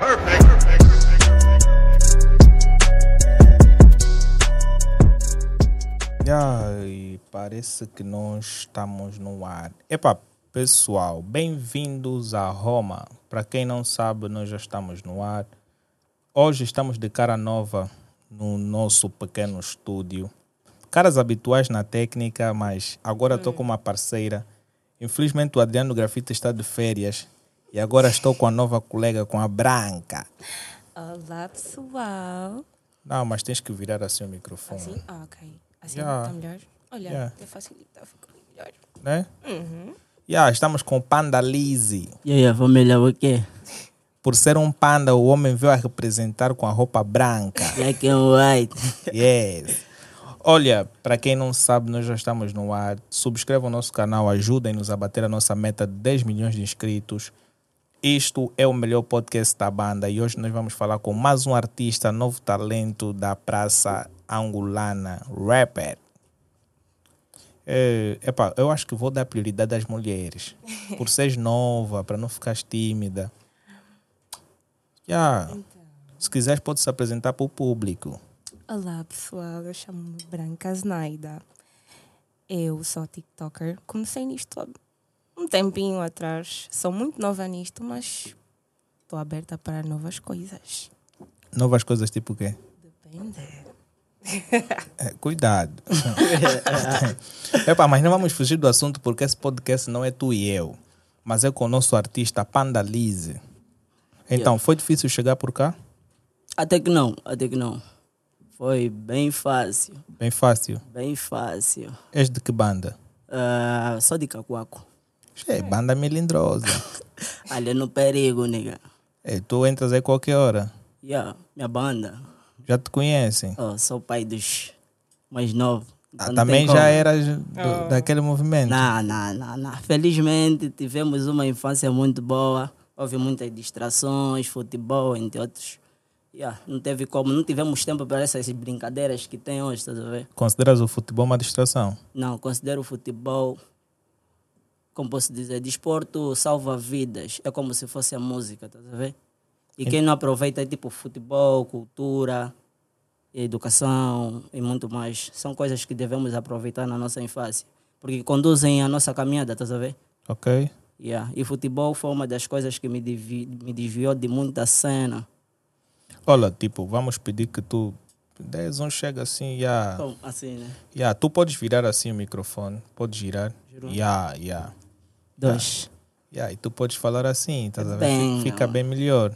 Perfect. Perfect. Ai, parece que nós estamos no ar. Epa, pessoal, bem-vindos a Roma. Para quem não sabe, nós já estamos no ar. Hoje estamos de cara nova no nosso pequeno estúdio. Caras habituais na técnica, mas agora estou com uma parceira. Infelizmente o Adriano Grafita está de férias e agora estou com a nova colega, com a Branca. Olá, pessoal. Não, mas tens que virar assim o microfone, Assim? Ah, ok. Assim Yeah. está melhor? Olha, Yeah. até facilitar, ficou melhor. né? Yeah, estamos com Panda Lizzy. E aí, a família, o quê? Por ser um panda, o homem veio a representar com a roupa branca. Black and é white. Yes. Olha, para quem não sabe, nós já estamos no ar. Subscreva o nosso canal, ajudem-nos a bater a nossa meta de 10 milhões de inscritos. Isto é o melhor podcast da banda e hoje nós vamos falar com mais um artista, novo talento da praça angolana, rapper. É, epa, eu acho que vou dar prioridade às mulheres. Por seres nova, para não ficar tímida. Yeah. Se quiseres, pode se apresentar para o público. Olá, pessoal. Eu chamo-me Branca Znaida. Eu sou TikToker. Comecei nisto há um tempinho atrás. Sou muito nova nisto, mas estou aberta para novas coisas. Novas coisas tipo o quê? Depende. É, cuidado. Epa, mas não vamos fugir do assunto porque esse podcast não é tu e eu, mas é com o nosso artista Panda Lise. Então, foi difícil chegar por cá? Até que não, até que não. Foi bem fácil, Bem fácil. bem fácil. És de que banda? Ah, só de cacuaco. É, banda melindrosa. Ali é no perigo, nega. É, tu entras aí qualquer hora. Yeah, minha banda. Já te conhecem. Oh, sou pai dos mais novos. Ah, Então não também tem como. já eras do- daquele movimento. Não, não, não, não. Felizmente tivemos uma infância muito boa. Houve muitas distrações, futebol, entre outros. Yeah, não teve como, não tivemos tempo para essas brincadeiras que tem hoje, tá a ver? Consideras o futebol uma distração? Não, considero o futebol, como posso dizer, desporto salva vidas. É como se fosse a música, tá a ver? E quem não aproveita é tipo futebol, cultura, educação e muito mais. São coisas que devemos aproveitar na nossa infância, porque conduzem a nossa caminhada, tá a ver? Ok? Yeah. E futebol foi uma das coisas que me, devi- me desviou de muita cena. Olha, tipo, vamos pedir que tu. 10 um chega assim, já. Então, assim, né? Yeah, tu podes virar assim o microfone, podes girar. Yeah, yeah. Dois. Yeah, e tu podes falar assim, tá a ver? Bem, Fica não. bem melhor.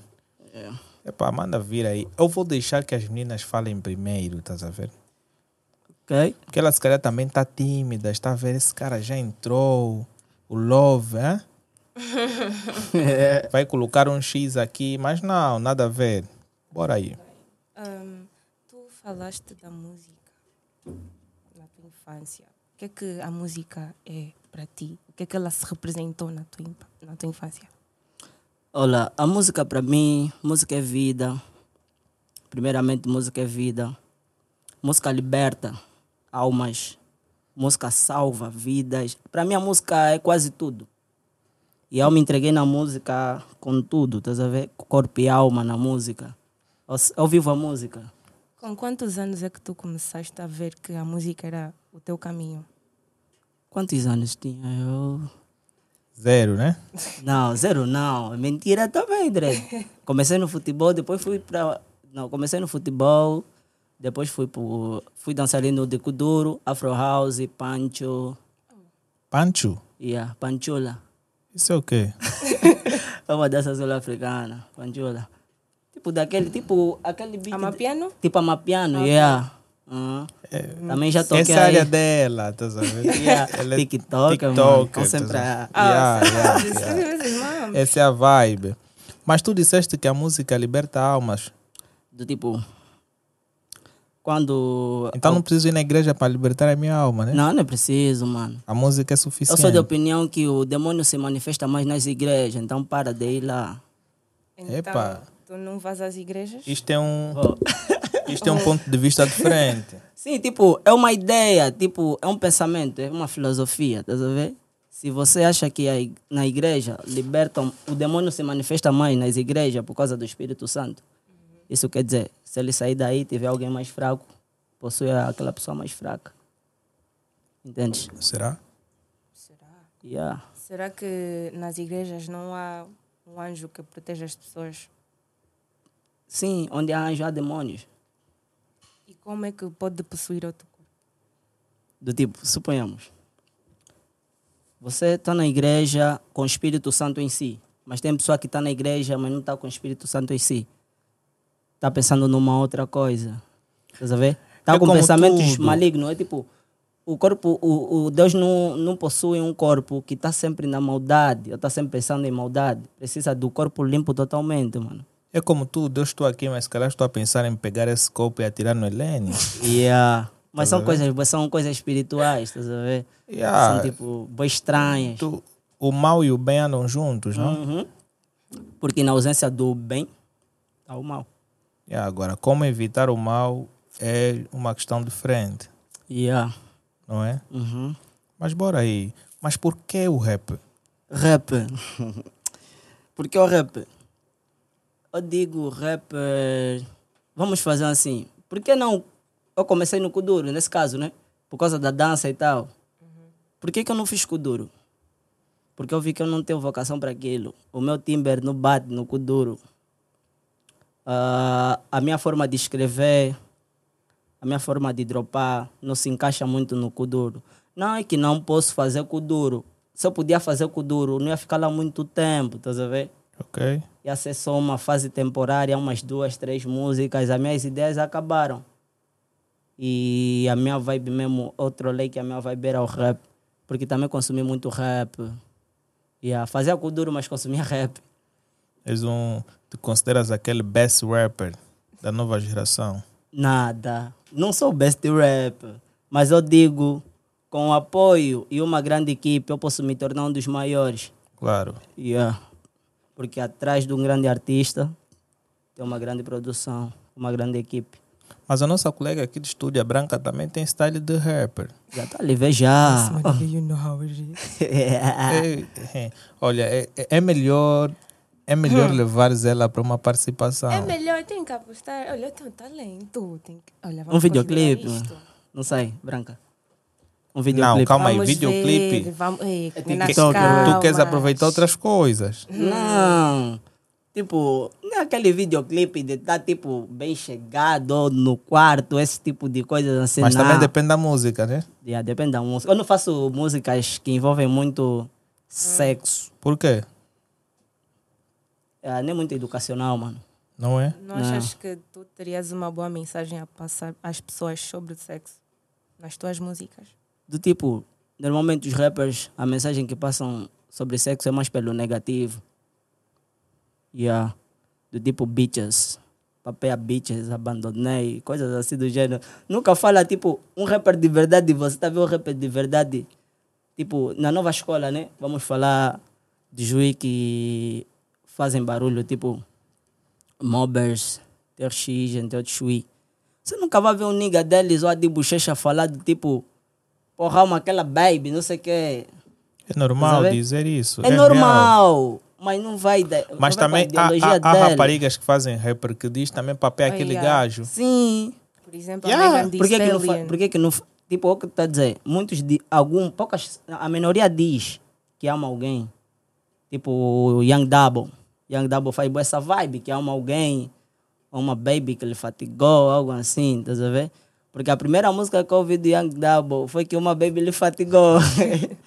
É. Epá, manda vir aí. Eu vou deixar que as meninas falem primeiro, tá a ver? Ok? Porque ela se calhar também tá tímida, está a ver? Esse cara já entrou, o love, hein? Vai colocar um X aqui, mas não, nada a ver. Bora aí. Ahm, Hum, tu falaste da música na tua infância. O que é que a música é para ti? O que é que ela se representou na tua, infa- na tua infância? Olha, a música para mim, música é vida. Primeiramente, música é vida. Música liberta almas. Música salva vidas. Para mim, a música é quase tudo. E eu me entreguei na música com tudo, estás a ver? Corpo e alma na música. Eu, s- eu vivo a música. Com quantos anos é que tu começaste a ver que a música era o teu caminho? Quantos anos tinha eu? Zero, né? Não, zero não. É mentira também, Dre. Comecei no futebol, depois fui pra. Não, comecei no futebol, depois fui pro. Fui dançarino de Kuduro, Afro House, Pancho. Pancho, Yeah, Panchola. isso é o quê? É uma dança sul-africana, Panchola. Tipo daquele, tipo, aquele beat. Amapiano? Tipo amapiano, yeah. Uhum. Também já toquei. Essa é área aí. dela, tá sabendo? Yeah, Ela é TikToker, mano. TikToker, Então sempre tá a- sabendo? Yeah, yeah, yeah. Essa é a vibe. Mas tu disseste que a música liberta almas. Do tipo. Quando. Então não preciso ir na igreja para libertar a minha alma, né? Não, não é preciso, mano. A música é Eu suficiente. sou da opinião que o demônio se manifesta mais nas igrejas, então para de ir lá. Então, Epa. tu não vas às igrejas? Isto é um. Oh. Isto é um ponto de vista diferente. Sim, tipo, é uma ideia, tipo, é um pensamento, é uma filosofia, tá a ver? Se você acha que a ig- na igreja libertam, o demônio se manifesta mais nas igrejas por causa do Espírito Santo. Isso quer dizer, se ele sair daí e tiver alguém mais fraco, possui aquela pessoa mais fraca. Entende? Será? Será? Yeah. Será que nas igrejas não há um anjo que proteja as pessoas? Sim, onde há anjo há demônios. E como é que pode possuir outro corpo? Do tipo, suponhamos. Você está na igreja com o Espírito Santo em si. Mas tem pessoa que está na igreja, mas não está com o Espírito Santo em si. Está pensando numa outra coisa. Estás a ver? Está É com como pensamentos tudo. malignos. É tipo, o corpo, o, o Deus não, não possui um corpo que está sempre na maldade, ou está sempre pensando em maldade. Precisa do corpo limpo totalmente, mano. É como tu, Deus, estou aqui, mas se calhar estou a pensar em pegar esse copo e atirar no Helene. Yeah. ah, Tá Mas são coisas, são coisas espirituais, estás a ver? Yeah. São tipo, bem estranhas. Tu- o mal e o bem andam juntos, não? Uhum. Porque na ausência do bem, há o mal. Yeah, agora, como evitar o mal é uma questão diferente, Yeah. não é? Uhum. Mas bora aí. Mas por que o rap? Rap. Por que o rap? Eu digo rap. eh, Vamos fazer assim. Por que não? Eu comecei no Kuduro, nesse caso, né? Por causa da dança e tal. Por que, que eu não fiz Kuduro? Porque eu vi que eu não tenho vocação para aquilo. O meu timbre não bate no Kuduro. Ah, a minha forma de escrever, a minha forma de dropar, não se encaixa muito no Kuduro. Não é que não posso fazer Kuduro. Se eu podia fazer Kuduro, não ia ficar lá muito tempo, estás a ver? Ok? Ia ser só uma fase temporária, umas duas, três músicas. As minhas ideias acabaram. E a minha vibe mesmo, eu trolei que a minha vibe era o rap. Porque também consumi muito rap. Yeah, fazia Kuduro, mas consumia rap. És um. Te consideras aquele best rapper da nova geração. Nada. Não sou best rap. Mas eu digo, com apoio e uma grande equipe, eu posso me tornar um dos maiores. Claro. Yeah. Porque atrás de um grande artista tem uma grande produção, uma grande equipe. Mas a nossa colega aqui de estúdio, a Branca, também tem style de rapper. Já tá livre já. you know how it is. Ah. É- é. olha, é, é- é melhor. É Hum. melhor levares ela para uma participação. É melhor, tem que apostar. Olha, eu tenho talento. Tem que... Olha, um vamos videoclipe. continuar mano. isto. Não sei, branca. Um Não, videoclipe. calma aí, Vamos videoclipe. ver, Vamos... Ei, Que- meninas, tu queres calma. aproveitar outras coisas. Não. Tipo, não é aquele videoclipe de estar, tipo, bem chegado no quarto, esse tipo de coisas assim. Mas não. também depende da música, né? Yeah, depende da música. Eu não faço músicas que envolvem muito sexo. Por quê? É, nem muito educacional, mano. Não é? Não achas que tu terias uma boa mensagem a passar às pessoas sobre o sexo nas tuas músicas? do tipo, normalmente os rappers, a mensagem que passam sobre sexo é mais pelo negativo. Yeah. Do tipo bitches. Papel bitches, abandonei, coisas assim do gênero. Nunca fala, tipo, um rapper de verdade, você tá vendo um rapper de verdade. Tipo, na nova escola, né? Vamos falar de juiz que fazem barulho, tipo, mobbers, teu X, teu Chui. Você nunca vai ver um nigga deles ou a de bochecha falar do tipo, porra, uma aquela baby, não sei o quê. É normal Sabe? dizer isso. É, normal, mas não vai. De, Mas não vai também pra há, ideologia há- há dela. raparigas que fazem rapper que diz também papel aquele yeah. gajo. Sim. Por exemplo, Yeah. a Megan Thee Por é que, que não Stallion. fa- por que que não fa- Tipo, o que tá dizendo? Muitos de. Algum, poucas. A minoria diz que ama alguém. Tipo, o Young Double. Young Double faz boa essa vibe, que ama alguém. Ou uma baby que ele fatigou, algo assim, tá a ver? Porque a primeira música que eu ouvi do Young Double foi que uma baby lhe fatigou.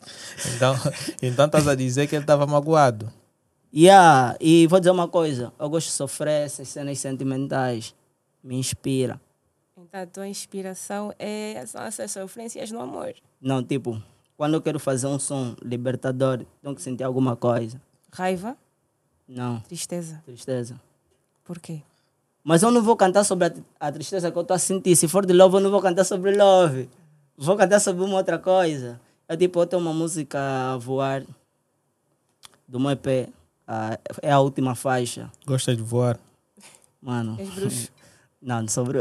Então, então estás a dizer que ele estava magoado. Yeah, e vou dizer uma coisa. Eu gosto de sofrer essas cenas sentimentais. Me inspira. Então, a tua inspiração é, são essas sofrências no amor. Não, tipo, quando eu quero fazer um som libertador, tenho que sentir alguma coisa. Raiva, Não, tristeza. tristeza. Por quê? Mas eu não vou cantar sobre a, a tristeza que eu estou a sentir. Se for de love, eu não vou cantar sobre love. Vou cantar sobre uma outra coisa. É tipo, eu tenho uma música voar do meu EP. ah, é a última faixa. Gosta de voar. Mano. És bruxo. Não, sobre.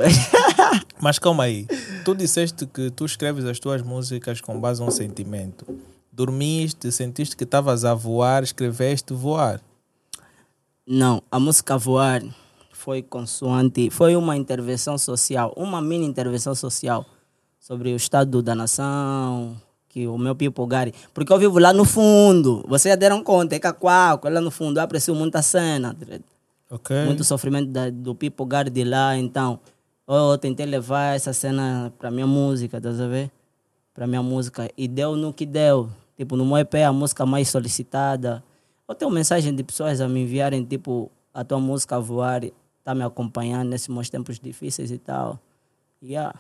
Mas calma aí. Tu disseste que tu escreves as tuas músicas com base a um sentimento. Dormiste, sentiste que estavas a voar, escreveste voar. Não, a música Voar foi consoante, foi uma intervenção social, uma mini intervenção social sobre o estado da nação, que o meu Pipo Gari, porque eu vivo lá no fundo, vocês já deram conta, é Cacoaco, é lá no fundo, eu aprecio muita cena, tá ligado? Ok. muito sofrimento da- do Pipo Gari de lá, então eu tentei levar essa cena pra minha música, tá a ver? Pra minha música, e deu no que deu, tipo, no meu EP a música mais solicitada, eu tenho mensagem de pessoas a me enviarem, tipo, a tua música a voar, tá me acompanhando nesses meus tempos difíceis e tal, ah, yeah.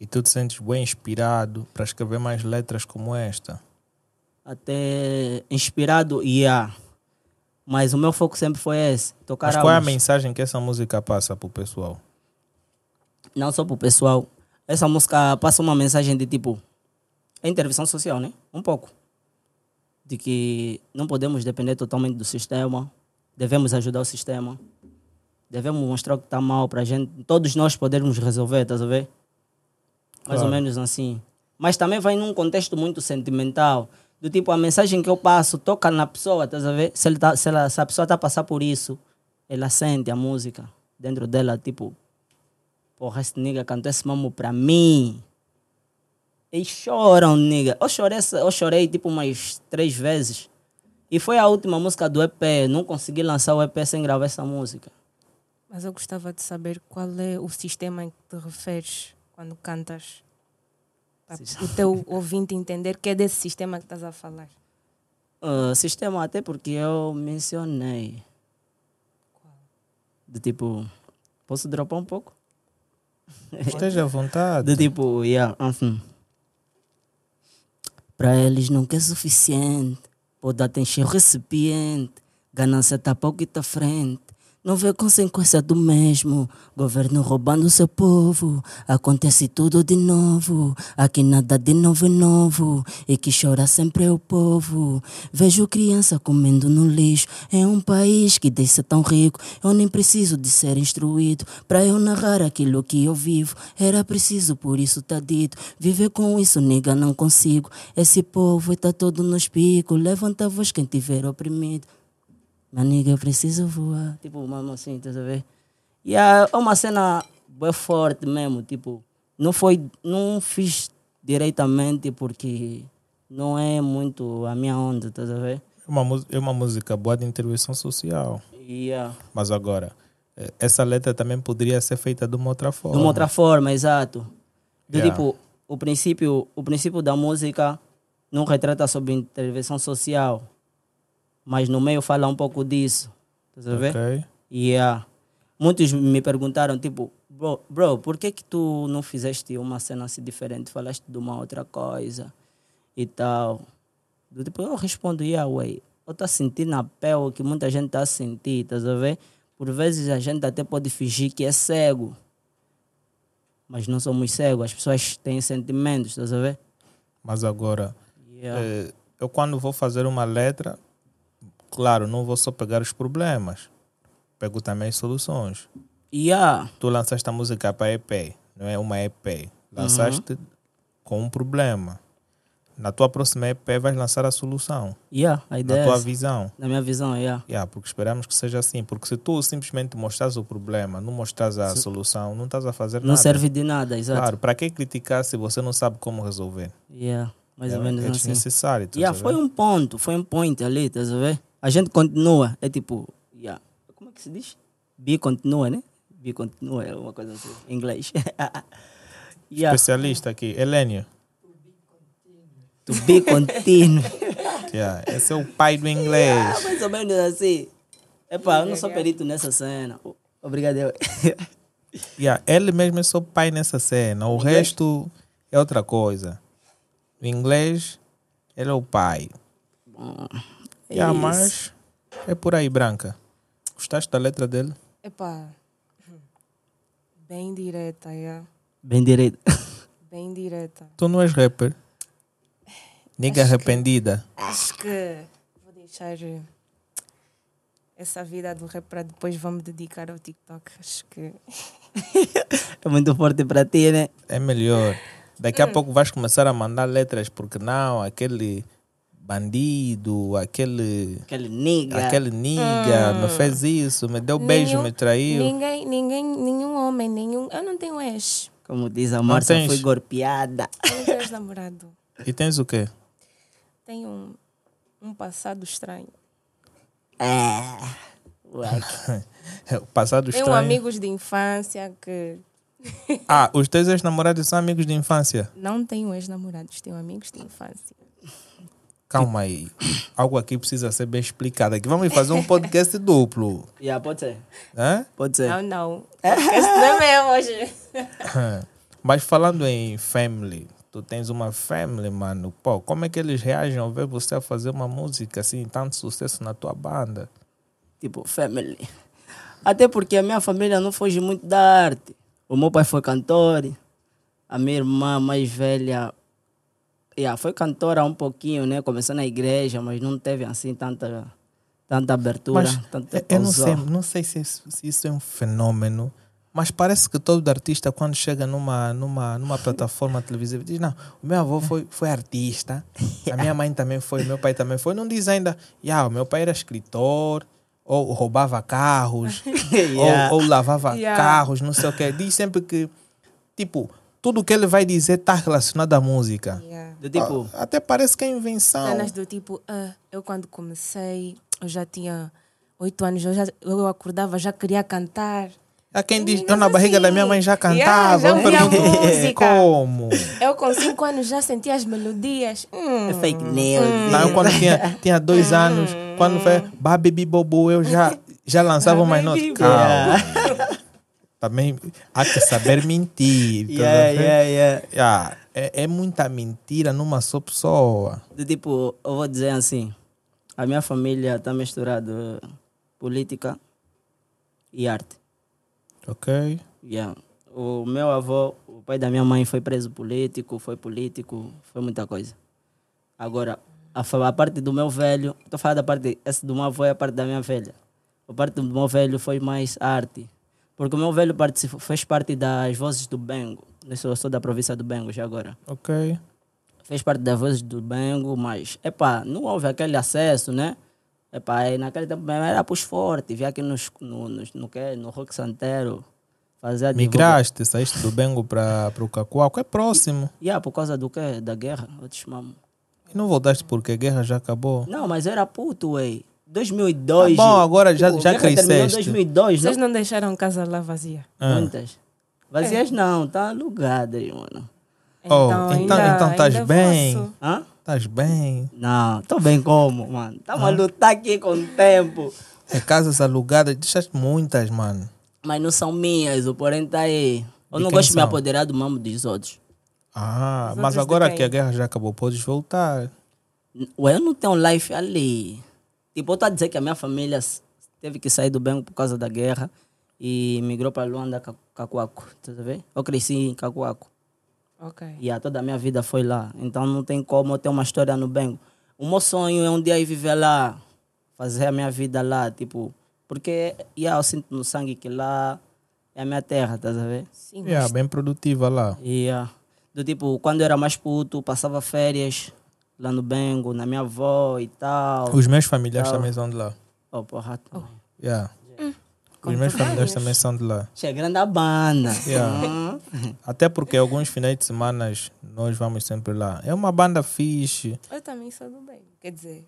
E tu te sentes bem inspirado para escrever mais letras como esta. até inspirado e yeah. mas o meu foco sempre foi esse tocar Mas qual é a almas. mensagem que essa música passa pro pessoal? não só pro pessoal essa música passa uma mensagem de tipo é intervenção social né um pouco de que não podemos depender totalmente do sistema devemos ajudar o sistema devemos mostrar o que está mal para gente todos nós podermos resolver tá a ver mais ou Claro. menos assim. Mas também vai num contexto muito sentimental. Do tipo, a mensagem que eu passo toca na pessoa, estás a ver? Se, ele tá- se ela- se a pessoa está a passar por isso, ela sente a música dentro dela, tipo, porra, esse nigga cantou esse mambo pra mim. E choram, nigga. Eu chorei, essa- eu chorei, tipo, umas três vezes. E foi a última música do EP. Não consegui lançar o EP sem gravar essa música. Mas eu gostava de saber qual é o sistema em que te referes quando cantas. Para Sistema. o teu ouvinte entender que é desse sistema que estás a falar. Ah, sistema até porque eu mencionei. Do tipo. Posso dropar um pouco? Esteja à vontade. Do tipo, yeah, enfim. Pra eles nunca é suficiente. Pode até encher o recipiente. Ganância tapa o que tá à frente. Não vê consequência do mesmo. Governo roubando seu povo. Acontece tudo de novo. Aqui nada de novo é novo. E que chora sempre é o povo. Vejo criança comendo no lixo. É um país que deixa tão rico. Eu nem preciso de ser instruído. Pra eu narrar aquilo que eu vivo. Era preciso, por isso tá dito. Viver com isso, nega, não consigo. Esse povo tá todo nos picos. Levanta a voz quem tiver oprimido. Mas nigga, eu preciso voar. Tipo, mano, assim, tá a ver? E é uma cena bem forte mesmo, tipo, não foi, não fiz diretamente porque não é muito a minha onda, tá a ver? É uma, mu- é uma música boa de intervenção social. E é, Mas agora, eh, essa letra também poderia ser feita de uma outra de forma. uma outra forma, exato. Do Yeah. tipo, o princípio, o princípio da música não retrata sobre intervenção social, mas no meio fala um pouco disso, tá a ver? Ok. Yeah. ah, Muitos me perguntaram, tipo, bro, bro, por que que tu não fizeste uma cena assim diferente? Falaste de uma outra coisa e tal. Eu, Tipo, eu respondo, yeah, way. Eu tô sentindo na pele o que muita gente tá sentindo, tá a ver? Por vezes a gente até pode fingir que é cego. Mas não somos cegos, as pessoas têm sentimentos, tá a ver? Mas agora, Yeah. eh, eu quando vou fazer uma letra, claro, não vou só pegar os problemas. Pego também as soluções. Yeah. tu lançaste a música para EP, não é uma EP. Lançaste Uhum. com um problema. Na tua próxima EP vais lançar a solução, Yeah, a na ideia. é tua essa. visão. Na minha visão, yeah. Yeah, porque esperamos que seja assim. Porque se tu simplesmente mostras o problema, não mostras a solução, não estás a fazer Não nada. serve de nada, exato. Claro, para que criticar se você não sabe como resolver? Yeah, mais é, ou menos é assim. desnecessário. estás Yeah, a foi ver? um ponto, foi um point ali, estás a ver? A gente continua, é tipo, yeah. como é que se diz? Be continua, né? Be continua, é uma coisa assim, em inglês. yeah, Especialista aqui, Helênio. to be continue. Yeah, esse é o pai do inglês. ah, mais ou menos assim. Epá, eu não sou perito nessa cena. O- Obrigado. eu. Yeah, ele mesmo é só pai nessa cena. O resto é outra coisa. No inglês, ele é o pai. É Yeah, isso. mas é por aí, Branca. Gostaste da letra dele? Epá, bem direta, yeah. Bem direito. bem direta. Tu não és rapper. Nigga arrependida. Acho que vou deixar eh, essa vida do rap para depois vou me dedicar ao TikTok. Acho que É muito forte para ti, né? É melhor. Daqui a pouco vais começar a mandar letras, porque não, aquele bandido, aquele. Aquele nigga. Aquele nigga me fez isso, me deu beijo, me traiu. Ninguém, ninguém, nenhum homem, nenhum. Eu não tenho ex. Como diz a Marta, tens? fui golpeada. Eu não tenho ex-namorado. E tens o quê? Tenho um, um passado estranho. É. Ué, O passado Tenho estranho. amigos de infância que. Ah, os teus ex-namorados são amigos de infância. Não tenho ex-namorados, tenho amigos de infância. Calma aí. Algo aqui precisa ser bem explicado. Aqui vamos fazer um podcast duplo. yeah, pode ser. Hã? Pode ser. Não, não. Esse não é meu hoje. Mas falando em family, tu tens uma family, mano. Pô, como é que eles reagem ao ver você fazer uma música assim, tanto sucesso na tua banda? Tipo, family. Até porque a minha família não foge muito da arte. O meu pai foi cantor. A minha irmã mais velha yeah, foi cantora um pouquinho, né? Começou na igreja, mas não teve assim tanta, tanta abertura. Mas é, tanta eu- eu não pausão. sei, não sei se, isso- se isso é um fenômeno, mas parece que todo artista, quando chega numa, numa, numa plataforma televisiva, diz: Não, o meu avô foi, foi artista, a minha mãe também foi, meu pai também foi. Não diz ainda, yeah, o meu pai era escritor, ou roubava carros, Yeah. ou, ou lavava Yeah. carros, não sei o quê. Diz sempre que, tipo, tudo que ele vai dizer está relacionado à música. Yeah. Do tipo, Ah, Até parece que é invenção. Cenas do tipo, ah, eu quando comecei, eu já tinha oito anos, eu, já, eu acordava, já queria cantar. Há É quem diz, eu Meninas na barriga da assim. minha mãe já Yeah, cantava. já Eu ouvia pergunto, música. como? Eu com cinco anos já sentia as melodias. Hum, é fake news. Não, eu quando tinha, tinha dois anos, quando foi Babi Bibobo, eu já, já lançava umas notas. Baby Calma. Também há que saber mentir. tá Yeah, vendo? yeah, Ah, yeah. é, é muita mentira numa só pessoa. Do tipo, eu vou dizer assim, a minha família está misturada eh, política e arte. Ok? Yeah. O meu avô, o pai da minha mãe foi preso político, foi político, foi muita coisa. Agora, a, fa- a parte do meu velho, estou falando da parte, essa do meu avô é a parte da minha velha. A parte do meu velho foi mais arte. Porque o meu velho participou, fez parte das vozes do Bengo. Eu sou, sou da província do Bengo já agora Ok. fez parte das vozes do Bengo, mas, epá, não houve aquele acesso, né? Epá, aí naquele tempo mesmo era pros fortes, via aqui nos, no, nos, no, que, no Rock Santeiro, fazer a divulga- Migraste, saíste do Bengo para o Cacoalco, é próximo. Yeah, ah, por causa do quê? Da guerra? Eu te chamo. E não voltaste porque a guerra já acabou. Não, mas eu era puto, wey. 2002. Tá bom, agora já- Tipo, já a guerra terminou em cresceste. 2002, vocês não? não deixaram casa lá vazia. Ah. Muitas. Vazias não, tá alugada aí, mano. Oh, então- então estás ainda bem. posso. Hã? Estás bem? Não, tô bem como, mano. Tamo a lutar aqui com o tempo. É casas alugadas, deixaste muitas, mano. mas não são minhas, o porém tá aí. Eu De não quem gosto de me são? apoderar do mambo dos outros. Ah, Os mas outros agora de que a quem? guerra já acabou, podes voltar. N- Ué, eu não tenho life ali. Tipo, eu tô a dizer que a minha família s- teve que sair do Bengo por causa da guerra e migrou para Luanda, Ca- Cacoaco, tá vendo? Eu cresci em Cacoaco Ok. e a toda a minha vida foi lá. Então não tem como eu ter uma história no Bengo. O meu sonho é um dia ir viver lá, fazer a minha vida lá, tipo... Porque yeah, eu sinto no sangue que lá é a minha terra, tá vendo? Sim, É, bem produtiva lá. Yeah. Do tipo, quando eu era mais puto, passava férias lá no Bengo, na minha avó e tal. Os meus familiares também são de lá. Oh, porra. também. Yeah. Hum. Os meus familiares também são de lá. Che, grande a banda. Yeah. Hum. Até porque alguns finais de semana nós vamos sempre lá. É uma banda fixe. Eu também sou do bem. Quer dizer,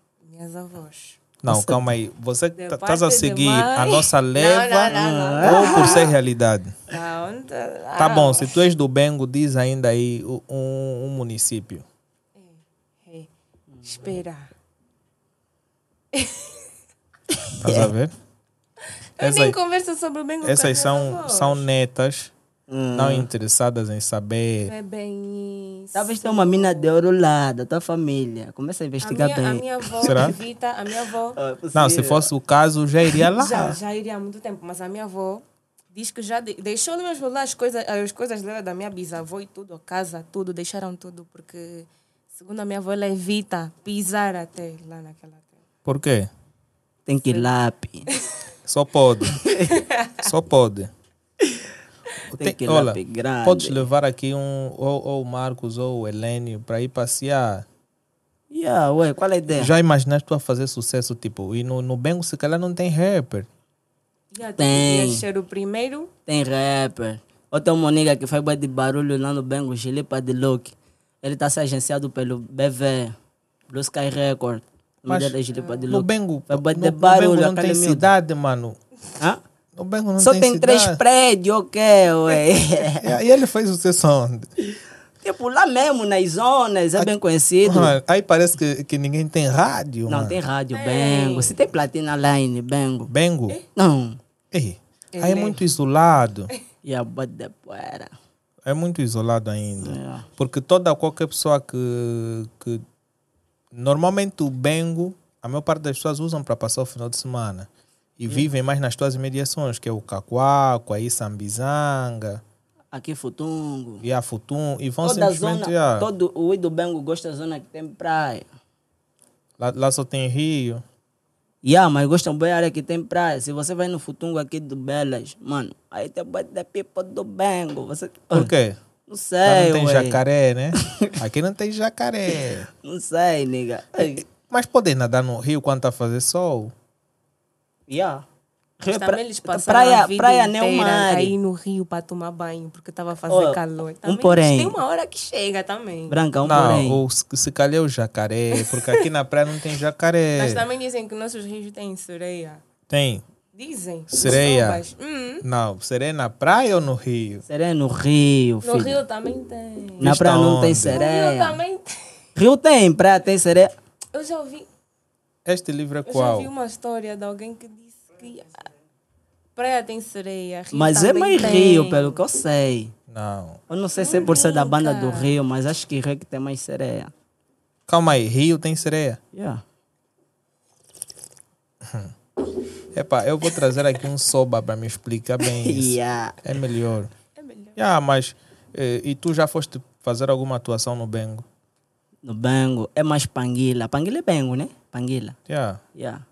minhas avós. Não, calma aí. Você De estás parte a de seguir mãe. a nossa Não, leva não, não, ou por ser realidade? Não, tá, Tá bom, se tu és do Bengo, diz ainda aí o- um, um município. Ei, Espera. Estás a ver? Eu Essa nem aí- converso sobre o bem tá com Essas as minhas são, avós. são netas, Hum. não interessadas em saber Não é bem isso. Talvez tenha uma mina de ouro lá, da tua família. Começa a A investigar minha, a bem. minha avó Será? Ah. Evita, a minha avó Oh, é possível. Não, se fosse o caso, já iria lá. já, já iria há muito tempo, mas a minha avó diz que já de, deixou mesmo lá as coisas, as coisas dela, da minha bisavó e tudo, a casa, tudo, deixaram tudo, porque segundo a minha avó, ela evita pisar até lá naquela terra. Por quê? Tem que ir lá, pi. Só pode. Só pode. Tem que ir lá olha, pi, grande. podes levar aqui um, ou, ou o Marcos ou o Helênio para ir passear. Yeah, ué, qual é a ideia? Já imaginaste tu a fazer sucesso, tipo, e no, no Bengo se calhar não tem rapper. Já tu Tem. podias ser o primeiro. Tem rapper. Ou tem uma nega que faz bué de barulho lá no Bengo, Gilipa de Look. Ele tá sendo agenciado pelo BV, Blue Sky Record. O nome Mas dele é Gilipa de No Look. Bengo, Vai no, no bater barulho, Bengo não aquele tem miúdo. cidade, mano. Hã? No Bengo não Só tem, tem, cidade. três prédios, ok, ué. É, E ele fez sucesso onde? tipo, lá mesmo, nas zonas, é bem conhecido. Mano, aí parece que, que ninguém tem rádio, Não, mano. tem É. rádio, Bengo. Se tem Platina Line, Bengo. Bengo? Não. Ei, aí é muito isolado. E a bué de poeira. É muito isolado ainda. É. Porque toda qualquer pessoa que, que. Normalmente o Bengo, a maior parte das pessoas usam para passar o final de semana. E É. vivem mais nas tuas imediações, que é o Cacuaco, aí Sambizanga, Aqui Futungo. e a Futum, e vão Toda a simplesmente. zona, ah, todo o Ido Bengo gosta da zona que tem praia. lá, lá só tem rio. Yeah, mas gostam bem da área que tem praia. Se você vai no Futungo aqui do Belas, mano, aí tem bué de pipa do Bengo. Você... Por quê? Não Lá tá, não sei, tem Ah. É, ué. jacaré, né? Aqui não tem jacaré. Não sei, nigga. Ei, Mas poder nadar no rio quando tá a fazer sol? Yeah. Mas também eles passaram Então, praia, a vida praia não é uma inteira área. aí no rio para tomar banho, porque estava a fazer Ó, calor. um Também porém. Tem uma hora que chega também. Branca, um não, porém. ou se, se calhar o jacaré, porque aqui na praia não tem jacaré. É. Mas também dizem que nossos rios têm sereia. Tem. Dizem. Sereia. Pessoas. Hum. Não, sereia na praia ou no rio? Seré no Rio, No filho. rio também tem. Na Está praia não tem onde? No rio sereia. também tem. Rio tem, praia tem sereia. Eu já ouvi, Este livro é eu já um- qual? ouvi uma história de alguém que disse que ah, praia tem sereia. Rio Mas é também mais tem. Rio, pelo que eu sei. Não. Eu não sei se é por ser da banda do Rio, mas acho que Rio é que tem mais sereia. Calma aí, rio tem sereia? Yeah. Epá, eu vou trazer aqui um soba para me explicar bem isso. Yeah. É melhor. É melhor. Ah, mas eh, e tu já foste fazer alguma atuação no Bengo? No Bengo. É mais Panguila. Panguila é Bengo, né? Panguila. Yeah. Yeah.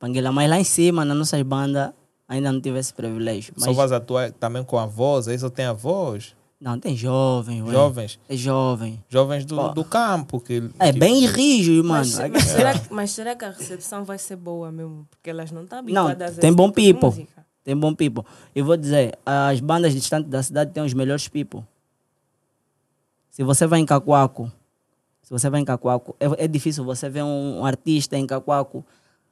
Panguila. Mas lá em cima, nas nossas bandas, ainda não tive esse privilégio. Mas Só vas atuar também com a voz, aí só tem a voz. Não, tem jovem, ué. Jovens. É jovem. Jovens do, do campo. Que, É que- bem rijo, mano. Mas, se- mas será, é que- mas será que a recepção vai ser boa mesmo? Porque elas não estão Não, habituadas a esse tem bom tipo de people. música. Tem bom people. Eu vou dizer, as bandas distantes da cidade têm os melhores people. Se você vai em Cacoaco, se você vai em Cacoaco, é, é difícil você ver um, um artista em Cacoaco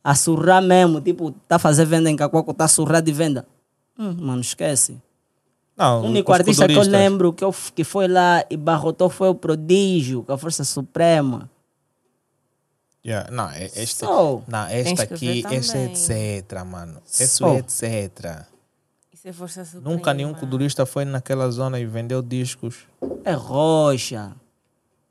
a surrar mesmo, tipo, tá fazer venda em Cacoaco, tá a surrar de venda. Hum, mano, esquece. Não, O único os artista Um é que eu culturistas. lembro que, eu f- que foi lá e barrotou foi o Prodígio, com a Força Suprema. Yeah, Não, é- este, Só. não, Tens esta que aqui, ver esta é também. etc, mano. Isso Só. é etc. Isso é força suprema. Nunca nenhum culturista foi naquela zona e vendeu discos. É rocha.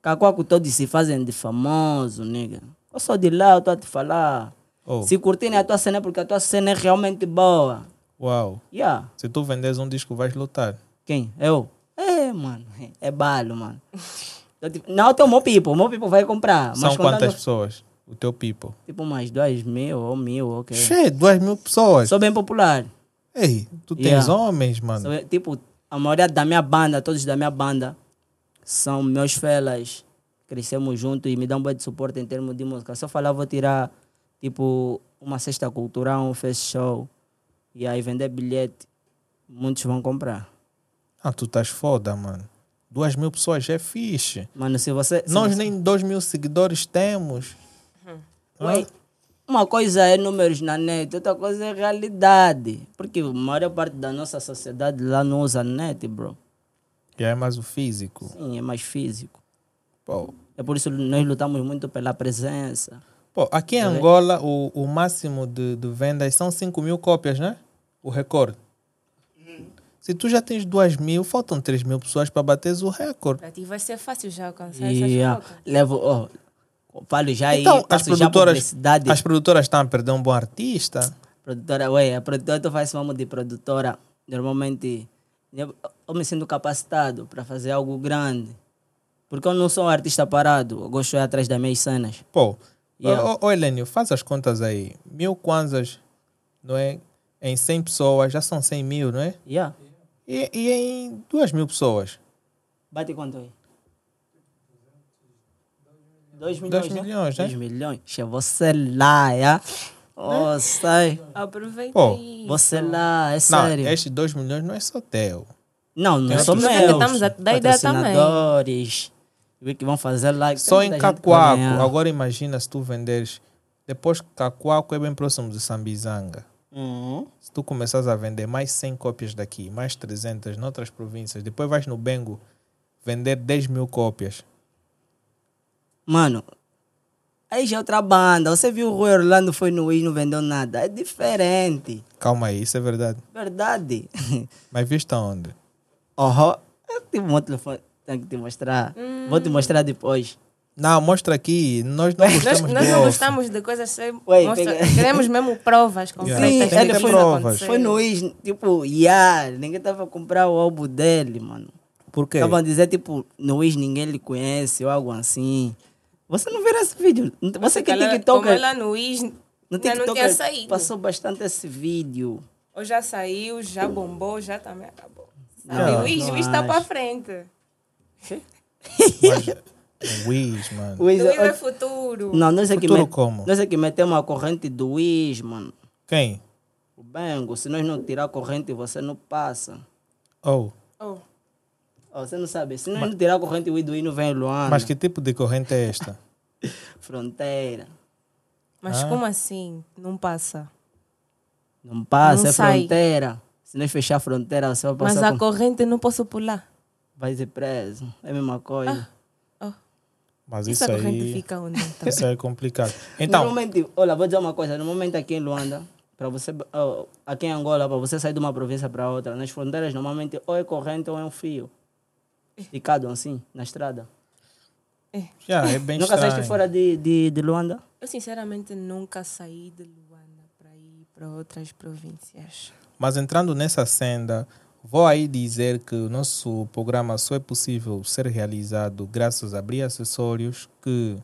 Cacoaco todos se fazem de famoso, nigga. Eu sou de lá, eu tô a te falar. Oh, Se curtirem a tua cena é porque a tua cena é realmente boa. uau. Yeah. Se tu vendes um disco, vais lutar. Quem? Eu? É, mano. É balo, mano. Eu, tipo, Não, tem o meu people. O meu people vai comprar. São mas contando, quantas pessoas? O teu people. Tipo, mais dois mil ou mil, ok. Che, duas mil pessoas. Sou bem popular. Ei, tu tens Yeah. homens, mano. Sou, tipo, a maioria da minha banda, todos da minha banda, são meus felas. Crescemos juntos e me dão um bom de suporte em termos de música. Se eu falar, vou tirar, tipo, uma cesta cultural, um fest show. E aí vender bilhete, muitos vão comprar. Ah, tu estás foda, mano. Duas mil pessoas já é fixe. Mano, se você. se Nós você- nem dois mil seguidores temos. Ué, Uma coisa é números na net, outra coisa é realidade. Porque a maior parte da nossa sociedade lá não usa net, bro. Já é mais o físico. Sim, é mais físico. Pô, É por isso que nós lutamos muito pela presença. Pô, aqui em Angola, o, o máximo de, de vendas são 5 mil cópias, né? O recorde. Hum. Se tu já tens 2 mil, faltam 3 mil pessoas para bateres o recorde. Para ti vai ser fácil já alcançar Yeah. essas focas. ah, Levo, ó, falo já aí, Então, as faço já produtoras, publicidade. as produtoras estão a perder um bom artista. Produtora, ué, a produtora, tu faz mamo de produtora. Normalmente, eu, eu me sinto capacitado para fazer algo grande. Porque eu não sou um artista parado, eu gosto de ir atrás das minhas cenas. Pô, Yeah. ô, ô, ô, Helênio, faz as contas aí. Mil kwanzas, não é? Em 100 pessoas, já são 100 mil, não é? Yeah. E, e em 2 mil pessoas? Bate quanto aí? 2 milhões, Dois milhões, né? 2 milhões. Che, você lá, é? Oh, sai. Aproveita Pô, aí. Você lá, é Né? Não, sério. estes 2 milhões não é só teu. Não, não Tem sou outros- meu. Estamos a dar ideia também. Patrocinadores. O que vão fazer lá? Só em Muita gente é. Cacoaco. ganha. Agora imagina se tu venderes. Depois que Cacoaco é bem próximo de Sambizanga. Hum. Uhum. Se tu começares a vender mais 100 cópias daqui, mais 300 noutras províncias, depois vais no Bengo vender 10 mil cópias. Mano, aí já é outra banda. Você viu o Rui Orlando foi no Wii e não vendeu nada. É diferente. Calma aí, isso é verdade. Verdade. Mas viste aonde? Aham. Eu tive um outro telefone. Tenho que te mostrar. Vou Hum. te mostrar depois. Não, mostra aqui. Nós não Nós, gostamos nós de não off. gostamos de coisas sem. Ué, mostra- pega- Queremos mesmo provas concretas. Sim, de que tem que ter isso provas. aconteceu. Foi no Wii, tipo, yeah, ninguém tava a comprar o álbum dele, mano. Por quê? Estavam a dizer, tipo, no Wiz ninguém lhe conhece ou algo assim. Você não vira esse vídeo. Não- Você que é Ela- TikToker. Como ela no Is, No ainda TikToker não né? tinha saído. passou bastante esse vídeo. Ou já saiu, já bombou, já também acabou. Não, Sabe? não o Is, o Is acho. está para tá frente. Mas, Wiz, mano. Wiz O Is é é- futuro. Não, nós é que, Futuro met- como? nós é que metemos a corrente do Wiz, mano. Quem? O Bengo, se nós não tirar a corrente, você não passa. Oh. Oh, Ó, você não sabe. Se nós não tirar a corrente, o Wiz do Wiz não vem Luana. Mas que tipo de corrente é esta? Fronteira. mas como assim? Não passa. Não passa, Não é sai. fronteira. Se nós fechar a fronteira, você vai Mas passar a com- corrente não posso pular. Vai ser preso. É a mesma coisa. Ah. Oh, Mas isso isso, a corrente aí. fica onde? Então? Isso aí é complicado. Então, Normalmente, olha, vou dizer uma coisa. No momento aqui em Luanda, para você, ó, aqui em Angola, para você sair de uma província para outra, nas fronteiras, normalmente, ou é corrente ou é um fio. Ficado assim, na estrada. já é bem Nunca saíste estranho. fora de, de, de Luanda? Eu, sinceramente, nunca saí de Luanda para ir para outras províncias. Mas entrando nessa senda, vou aí dizer que o nosso programa só é possível ser realizado graças a Abrir Acessórios, que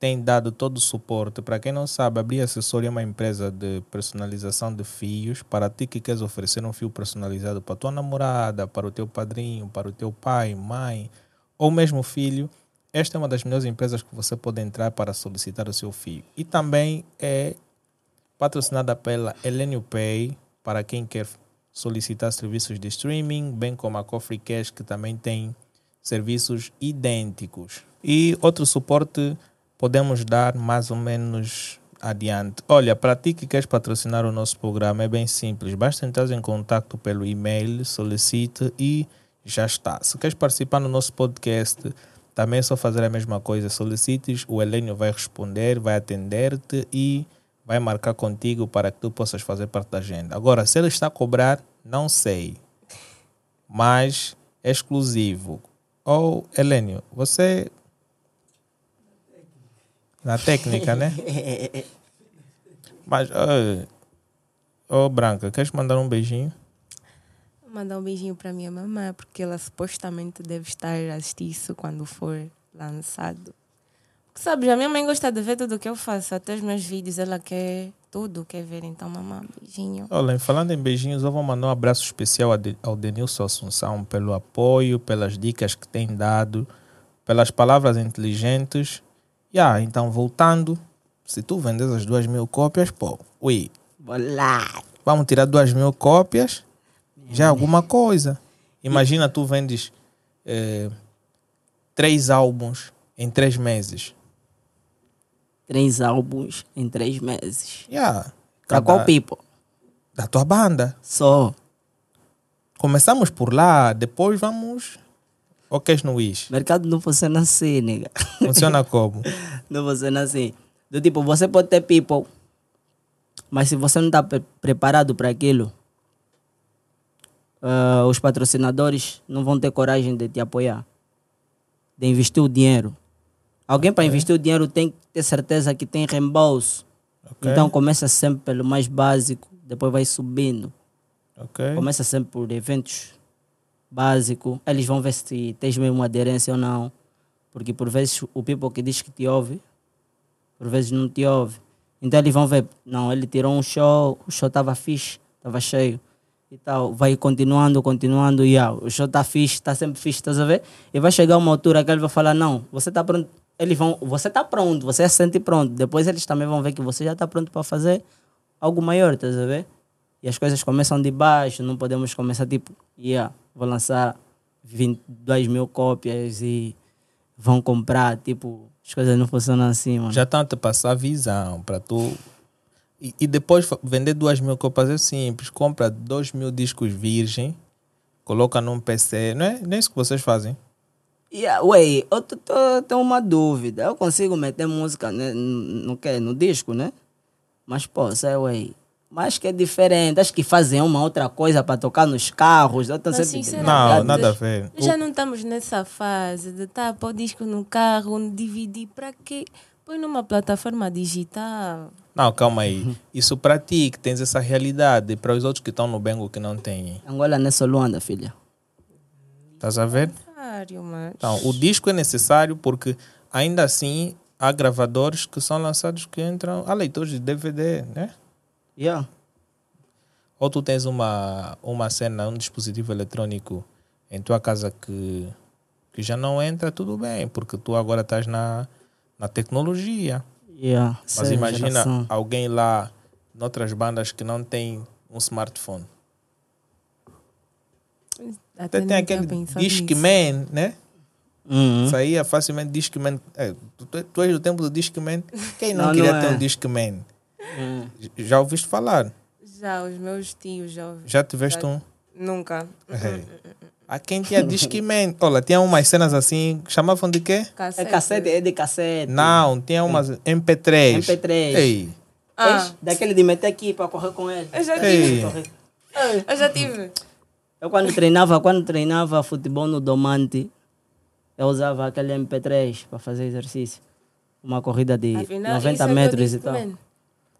tem dado todo o suporte. Para quem não sabe, Abrir Acessório é uma empresa de personalização de fios. Para ti que queres oferecer um fio personalizado para tua namorada, para o teu padrinho, para o teu pai, mãe ou mesmo filho, esta é uma das melhores empresas que você pode entrar para solicitar o seu fio. E também é patrocinada pela Elenio Pay, para quem quer solicitar serviços de streaming, bem como a Coffee Cash, que também tem serviços idênticos. E outro suporte podemos dar mais ou menos adiante. Olha, para ti que queres patrocinar o nosso programa é bem simples, basta entrar em contato pelo e-mail, solicite e já está. Se queres participar no nosso podcast, também é só fazer a mesma coisa, solicites, o Elenio vai responder, vai atender-te e vai marcar contigo para que tu possas fazer parte da agenda. Agora, se ele está a cobrar, não sei. Mas é exclusivo. Ou, Helênio, você. Na técnica, né? Mas, ô ô, Branca, queres mandar um beijinho? Mandar um beijinho para minha mamãe, porque ela supostamente deve estar a assistir isso quando for lançado. Porque, sabes, a minha mãe gosta de ver tudo o que eu faço, até os meus vídeos, ela quer tudo, quer ver. Então, mamãe, beijinho. Olha, falando em beijinhos, eu vou mandar um abraço especial a De- ao Denilson Assunção pelo apoio, pelas dicas que tem dado, pelas palavras inteligentes. E ah, então voltando, se tu vendes as duas mil cópias, pô, ui, Bolado. vamos tirar duas mil cópias, já é alguma coisa. Imagina tu vendes eh, três álbuns em três meses. Três álbuns em três meses. Yeah, Pra qual people? ah, Da tua banda. Só. Começamos por lá, depois vamos... Ok, no Wish. Mercado não funciona assim, nega. Funciona como? Não funciona assim. Do tipo, você pode ter people, mas se você não está preparado para aquilo, ah, os patrocinadores não vão ter coragem de te apoiar, de investir o dinheiro. Alguém para investir o dinheiro tem que ter certeza que tem reembolso. Ok. Então começa sempre pelo mais básico, depois vai subindo. Ok. Começa sempre por eventos básicos. Eles vão ver se tens mesmo aderência ou não. Porque por vezes o people que diz que te ouve, por vezes não te ouve. Então eles vão ver, não, ele tirou um show, o show estava fixe, estava cheio. E tal, vai continuando, continuando, tá e ah, o show está fixe, está sempre fixe, estás a ver? E vai chegar uma altura que ele vai falar, não, você está pronto eles vão. Você tá pronto, você se sente pronto. Depois eles também vão ver que você já tá pronto para fazer algo maior, tá a ver? E as coisas começam de baixo, não podemos começar tipo, yeah, vou lançar 22 mil cópias e vão comprar, tipo, as coisas não funcionam assim, mano. Já estão a te passar a visão para tu. E, e depois fa- vender duas mil copas é simples. Compra dois mil discos virgem, coloca num PC. Não é, não é isso que vocês fazem? Yeah, ué, eu tô, tô, tenho uma dúvida. Eu consigo meter música né, no, no, quê? no disco, né? Mas, pô, sei, ué. Mas que é diferente. Acho que fazem uma outra coisa para tocar nos carros. Eu tô Mas, sempre... sinceramente, Não, Não, nada a É deixa- ver. O- Já não estamos nessa fase de tapar o disco no carro, no dividir, para quê? Põe numa plataforma digital. Não, calma aí. Isso para ti, que tens essa realidade. Para os outros que estão no Bengo que não têm. Angola não é só Luanda, filha. Estás a ver? Claro, mas... Então, o disco é necessário porque ainda assim há gravadores que são lançados que entram a leitores de DVD, né? Yeah. Ou tu tens uma, uma cena, um dispositivo eletrônico em tua casa que, que já não entra, tudo bem, porque tu agora estás na, na tecnologia. Yeah. Mas Essa imagina geração. alguém lá, noutras bandas que não tem um smartphone. Até tem nunca aquele pensado nisso. Discman, né? Uhum. Saía facilmente Discman. É, tu, tu- tu és do tempo do Discman. Quem não, Não, não queria ter é. um Discman? Uhum. J- Já ouviste falar? Já, os meus tios já ouvi- Já tiveste um? Nunca. É A quem tinha Discman? Olha, tinha umas cenas assim, chamavam de quê? É Cassete. cassete, é de cassete. Não, tinha umas MP3. MP3. Ei, Ah, Ex- Daquele de meter aqui para correr com ele. eu já tive. ei. Eu já tive. Eu quando treinava, quando treinava futebol no Domante, eu usava aquele MP3 para fazer exercício. Uma corrida de Afinal, 90 isso é metros teu e tal. Discman.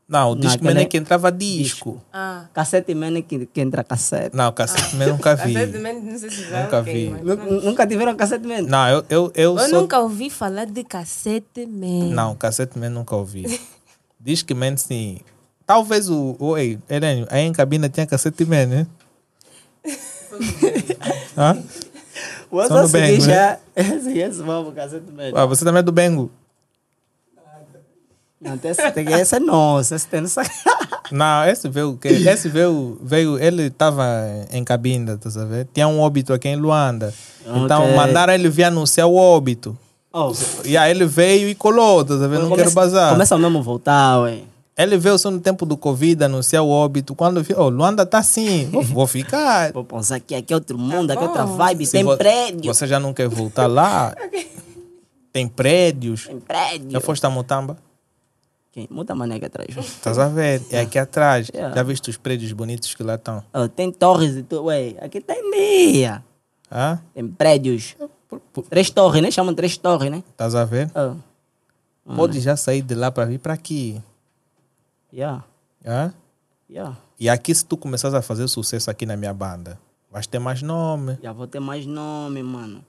Não, o Discman aquele- é que entrava disco. Ah, Cassete man que, que entra cassete. Não, cassete man eu nunca vi. cassete também, não sei se já Nunca ok, vi. mas- Nu- Nunca tiveram cassete man? Não, eu, eu, eu, Eu sou. nunca ouvi falar de cassete man. Não, cassete man nunca ouvi. Disque man sim. Talvez o. o ei, Eren, aí em cabina tinha cassete man, né? Hã? O Só no Asa se Bengo, diz né? já. Esse esse vamos, cassete man. Ah, você também é do Bengo? Não, tem esse, tem- esse é nosso, esse tem essa. Não, esse veio. que- Esse veio. veio ele estava em cabina, tá sabendo? Tinha um óbito aqui em Luanda. Então Ah, Ok. mandaram ele vir anunciar o óbito. Oh, E aí ele veio e colou, tá sabendo? Não quero começa- bazar. Começa mesmo a voltar, ué. Ele veio só no tempo do Covid anunciar o óbito. Quando viu, oh, Luanda tá assim, vou, vou ficar. Vou pensar que aqui é outro mundo, aqui é Tá bom. outra vibe, Se tem vo- prédio. Você já não quer voltar lá? Tem prédios. Tem prédio. Já foste a Mutamba? Quem? Muita maneca atrás. Estás a ver? É aqui atrás. Yeah. Já viste os prédios bonitos que lá estão? Oh, tem torres e tudo. Ué, aqui tem dia. Hã? Tem prédios. Por- por- Três torres, né? Chamam três torres, né? Estás a ver? Oh, Tá Pode já sair de lá para vir para aqui. yeah, Hã? yeah. E aqui, se tu começares a fazer sucesso aqui na minha banda, vais ter mais nome. Já vou ter mais nome, mano.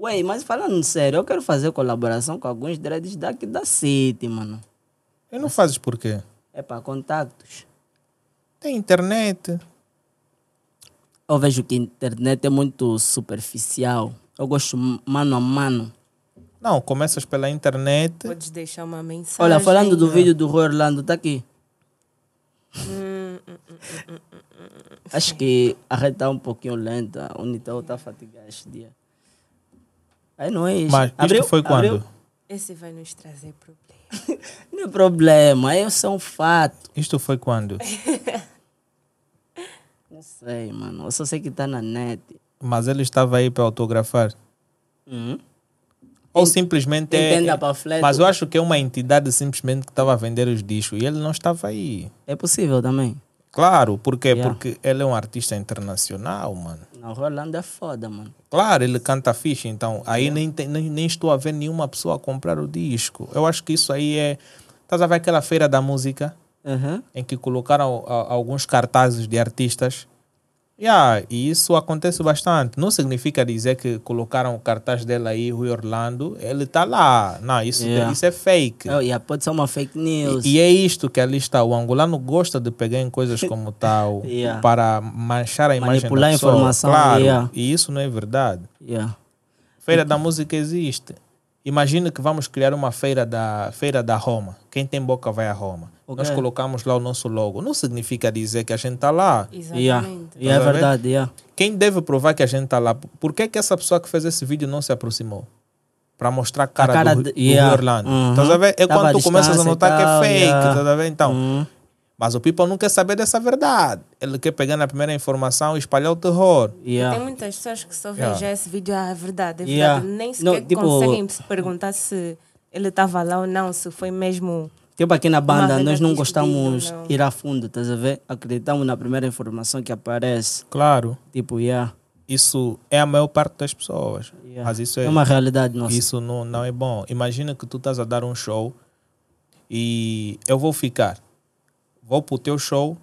Ué, mas falando sério, eu quero fazer colaboração com alguns dreads daqui da City, mano. E não fazes por quê? É pra contatos. Tem internet. Eu vejo que a internet é muito superficial. Eu gosto m- mano a mano. Não, começas pela internet. Podes deixar uma mensagem. Olha, falando do vídeo do Rui Orlando, tá aqui. Hum, Acho que a rede tá um pouquinho lenta. O Nitel tá fatigado esse dia. Aí não é isso. Mas isto foi quando? abriu. Esse vai nos trazer problema. Não é problema, é só um fato. Isto foi quando? Não sei, mano. Eu só sei que tá na net. Mas ele estava aí para autografar. Uhum. Ou simplesmente é- Entenda é- panfleto. Mas eu acho que é uma entidade simplesmente que estava a vender os discos e ele não estava aí. É possível também. Claro, por quê? Yeah. Porque ele é um artista internacional, mano. Não, Rui Orlando é foda, mano. Claro, ele canta ficha, então aí É. nem, tem- nem, nem estou a ver nenhuma pessoa comprar o disco. Eu acho que isso aí é. Estás a ver aquela feira da música Uhum. em que colocaram a- alguns cartazes de artistas? Yeah, e isso acontece bastante. Não significa dizer que colocaram o cartaz dela aí, Rui Orlando, ele está lá. Não, isso, Yeah. isso é fake. Oh, yeah, pode ser uma fake news. E é isto que ali está. O angolano gosta de pegar em coisas como tal Yeah. para manchar a imagem Manipular da a pessoa. informação, Claro, yeah. e isso não é verdade. Yeah. Feira da Música existe. Imagina que vamos criar uma feira da, feira da Roma. Quem tem boca vai a Roma. Ok. Nós colocamos lá o nosso logo. Não significa dizer que a gente está lá. Yeah. Exatamente. Yeah, é Tá a ver? verdade, yeah. Quem deve provar que a gente está lá? Por que, que essa pessoa que fez esse vídeo não se aproximou? Para mostrar a cara, cara do, de- do yeah. Rio Orlando. Uhum. Tá a ver? É Tava à quando tu começas a distância e notar tal, que é fake. yeah. tá a ver? Então, Hum. Mas o people não quer saber dessa verdade. Ele quer pegar na primeira informação e espalhar o terror. Yeah. Tem muitas pessoas que só veem Ah. Yeah. já esse vídeo, ah, é verdade, é Yeah. verdade. Nem Não, sequer tipo- conseguem se perguntar se ele estava lá ou não, se foi mesmo. Tipo aqui na banda, vez nós eu não fiz gostamos vídeo, não. ir a fundo, estás a ver? Acreditamos na primeira informação que aparece. Claro, Tipo, yeah. isso é a maior parte das pessoas. yeah. Mas isso é, uma realidade nossa. isso não, não é bom. Imagina que tu estás a dar um show e eu vou ficar. Vou para o teu show.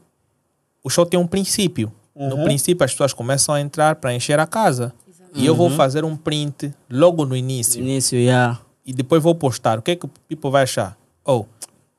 O show tem um princípio. Uhum. No princípio as pessoas começam a entrar para encher a casa. E eu vou Uhum. fazer um print logo no início. Início, Tá yeah. E depois vou postar. O que é que o people vai achar? Oh,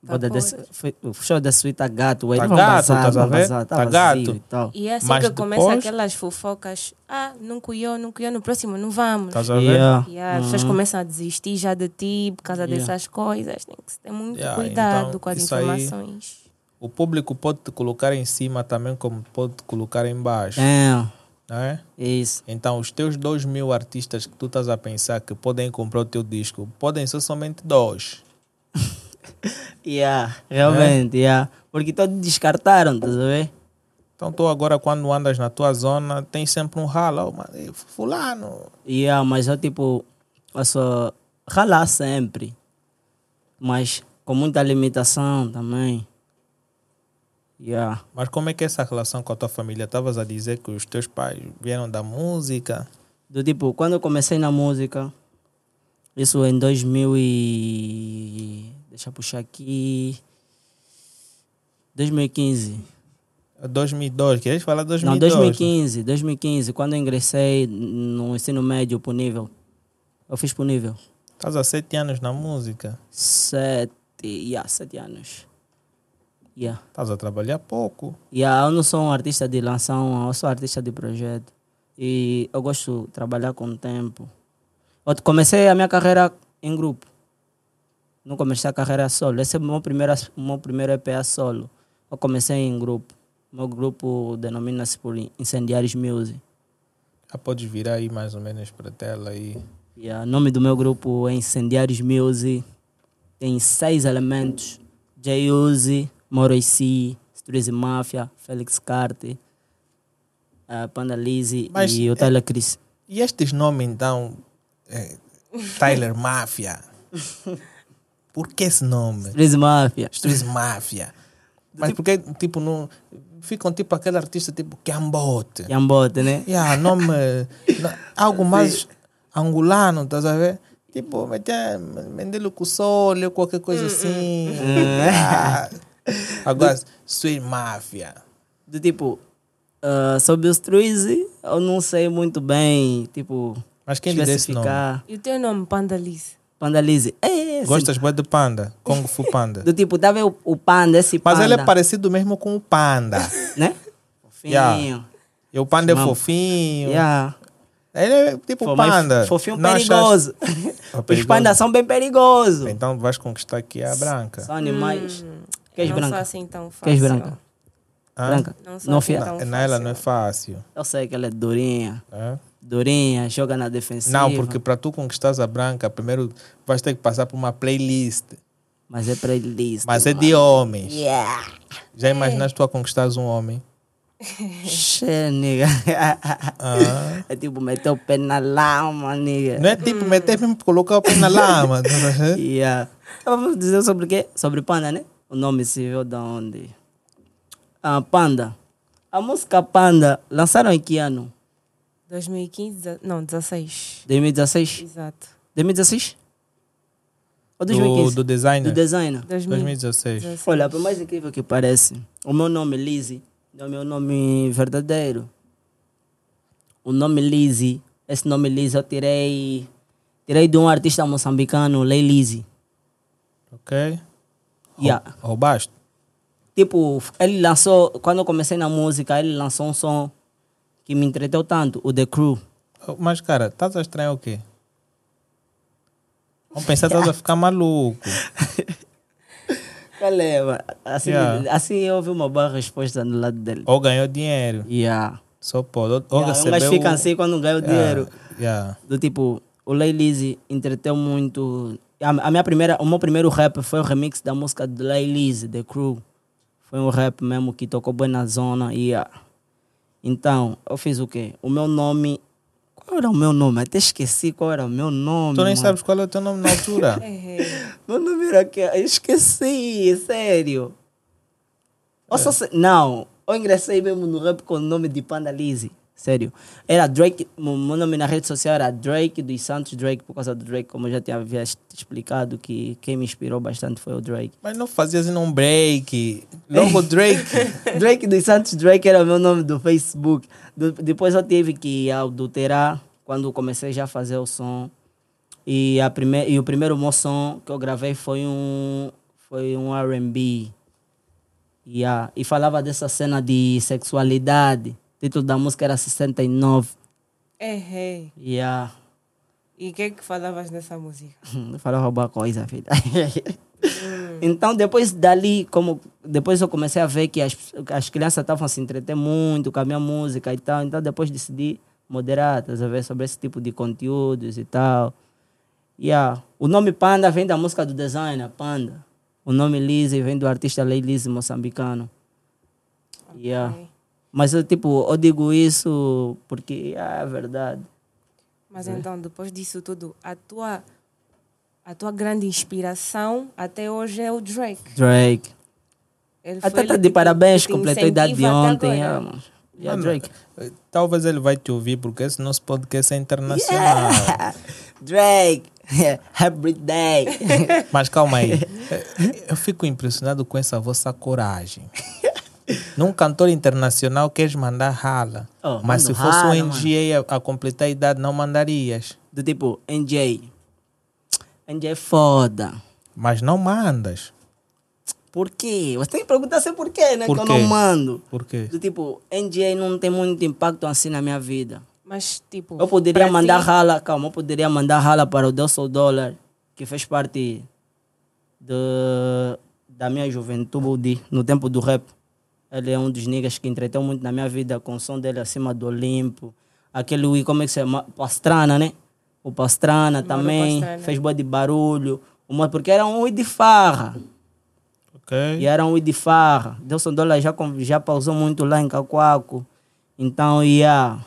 Boda bom. desse- foi- o show da suíte tá gato, ué. Tá Vão gato, vazar, estás a vão ver? vazar, tá Tá vazio gato. e tal. E é assim Mas que começam depois- aquelas fofocas. Ah, não cuiou, não cuiou, no próximo não vamos. estás Tá a ver? Yeah. E as Uhum. pessoas começam a desistir já de ti por causa Yeah. dessas coisas. Tem que se ter muito Yeah, cuidado então, com as isso aí- informações. O público pode te colocar em cima também como pode te colocar em baixo, É, né? é isso. Então, os teus dois mil artistas que tu estás a pensar que podem comprar o teu disco, podem ser somente dois. Yeah, realmente, yeah. Porque todos descartaram, estás a ver? Então, tu agora, quando andas na tua zona, tem sempre um ralo. Oh, mano, fulano. Yeah, mas eu tipo, eu só ralar sempre. Mas com muita limitação também. Yeah. Mas como é que é essa relação com a tua família? Estavas a dizer que os teus pais vieram da música. Do tipo, quando eu comecei na música, isso em 2000 e... Deixa eu puxar aqui... 2015. 2002, queres falar de 2002? Não, 2015, 2015, quando eu ingressei no ensino médio pro nível. Eu fiz pro nível. Estás há sete anos na música. Sete, yeah, sete anos. Yeah. Estás a trabalhar pouco. Yeah, eu não sou um artista de lanção, eu sou artista de projeto. E eu gosto de trabalhar com o tempo. Eu comecei a minha carreira em grupo. Não comecei a carreira solo. Esse é o meu primeiro, as- meu primeiro EPA solo. Eu comecei em grupo. Meu grupo denomina-se por Incendiários Music. Já podes virar aí mais ou menos para a tela aí. E o nome do meu grupo é Incendiários Music. Tem seis elementos. Jay Uzi, Moroici, Streezy Mafia, Felix Carte, eh, Panda Lizzy Mas é- e o Tyler Chris. E estes nomes então? é, Tyler Mafia. Por que esse nome? Streezy Mafia. Streets Mafia. Mas porque, tipo, não. Ficam tipo aquele artista tipo Cambote. Yeah. Yambote, né? nome. ah, não- algo mais angolano, estás a ver? Tipo, meter Mendelo com sol, ou qualquer coisa Hum, assim. Ah. Agora, Street Mafia. Do tipo, eh, sobre os Streezy, eu não sei muito bem, tipo, Mas quem lhe deu esse nome? E o teu nome, Pandalice? Panda Lizzy. É, é, sim. Gostas bem de panda? Kung Fu Panda. Do tipo, dá ver o, o Panda, esse Mas Panda. ele é parecido mesmo com o panda. Né? Yeah. Fofinho. E o panda é Mamo. fofinho. Yeah. Ele é tipo Pô, mas panda. Fofinho Não achas- perigoso. Ah, Os perigoso. pandas são bem perigosos. Então vais conquistar aqui a branca. São animais. Queres Hum, não sou branca? assim tão fácil. Queres branca? Hã? Branca. Não sou Não assim fia. tão fácil. Na ela não é fácil. Eu sei que ela é durinha. né? Durinha, joga na defensiva. Não, porque para tu conquistar a branca, primeiro vais ter que passar por uma playlist. Mas é pra eles. Mas é de homens. Yeah. Já imaginaste tu a conquistares um homem? Xê, nigga. Ah. É tipo meter o pé na lama, nigga. Não é tipo meter mesmo colocar o pé na lama. tá vendo? Yeah. Vamos dizer sobre o quê? Sobre Panda, né? O nome se veio da onde? Ah, Panda. A música Panda lançaram em que ano? 2015, deza- não, 16. 2016? Exato. 2016? Ou do, 2015? do designer. do designer. 2016. Olha, por mais incrível que pareça, o meu nome Lizzy é o meu nome verdadeiro. O nome Lizzy, esse nome Lizzy eu tirei, tirei de um artista moçambicano, Lei Lizzy. Ok? Oh. Yeah. Roubaste? Tipo, ele lançou, quando eu comecei na música, ele lançou um som que me entreteu Oh, tanto, o The Crew. Mas, cara, estás a estranhar o quê? Vão pensar que estás a ficar maluco. Qual é? mano? Assim, Yeah. assim houve uma boa resposta no lado dele. Ou ganhou dinheiro. Yeah. Só pode. Ou, ou Yeah, um recebeu... gajo fica assim quando É. ganha o dinheiro. Yeah. Do tipo, o Lay Lizzy entreteu muito. A, a minha primeira, o meu primeiro rap foi o remix da música do Lay Lizzy, The Crew. Foi um rap mesmo que tocou bem na zona. Yeah. Então, eu fiz o quê? O meu nome. Qual era o meu nome? Até esqueci qual era o meu nome. Tu nem mano. sabes qual é o teu nome na altura. É, Meu nome era que eu esqueci, sério. Eu só sei- não, eu ingressei mesmo no rap com o nome de Panda Lizzy. Sério. Era Drake, mo- meu nome na rede social era Drake dos Santos Drake, por causa do Drake, como eu já tinha havia te explicado, que quem me inspirou bastante foi o Drake. Mas não fazias ainda um break. Logo Drake. Drake dos Santos Drake era o meu nome do Facebook. Do- depois eu tive que adulterar quando comecei já a fazer o som. E, a prime, e o primeiro meu som que eu gravei foi um, foi um RB. Yeah. E falava dessa cena de sexualidade. O título da música era 69. é. Yeah. E o que é que falavas nessa música? Hum, falava boa coisa, filha. então, depois dali, como depois eu comecei a ver que as, as crianças estavam se entretendo muito com a minha música e tal, então depois decidi moderar, estás a ver, sobre esse tipo de conteúdos e tal. Yeah. O nome Panda vem da música do designer, Panda. O nome Lizzy vem do artista Lei Lizzy moçambicano. Yeah. Ok. Mas eu, tipo, eu digo isso porque ah, é verdade. É. Mas então, depois disso tudo, a tua, a tua grande inspiração até hoje é o Drake. Drake. Ele Até ele tá que de te- parabéns, que te completou a idade de incentiva até ontem. agora. é, mano. Ah, Yeah, Drake. Talvez ele vai te ouvir, porque esse nosso podcast é internacional. Ah. Drake, happy birthday. Mas calma aí. Eu fico impressionado com essa vossa coragem. Num cantor internacional queres mandar rala. Oh, mas se mando fosse rala, um NGA a, a completar a idade, não mandarias. Do tipo, NJ. NJ é foda. Mas não mandas. Por quê? Você tem que perguntar sempre por quê, né? Por que quê? eu não mando. Por quê? Do tipo, NJ não tem muito impacto assim na minha vida. Mas, tipo. Eu poderia pra mandar ti- rala, calma, eu poderia mandar rala para o Delso Dollar, que fez parte do- da minha juventude no tempo do rap. Ele é um dos niggas que entreteu muito na minha vida com o som dele acima do Olimpo. Aquele, Ui, como é que se chama? Pastrana, né? O Pastrana também, Pastrana. fez boa de barulho. Uma, porque era um Ui de farra. Ok. E era um Ui de farra. Delson Dollar já, con- já pausou muito lá em Cacoaco. Então, ia.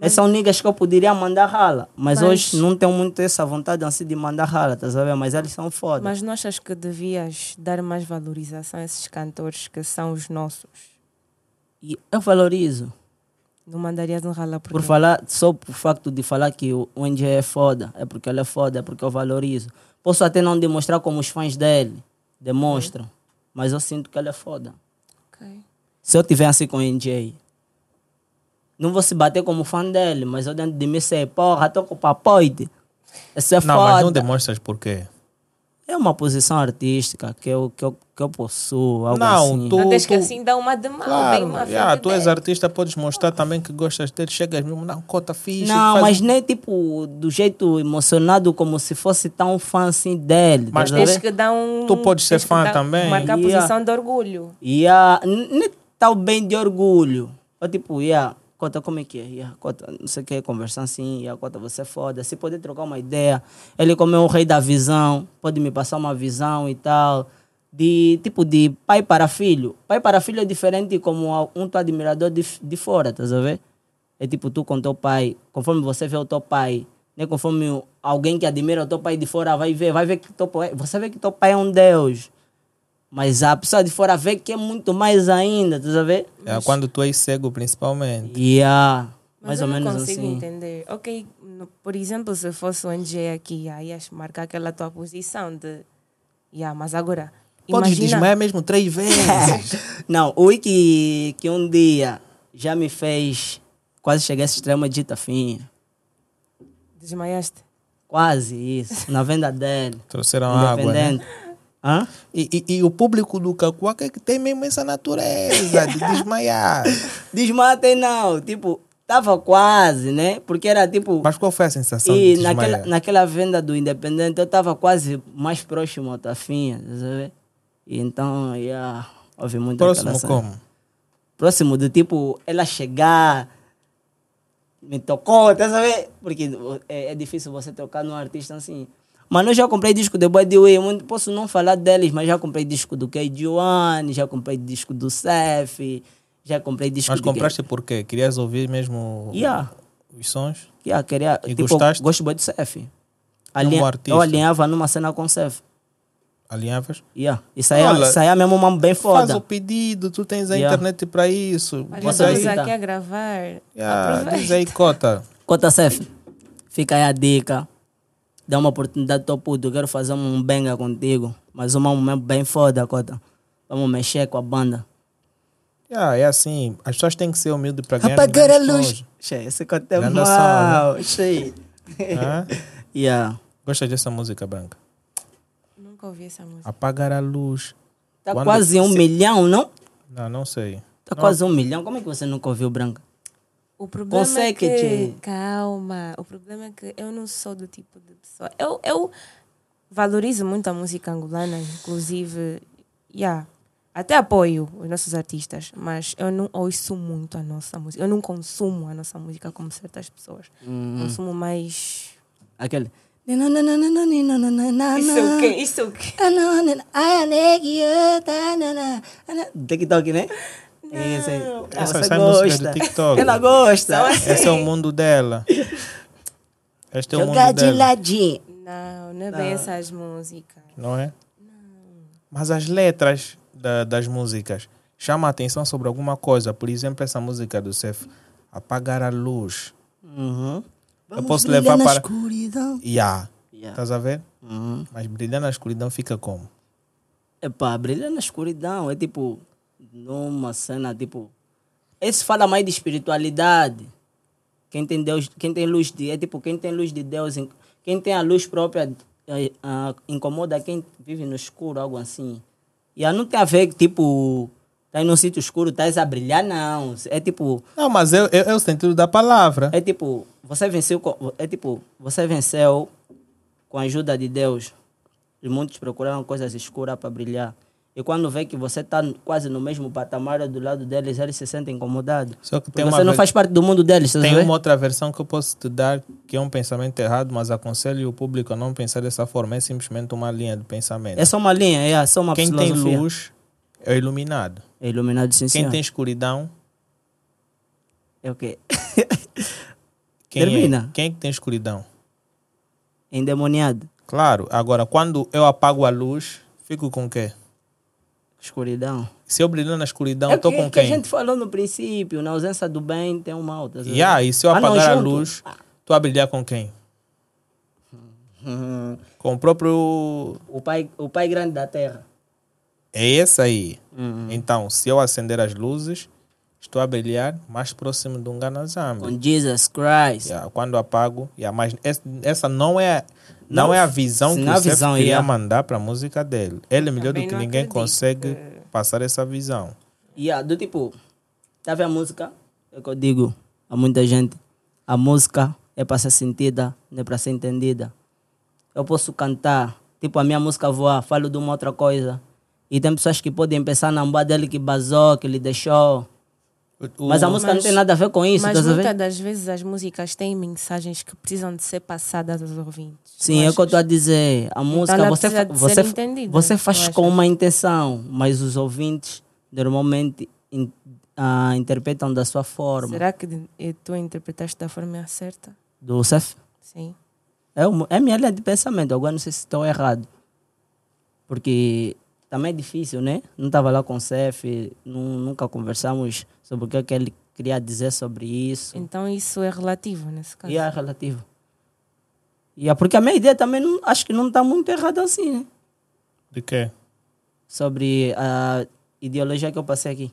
Esses são niggas que eu poderia mandar rala. Mas, Mas- hoje não tenho muito essa vontade assim, de mandar rala, tá sabendo? Mas eles são foda. Mas não achas que devias dar mais valorização a esses cantores que são os nossos? E eu valorizo. Não mandarias um rala por, Por quê? falar, só por facto de falar que o o NG é foda, é porque ele é foda, é porque eu valorizo. Posso até não demonstrar como os fãs dele demonstram, mas eu sinto que ele é foda. Ok. Se eu tiver assim com o NJ, não vou se bater como fã dele, mas eu dentro de mim sei, porra, tô com o papoide. Isso é não, foda. mas não demonstras por quê. É uma posição artística que eu, que eu, que eu possuo, algo Não, assim. tu- Não tens que tu- assim dar uma de mal, bem Claro, uma yeah, frente tu és dele. artista, podes mostrar também que gostas dele, chegas mesmo, não, cota fixe. Não, faz- um- mas nem tipo do jeito emocionado como se fosse tão fã assim dele. Mas Mas tu- tá Tens que dar um. Tu podes ser tens que fã dar- também. Marcar a Yeah. posição de orgulho. E a nem tal bem de orgulho. Eu, tipo, yeah, Cota, como é que é? Yeah, Cota, não sei o que, conversar assim, yeah, Cota, você é foda. Se poder trocar uma ideia, ele como é um rei da visão, pode me passar uma visão e tal. De, tipo, de pai para filho. Pai para filho é diferente de como a- um teu admirador de, f- de fora, tá sabendo? É tipo, tu com teu pai, conforme você vê o teu pai, né? Conforme o- alguém que admira o teu pai de fora vai ver, vai ver que teu pai, você vê que teu pai é um deus. Mas a pessoa de fora vê que é muito mais ainda, tá sabendo? É, quando tu és cego, principalmente. Yeah, Mas ah, mais eu ou não menos consigo assim. entender. Ok, no- por exemplo, se fosse o NG aqui, aí ias marcar aquela tua posição de. Yeah, mas agora. Podes imagina... desmaiar mesmo três vezes. Não, o Wiki que um dia já me fez quase chegar a esse extremo de tafinha. Desmaiaste. Quase isso, na venda dele. Trouxeram água. né? Independente. Hã? E, e- e o público do Cacuaca é que tem mesmo essa natureza de desmaiar. Desmatem não, tipo, Tava quase, né? Porque era tipo. Mas qual foi a sensação E de naquela, desmaiar? naquela venda do Independente eu estava quase mais próximo ao Tafinha, tá sabe? E então, yeah, houve muita Próximo relação. como? Próximo do tipo, ela chegar, me tocou, tá sabe? Porque é, é difícil você tocar num artista assim. Mano, eu já comprei disco do Body Way, muito- posso não falar deles, mas já comprei disco do KD1, já comprei disco do Seth, já comprei disco Mas do quem? compraste por quê? Querias ouvir mesmo Yeah. os sons? Yeah, queria, E tipo, gostaste? Gosto boy do CF. Como Alinha, artista. eu alinhava numa cena com o CF. Alinhavas? Yeah. E saía, Olha, saía mesmo um mambo bem Faz o foda. pedido, tu tens a Yeah. internet para isso. Mas Você Bota estamos vai aí, visitar. aqui a gravar. yeah, Aproveita. diz aí cota. Conta CF. Fica aí a dica. Dá uma oportunidade teu puto. Eu quero fazer um benga contigo. Mas um mambo mesmo bem foda, Cota. Vamos mexer com a banda. Yeah, é assim, as pessoas têm que ser humildes para ganhar Apagar a grandes luz. sons. Che, esse Cota é Grande né? mau. Che. Hã? Yeah. Gostas dessa música branca? Nunca ouvi essa música. Apagar a luz. Tá Quando- quase um milhão, não? Não, não sei. Tá quase um milhão. Como é que você nunca ouviu Branca? O problema é Consegue, que... Jay? Calma. O problema é que eu não sou do tipo de pessoa... Eu, eu valorizo muito a música angolana, inclusive... Yeah, até apoio os nossos artistas, mas eu não ouço muito a nossa música. Eu não consumo a nossa música como certas pessoas. Consumo mais... Aquele. Ah, Isso é o quê? TikTok, né? Isso aí. Ela Essa- só essa é a música do gosta. TikTok. Ela gosta. Esse é o mundo dela. Este é o Jogar mundo de dela. ladinho. Não, não é bem essas músicas. Não é? Mas as letras da- das músicas chamam a atenção sobre alguma coisa. Por exemplo, essa música do Cef, Apagar a Luz. Uhum. Eu posso levar brilhar na para- Tá. escuridão. Ya. Ya. Estás a ver? Uhum. Mas brilhar na escuridão fica como? Epá, brilhar na escuridão é tipo numa cena tipo. Esse fala mais de espiritualidade. Quem tem Deus, quem tem luz de, é tipo quem tem luz de Deus, in- quem tem a luz própria eh, ah, incomoda quem vive no escuro, algo assim. E aí não tem a ver tipo tá em um sítio escuro, tá a brilhar não. É tipo Não, mas é, é- é o sentido da palavra. é tipo, você venceu com, é tipo, você venceu com a ajuda de Deus. E muitos procuraram coisas escuras para brilhar. E quando vê que você está quase no mesmo patamar do lado deles, eles se sentem incomodados. Só que Porque tem você uma, não ver- faz parte do mundo deles, tá tem vendo? uma outra versão que eu posso te dar que é um pensamento errado, mas aconselho o público a não pensar dessa forma. É simplesmente uma linha de pensamento. É só uma linha, é só uma Quem tem filosofia. luz é o iluminado. É iluminado, sim, Quem senhor. tem escuridão É o quê? Quem Termina. É? Quem é que tem escuridão? Endemoniado. Claro, agora quando eu apago a luz, fico com o quê? Escuridão. Se Então, eu brilhar na escuridão, é estou o com que, que a quem? gente falou no princípio, na ausência do bem tem o mal, tá vendo? Yeah, e se eu Ah, não, apagar a junto. luz, tu a brilhar com quem? Hum, Com o próprio. o, pai, o pai grande da terra. É esse aí. Hum. Então, se eu acender as luzes, estou a brilhar mais próximo de um Ganazambi. com Jesus Christ. Yeah, quando eu apago, yeah, mas es- essa não é. Não, Não, é a visão se que não o é a Seth visão, queria yeah. mandar para a música dele. Ele é melhor do Também que não ninguém acredito. consegue passar essa visão. E a do tipo, tá vendo a música? É o que eu digo a muita gente. A música é para ser sentida, não é para ser entendida. Eu posso cantar, tipo a minha música voar, falo de uma outra coisa. E tem pessoas que podem pensar na mão dele que basou, que ele deixou. O- o- Mas a música não Mas- tem nada a ver com isso, tá Mas sabendo? muitas das vezes as músicas têm mensagens que precisam de ser passadas aos ouvintes. Tu Sim, é o que eu achas? estou a dizer. Então, A música ela você, precisa de fa- é ser você, fa- entendida, você eu faz acho. com uma intenção, mas os ouvintes normalmente in- ah, interpretam da sua forma. Será que de- eh, tu a interpretaste da forma certa? Do CEF? Sim. É, uma- é minha linha de pensamento, agora não sei se estou errado. Porque também é difícil, né? Não estava lá com o CEF, nu- nunca conversamos sobre o que, é que ele queria dizer sobre isso. Então isso é relativo nesse caso. E é relativo. E é porque a minha ideia também não- acho que não está muito errada assim, né? De quê? Sobre a ideologia que eu passei aqui.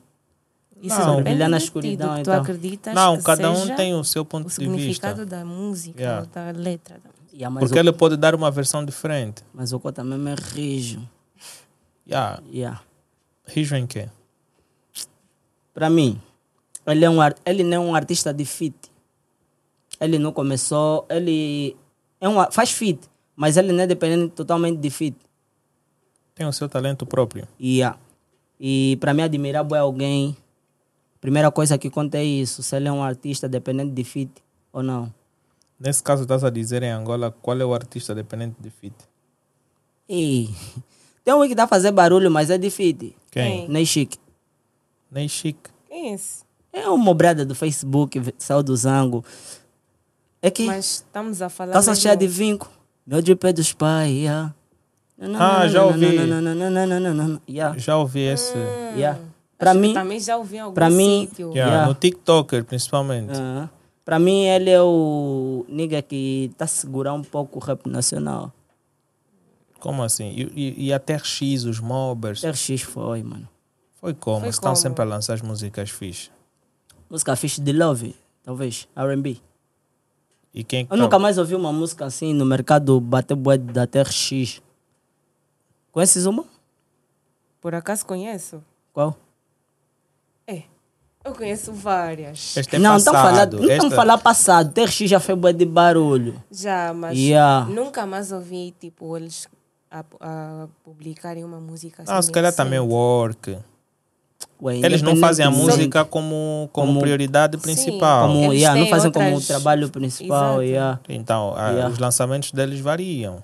Isso Não. depende Brilhar na de ti, escuridão, do que tu então. acreditas Não, que cada um seja tem o seu ponto o de vista. significado da música, Yeah. ou da letra. da música. E a mas, Porque o, ele pode dar uma versão diferente. mas o Cota mesmo é rijo. Yeah. Yeah. Rijo em quê? Para mim, Ele, é um, ar- ele não é um artista de fit. Ele não começou. Ele é um, a- faz fit, mas ele não é dependente totalmente de fit. Tem o seu talento próprio. Yeah. E para me admirar boa alguém, primeira coisa que conta é isso, se ele é um artista dependente de fit ou não. Nesse caso, estás a dizer em Angola qual é o artista dependente de fit? E tem um que dá a fazer barulho, mas é de fit. Quem? Nem chique. Nem chique. É isso. É uma brada do Facebook, ve- saiu do zango. É que Mas estamos a falar. um- calça mesmo- cheia de vinco. Meu de pé dos pais, yeah. Ah, já ouvi. ouvi. Yeah, Já ouvi esse. yeah. Ah, Acho que Pra tá mim, Também já ouvi em algum pra mim- sítio. Yeah, Yeah. No TikToker, principalmente. Aham. ah, Pra mim, ele é o nigga que tá segurar um pouco o rap nacional. Como assim? E, e, e a TRX, os mobbers. TRX foi, mano. Foi como? Foi Estão como? sempre a lançar as músicas fixe. Música fixe de Love, talvez, R&B. E quem que Eu tá- Ah, nunca mais ouvi uma música assim no mercado bater bué da TRX. Conheces uma? Por acaso conheço? Qual? É. Eu conheço várias. Este é não, tão falando, passado. não estamos Esta- falar passado. TRX já foi bué de barulho. Já, mas Yeah. nunca mais ouvi, tipo, eles a, a publicarem uma música assim. Não, Ah, se calhar também o recente. work. Ué, Eles não independente fazem a de- música como, como, Como- prioridade principal. Como, Eles yeah, não têm fazem como o outras- trabalho principal, Exato. yeah, Então, a- Yeah. os lançamentos deles variam.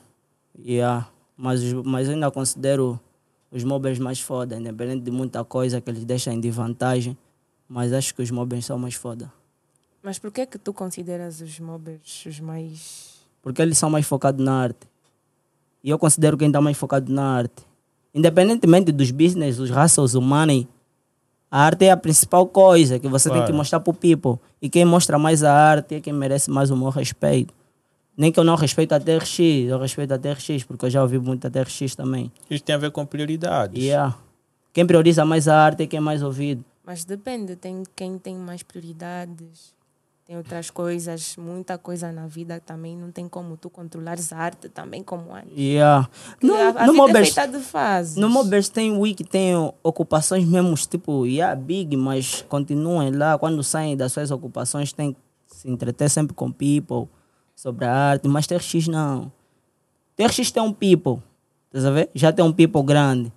yeah. Mas, os- mas eu ainda considero os móveis mais foda, independente de muita coisa que eles deixam de vantagem. Mas acho que os móveis são mais foda. Mas por que é que tu consideras os mobbers os mais. porque eles são mais focados na arte. E eu considero quem está mais focado na arte. Independentemente dos business, os hustles, o money, a arte é a principal coisa que você tem Claro. que mostrar para o people. E quem mostra mais a arte é quem merece mais o meu respeito. Nem que eu não respeito a TRX, eu respeito a TRX, porque eu já ouvi muito a TRX também. Isto tem a ver com prioridades. Yeah. Quem prioriza mais a arte é quem é mais ouvido. Mas depende, tem quem tem mais prioridades, tem outras coisas, muita coisa na vida também. Não tem como tu controlares a arte também como é. arte. Yeah. No, a, a no vida é Mobers- feita de fases. No Mobers tem week, tem ocupações mesmo, tipo, yeah, big, mas continuem lá. Quando saem das suas ocupações, tem que se entreter sempre com people, sobre a arte, mas TRX não. TRX tem um people, estás a ver? Já tem um people grande.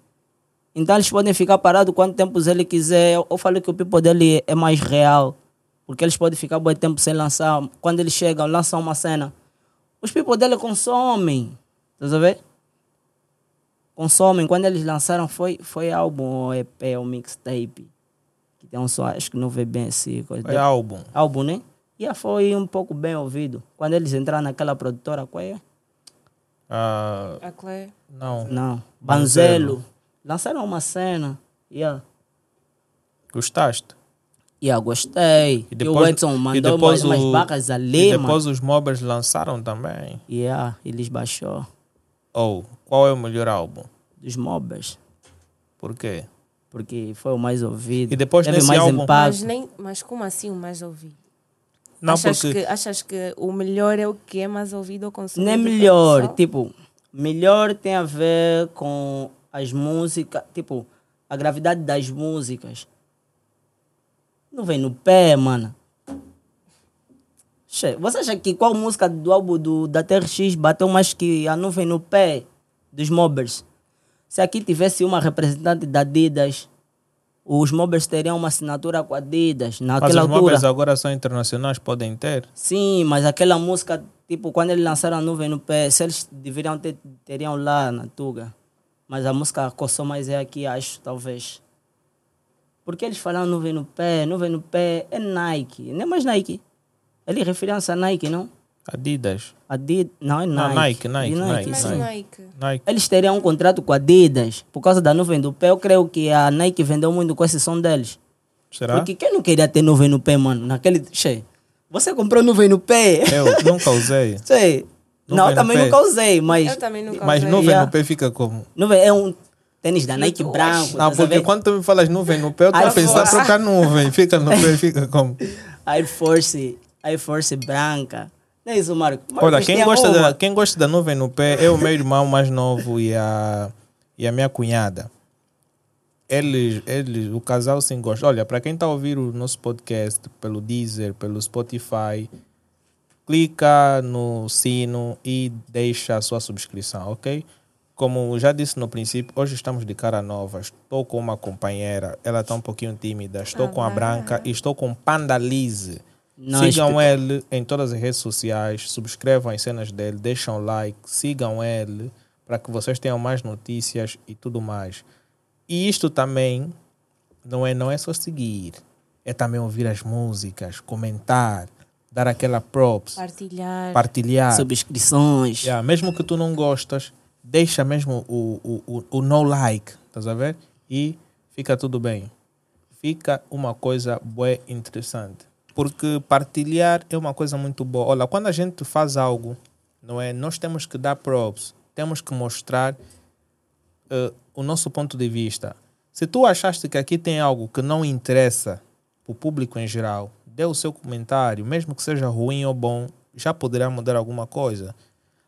Então eles podem ficar parados quanto tempo ele quiser. Eu, eu falo que o people dele é mais real, porque eles podem ficar bom tempo sem lançar. Quando eles chegam, lançam uma cena. Os people dele consomem, estás a ver? consomem. Quando eles lançaram, foi, foi álbum, ou EP, ou mixtape. Que tem um som, acho que não vê bem assim. coisa É álbum. álbum, né? E foi um pouco bem ouvido. Quando eles entraram naquela produtora, qual é? Ah, A Claire. não. Não. Banzelo. Banzelo. Lançaram uma cena. Yeah. Gostaste? Yeah, gostei. E, o Edson mandou e depois umas, o- umas barras ali, E depois os mobbers lançaram também. mano. Yeah, eles baixou. Ou, qual é o melhor álbum? Dos mobs. Por quê? Porque foi o mais ouvido. E depois Teve nesse mais álbum- Mas, impacto. nem, mas como assim o mais ouvido? Não, achas, porque que, achas que o melhor é o que é mais ouvido ou consumido? Não é pelo melhor, pessoal? tipo, melhor tem a ver com as músicas, tipo, a gravidade das músicas. Não vem no pé, mano. Che, Você acha que qual música do álbum do, da TRX bateu mais que a nuvem no pé dos mobbers? Se aqui tivesse uma representante da Adidas, os mobbers teriam uma assinatura com a Adidas mas naquela os altura. mobbers agora são internacionais, podem ter. Sim, mas aquela música, tipo, quando eles lançaram a nuvem no pé, se eles deveriam ter, teriam lá na Tuga. Mas a música coçou mais é aqui, acho, talvez. Porque eles falaram nuvem no pé, nuvem no pé é Nike, não é mais Nike. Ele referência a Nike, não? Adidas, Adidas, não é Não, Nike, Nike. Nike, De Nike, Mas sim. Nike. Nike. Nike. Eles teriam um contrato com a Adidas por causa da nuvem do pé. Eu creio que a Nike vendeu muito com esse som deles. Será? Porque quem não queria ter nuvem no pé, mano? Naquele. Che, você comprou nuvem no pé? É, Eu nunca usei. Sei. Não Não, vai eu no também pé. nunca usei, mas. Eu também nunca Mas usei. nuvem Yeah. no pé fica como? Nuvem é um tênis da Nike branco. Não, tá porque sabendo? quando tu me falas nuvem no pé, eu tô Ai, a pensar fora. trocar nuvem. Fica no pé, fica como? Air Force, Air Force branca. Não é isso, Marco? Marco Olha, tem quem a gosta, roupa. da, quem gosta da nuvem no pé é o meu irmão mais novo e a, e a minha cunhada. eles, eles, o casal se engosta. Olha, para quem está a ouvir o nosso podcast pelo Deezer, pelo Spotify, clica no sino e deixa a sua subscrição, ok? Como já disse no princípio, hoje estamos de cara nova. Estou com uma companheira, ela está um pouquinho tímida. Estou com a Branca e estou com Panda Lise. Não, sigam explica- ele em todas as redes sociais, subscrevam as cenas dele, deixam um like, sigam ele para que vocês tenham mais notícias e tudo mais. E isto também não é, não é só seguir, é também ouvir as músicas, comentar, dar aquela props, Partilhar. partilhar. Subscrições. Ah. Yeah, mesmo que tu não gostas, deixa mesmo o, o, o, o no like, estás a ver? E fica tudo bem. Fica uma coisa boa interessante. Porque partilhar é uma coisa muito boa. Olha, quando a gente faz algo, não é? Nós temos que dar props, temos que mostrar eh, o nosso ponto de vista. Se tu achaste que aqui tem algo que não interessa para o público em geral, dê o seu comentário, mesmo que seja ruim ou bom, já poderá mudar alguma coisa.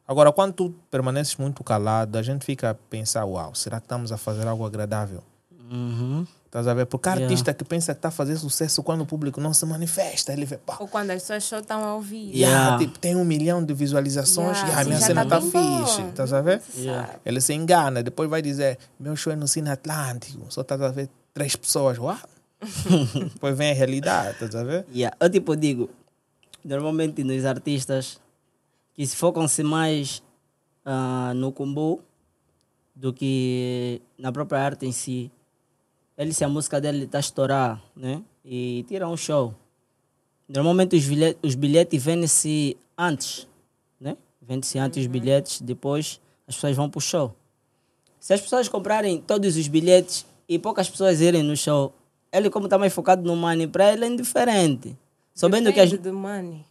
Agora, quando tu permaneces muito calado, a gente fica a pensar, uau, será que estamos a fazer algo agradável? Uhum. Estás a ver? Porque há Yeah. artista que pensa que está a fazer sucesso quando o público não se manifesta, ele vê, pá, Ou quando as pessoas só estão a ouvir. Yeah. yeah, tipo, tem um milhão de visualizações Yeah, e a minha já cena tá está bem fixe. bom. Estás a ver? Yeah. Ele se engana, depois vai dizer: Meu show é no Cine Atlântico, só estás a ver três pessoas. Uau! depois vem a realidade, estás a ver? Yeah. Eu tipo digo, normalmente nos artistas que se focam-se mais ah, no combo do que na própria arte em si. Ele se a música dele está a estourar, né? E tira um show. Normalmente os bilhetes, os bilhetes vendem-se antes, né? Vende-se antes os bilhetes, depois as pessoas vão para o show. Se as pessoas comprarem todos os bilhetes e poucas pessoas irem no show, ele como está mais focado no money, para ele é indiferente. Sabendo que a Depende gente... do money.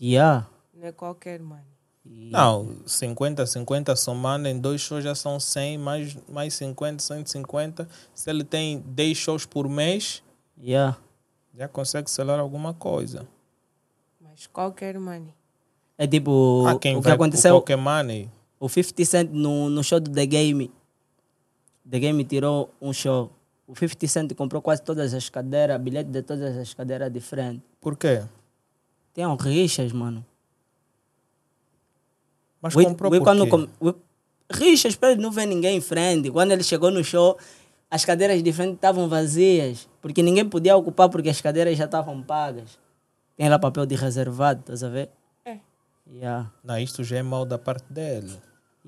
Yeah. Não é qualquer money. Não, 50, 50 somando em dois shows já são 100, mais, mais 50, 150. Se ele tem 10 shows por mês, Yeah. já consegue selar alguma coisa. Mas qualquer money. É tipo Há Ah, quem o que vai é? aconteceu, pro Pokémon. o 50 Cent no, no show do The Game. The Game tirou um show. O 50 Cent comprou quase todas as cadeiras, bilhete de todas as cadeiras de frente. Por quê? Tem um rixas, mano. Mas Ui- comprou ui, por quando quê? com- ui- Rixas, pra ele não ver ninguém em frente. Quando ele chegou no show, as cadeiras de frente estavam vazias. Porque ninguém podia ocupar, porque as cadeiras já estavam pagas. Tem lá papel de reservado, estás a ver? É. Yeah. Não, isto já é mal da parte dele.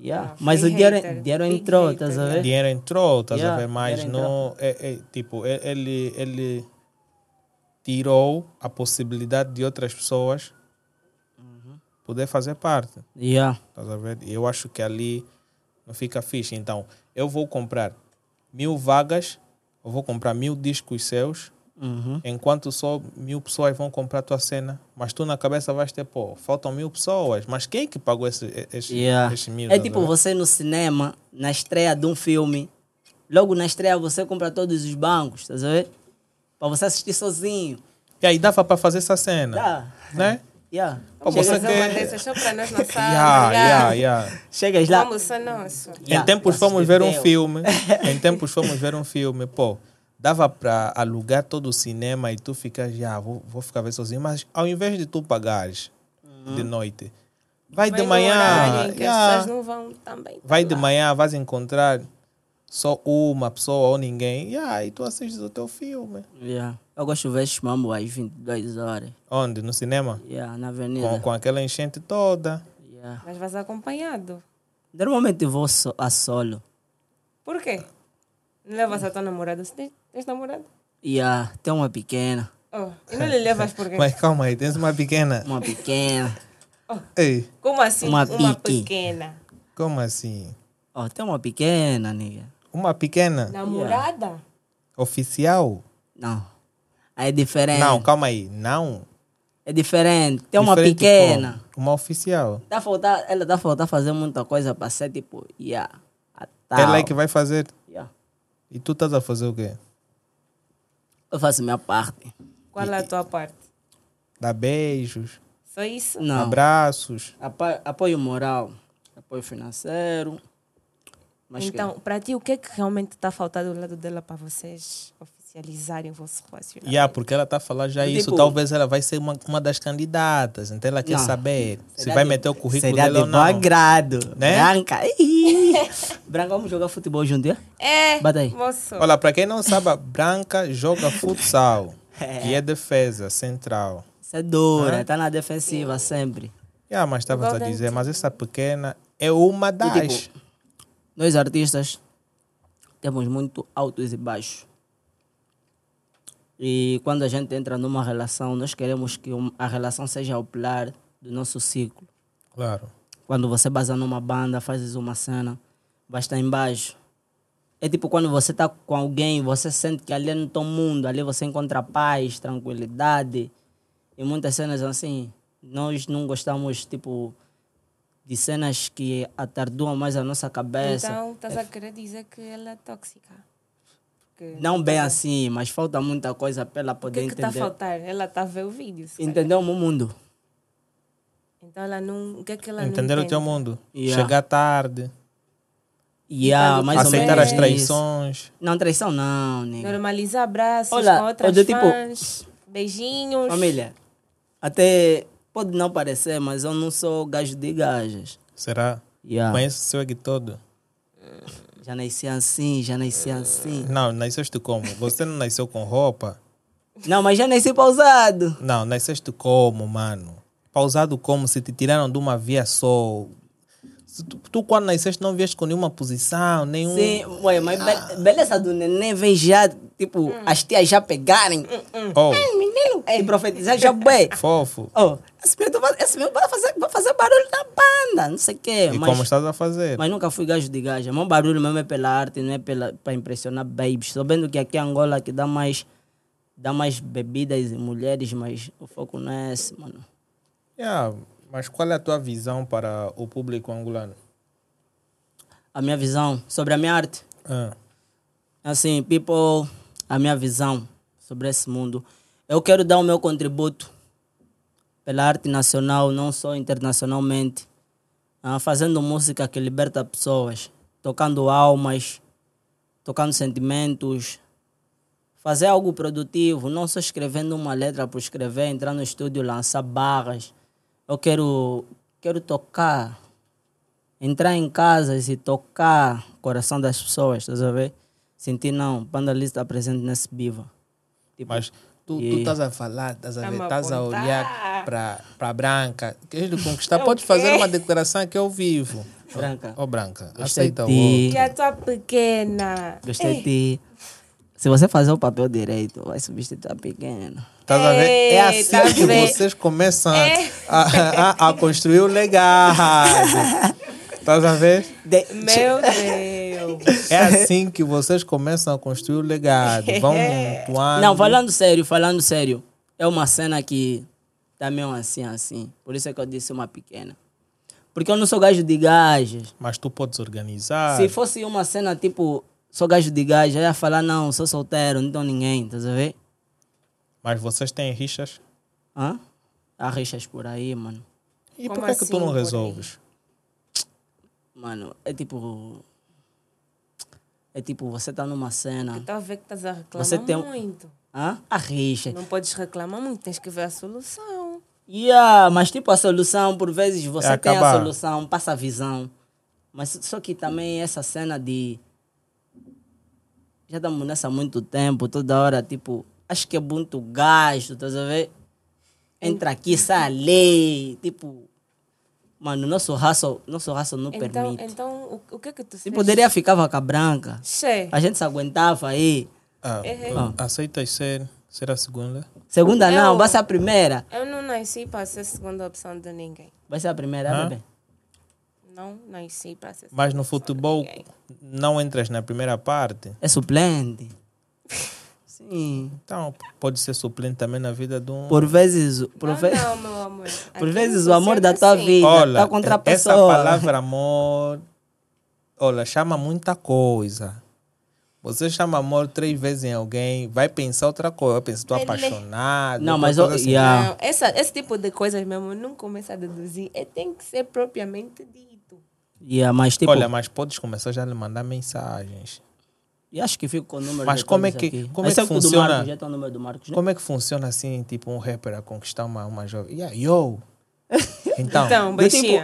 Yeah. Ah, Mas o free dinheiro, hater, dinheiro big entrou, hater, estás a yeah. ver? dinheiro entrou, estás Yeah, a ver? Mas É. dinheiro não. É, é, tipo, é- ele, ele tirou a possibilidade de outras pessoas Uhum. poder fazer parte. Yeah. Estás a ver? Eu acho que ali não fica fixe. Então, eu vou comprar mil vagas, eu vou comprar mil discos seus, Uhum. enquanto só mil pessoas vão comprar a tua cena. Mas tu na cabeça vais ter, pô, faltam mil pessoas. Mas quem é que pagou esse, esse, Yeah. esse mil? tá É estás a tipo ver? você no cinema, na estreia de um filme. Logo na estreia você compra todos os bancos, estás a ver? Para você assistir sozinho. E aí dava para fazer essa cena. Tá. Né? Yeah. Pô, Vamos você fazer uma quer- dessas só para nós na sala. Yeah, yeah, yeah. Chegas lá. Vamos, é nosso. Em Yeah, tempos Tá, assistir fomos ver um teu. filme. Em tempos fomos ver um filme. Pô, dava para alugar todo o cinema e tu ficas, já, vou, vou ficar ver sozinho. Mas ao invés de tu pagares de noite, vai, Uhum. Vai de num manhã. horário em que yeah. As pessoas não vão também. Vai de manhã, vais encontrar só uma pessoa ou ninguém. Yeah, e tu assistes o teu filme. Yeah. Eu gosto de ver Shmambo às 22 horas. Onde? No cinema? Yeah, na Com, avenida. com aquela enchente toda. Yeah. Mas vais acompanhado. Normalmente eu vou so- a solo. Por quê? Não levas a tua namorada? Você tem- tens namorado? Yeah. Tem uma pequena, Oh, e não lhe levas por quê? Mas calma aí, tens uma pequena. uma pequena. Ei, Como assim? Uma Uma, pique. pequena. como assim? Oh, tem uma pequena, nigga. Uma pequena? Namorada? Oficial? Não. É diferente. Não, calma aí. Não. É diferente. Tem uma Diferente pequena. como? Uma oficial. Tá faltar, ela tá faltar fazer muita coisa pra ser tipo, yeah, a tal. Ela é que vai fazer. yeah. E tu estás a fazer o quê? Eu faço minha parte. Qual é a tua parte? Dar beijos, Só isso? Não. abraços. Apo- Apoio moral, apoio financeiro, Mas que- então, para ti, o que é que realmente está faltando do lado dela para vocês oficializarem o vosso relacionamento? Yeah, porque ela está a falar já isso. Tipo- Talvez ela vai ser uma, uma das candidatas. Então ela quer Não. saber se Será vai de- meter o currículo Seria dela de ou bom não. agrado. Né? Branca. Ih. Branca, vamos jogar futebol junto, é? É, Bata aí. moço. Olha, para quem não sabe, a Branca joga futsal. E é defesa central. Você é dura, tá na defensiva sempre. Yeah, mas estavas a Golden dizer, mas essa pequena é uma das. tipo, Nós artistas temos muito altos e baixos. E quando a gente entra numa relação, nós queremos que um- a relação seja o pilar do nosso ciclo. Claro. Quando você baza numa banda, fazes uma cena, vai estar embaixo. É tipo quando você tá com alguém, você sente que ali é no teu mundo, ali você encontra paz, tranquilidade. E muitas cenas assim, nós não gostamos, tipo, de cenas que atarduam mais a nossa cabeça. Então, estás a querer dizer que ela é tóxica. Porque- Não bem assim, mas falta muita coisa para ela O que poder é que está a entender. faltar? Ela está a ver o vídeo. se calhar. Entender o meu mundo. Então, ela não. O que é que ela Entender não o teu entende? mundo. Yeah. Chegar tarde. Yeah, é mais ou aceitar menos as isso. traições. Não, traição não, nega. Normalizar abraços Olha, com outras olha, tipo- fãs, beijinhos. Família, até pode não parecer, mas eu não sou gajo de gajas. Será? Yeah. Conhece o seu aqui todo? Já nasci assim, já nasci assim. Não, nasceste como? Você não nasceu com roupa? Não, mas já nasci pausado. Não, nasceste como, mano? Pausado como? Se te tiraram de uma via só. Se tu, tu quando nasceste não vieste com nenhuma posição, nenhum. Sim, ué, mas be- beleza do neném vem já, tipo, Hum. as tias já pegarem. Oh, Menino, e profetizar já bem. fofo. Oh, esse menino, vai- esse menino vai, fazer, vai fazer barulho na banda, não sei o quê. E É, mas, como estás a fazer? mas nunca fui gajo de gaja. Meu barulho mesmo é pela arte, não é pela, pra impressionar babies. Sabendo que aqui em Angola que dá mais, dá mais bebidas e mulheres, mas o foco não é esse, mano. Yeah, mas qual é a tua visão para o público angolano? A minha visão sobre a minha arte. Ah, Assim, people, a minha visão sobre esse mundo. Eu quero dar o meu contributo pela arte nacional, não só internacionalmente. Ah, fazendo música que liberta pessoas, tocando almas, tocando sentimentos. Fazer algo produtivo, não só escrevendo uma letra por escrever, entrar no estúdio, lançar barras. Eu quero, quero tocar, entrar em casas e tocar o coração das pessoas, estás a ver? Sentir não, Panda Lee está presente nesse biva. Tipo, mas tu Yeah. estás a falar, estás a ver, Tá-me a estás a apontar. olhar para Branca. Queres lhe conquistar? Eu Podes fazer quê? uma declaração aqui ao vivo. Branca. Ó, Branca, Gostei aceita de o. ti. E a tua pequena. Gostei de ti. Se você fazer o papel direito, vai um substituir a pequena. Estás a ver? É Ei, assim tá que vendo? vocês começam a- É. a, a- a construir o legado. Estás a ver? Meu Deus. É assim que vocês começam a construir o legado. Vão É. montuando. Não, falando sério, falando sério. É uma cena que tá meio assim, assim. Por isso é que eu disse uma pequena. Porque eu não sou gajo de gajas. Mas tu podes organizar. Se fosse uma cena tipo, sou gajo de gajas, eu ia falar, não, sou solteiro, não tenho ninguém, tá a ver? Mas vocês têm rixas. Hã? Há rixas por aí, mano. E Como por que, é que assim, tu não por aí? resolves? Mano, é tipo... É tipo, você tá numa cena... Estou a ver que estás a reclamar Você tem um- muito. Hã? A rixa. Não podes reclamar muito, tens que ver a solução. Yeah, mas tipo a solução, por vezes você É tem a acabar. solução, passa a visão. Mas só que também essa cena de. Já estamos nessa há muito tempo, toda hora, tipo, acho que é muito gasto, tá a ver? Entra aqui, sai ali, tipo. Mano, nosso raço, nosso raço não Então, permite. então o, o que é que tu Se sentes? poderia ficava com a branca. Che, A gente se aguentava aí. Ah, Ah. Aceitas ser, ser a segunda? Segunda não, Eu- vai ser a primeira. eu não nasci para ser segunda opção de ninguém. Vai ser a primeira, Hã? bebê. Não nasci para ser Mas no segunda opção de futebol ninguém. não entras na primeira parte. É suplente. Sim. Então pode ser suplente também na vida de um. Por vezes, por, Não, ve- Ah, não, meu amor. por Aqui vezes o não amor da funciona tua assim. vida Olha, tá contra a essa pessoa. palavra amor, olha, chama muita coisa. Você chama amor três vezes em alguém, vai pensar outra coisa, vai pensar, estou Ele- apaixonado. Não, outra mas coisa eu- assim. yeah. Não, essa, esse tipo de coisas mesmo não começa a deduzir. É, tem que ser propriamente dito. Yeah, mas tipo, Olha, mas podes começar já a lhe mandar mensagens. e acho que fico com o número Mas de como é todos que- aqui. como é que Exceto o do funciona? Marcos, já tem o número do Marcos, né? Como é que funciona assim, tipo, um rapper a conquistar uma, uma jovem? Yeah, yo! Então, Então, Do baixinha. tipo-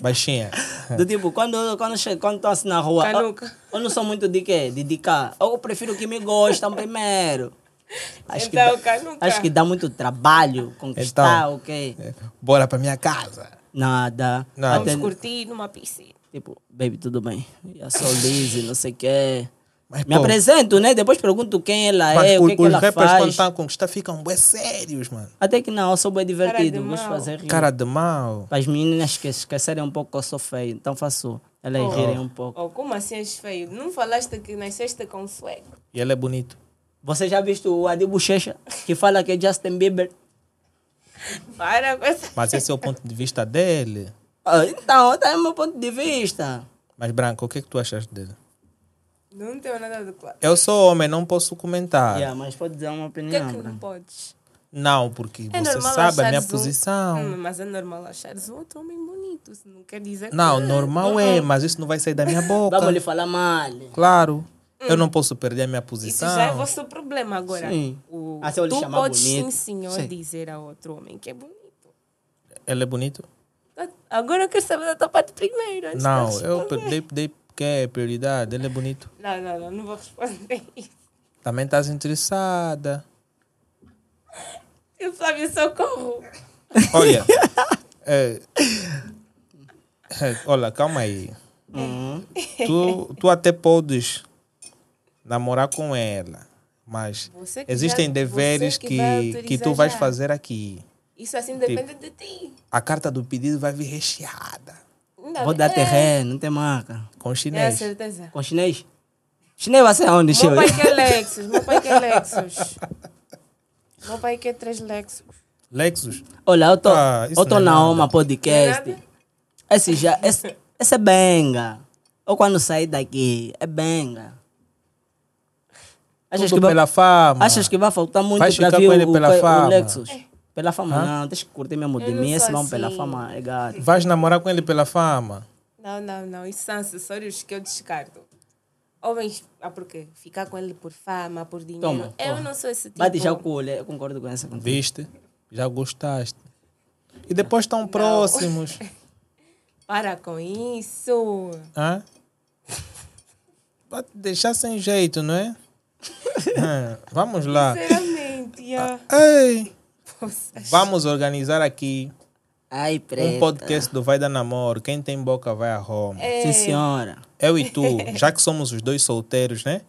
baixinha. Do tipo, quando, quando, che- quando tô assim na Tá rua, eu, Canuca. eu não sou muito de quê? De dicar. Eu prefiro que me gostam primeiro. Acho, Então, que dá, canuca. acho que dá muito trabalho conquistar, Então. ok? Bora pra minha casa. Nada. Nada. Vamos Até- curtir numa piscina. tipo, baby, tudo bem. Eu sou Lizzy, não sei o quê. Mas, Me pô, apresento, né? Depois pergunto quem ela É mas é, o o- que, que os ela rappers quando faz. estão a conquistar ficam bué sérios, mano. Até que não, eu sou bem divertido. de Gosto de mau. fazer rir. Cara de mal. Para as meninas que esquecerem um pouco que eu sou feio, então faço elas rirem um pouco. Oh, como assim és feio? Não falaste que nasceste com sueco? E ele é bonito. Você já viu o Adi Bochecha, que fala que é Justin Bieber? Para com essa... Mas esse é o ponto de vista dele. Ah, então, tá é meu ponto de vista. Mas, Branco, o que é que tu achas dele? Não tenho nada de claro. Eu sou homem, não posso comentar. Yeah, mas pode dizer uma Por que é opinião. que bro. não podes? Não, porque É você normal sabe a minha achares um- posição. Hum, Mas é normal achares um outro homem bonito. Isso não quer dizer que... Não, normal é, mas isso não vai sair da minha boca. Vamos lhe Hum. falar mal. Claro. Eu não posso perder a minha Isso posição. já é vosso problema agora. Sim. O... Ah, se eu lhe tu chamar podes bonito. sim, senhor, Sim. dizer a outro homem que é bonito. Ele é bonito? Agora eu quero saber da tua parte primeiro. antes Não, de eu responder. per- dei, dei porque é prioridade. Ele é bonito. Não, não, não, não vou responder isso. Também tá estás interessada. Eu, Flávio, socorro. Olha. é, é, olha, calma aí. Hum. Tu, tu até podes namorar com ela, mas Você que existem já- deveres você que que, vai que, autorizar tu vais já. fazer aqui. Isso assim Tipo, depende de ti. A carta do pedido vai vir recheada Não, Vou dar é- terreno, né? não tem marca. com É, chinês. certeza. Com chinês? Chinês vai ser onde, Meu chefe? pai quer Lexus, meu pai quer Lexus. Meu pai quer três Lexus. Lexus, Olha, eu tô, Ah, isso eu tô não é na nada. Oma Não é Podcast. nada? Esse já, esse, esse é benga. Ou quando sair daqui, é benga. Achas tudo que, vai, pela fama. Ah. achas que vai faltar muito Vai pra ficar vir com ele o, pela o- o fama. Lexus? Pela fama não, deixa que curtir mesmo É. Eu de não mim, esse sou não pela assim. fama é gato. Vais namorar com ele pela fama. Não, não, não. Isso são acessórios que eu descarto. Homens, ah, por quê? Ficar com ele por fama, por dinheiro. Toma, eu toma. não sou esse tipo. Bate já o olho, eu concordo com essa contigo. Viste? Já gostaste. E depois estão próximos. Para com isso. Hã? Vai te deixar sem jeito, não é? Hã, Vamos lá. Sinceramente, ah. Ei, Poxa. vamos organizar aqui Ai, preta. um podcast do Vai da Namoro. Quem tem boca vai a Roma. Sim, senhora. Eu e tu, já que somos os dois solteiros, né?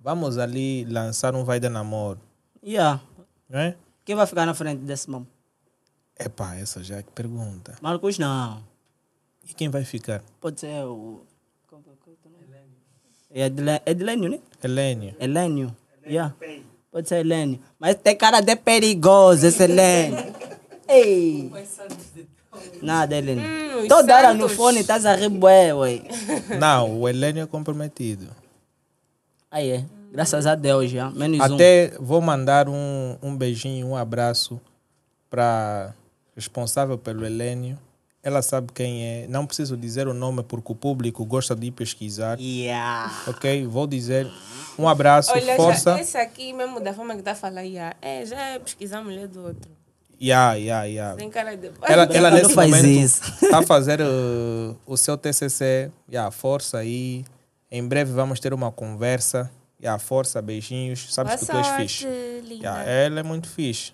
Vamos ali lançar um Vai da Namoro, Yeah. né? Quem vai ficar na frente desse mão? Epá, essa já é que pergunta. Marcos, não. E quem vai ficar? Pode ser o... como é que é o teu nome? É Edle- Edilênio, né? Helênio. Helênio. Yeah. Pode ser Helênio. Mas tem cara de perigoso esse Helênio. Ei! Nada, Helênio. Hum, os Toda hora no Santos. fone estás a ribué, ué. Não, o Helênio é comprometido. Aí é. Graças a Deus, já. Menos um. Até vou mandar um, um beijinho, um abraço para responsável pelo Helênio. Ela sabe quem é. Não preciso dizer o nome porque o público gosta de ir pesquisar. Yeah. Ok? Vou dizer um abraço, Olha, força. já, esse aqui mesmo da forma que está a falar, já, é, já é pesquisar a mulher do outro. Yeah, yeah, yeah. Tem cara de. Ela, ela Não nesse faz momento isso. está a fazer uh, o seu TCC. Yeah, força aí. Em breve vamos ter uma conversa. Yeah, força, beijinhos. Sabes Boa que tu és sorte, fixe. linda. Yeah, ela é muito fixe.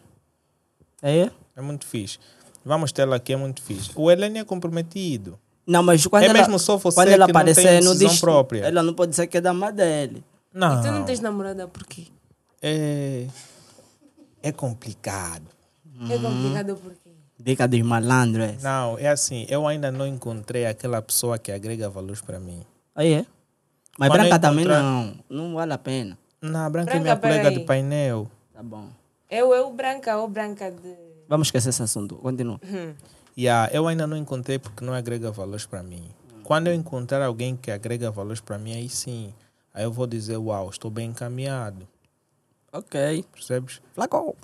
Aí é? É muito fixe. Vamos tê-la aqui, é muito fixe. O Helene é comprometido. Não, mas quando É ela, mesmo só você quando ela que não tem aparecer, não, decisão diz. própria. Ela não pode dizer que é da mãe dele. Não. Tu não tens namorada por quê? É. É complicado. É complicado por quê? Dica dos malandros, é. Não, é assim, eu ainda não encontrei aquela pessoa que agrega valor para mim. Aí é. Mas Quando branca também encontrar- não. Não vale a pena. Na Branca, é Branca, minha colega peraí. de painel. Tá bom. Eu, eu branca ou branca de. Vamos esquecer esse assunto. Continua. Hum. Yeah, eu ainda não encontrei porque não agrega valores para mim. Quando eu encontrar alguém que agrega valores para mim, aí sim, aí eu vou dizer, uau, estou bem encaminhado. Ok. Percebes? Flacou.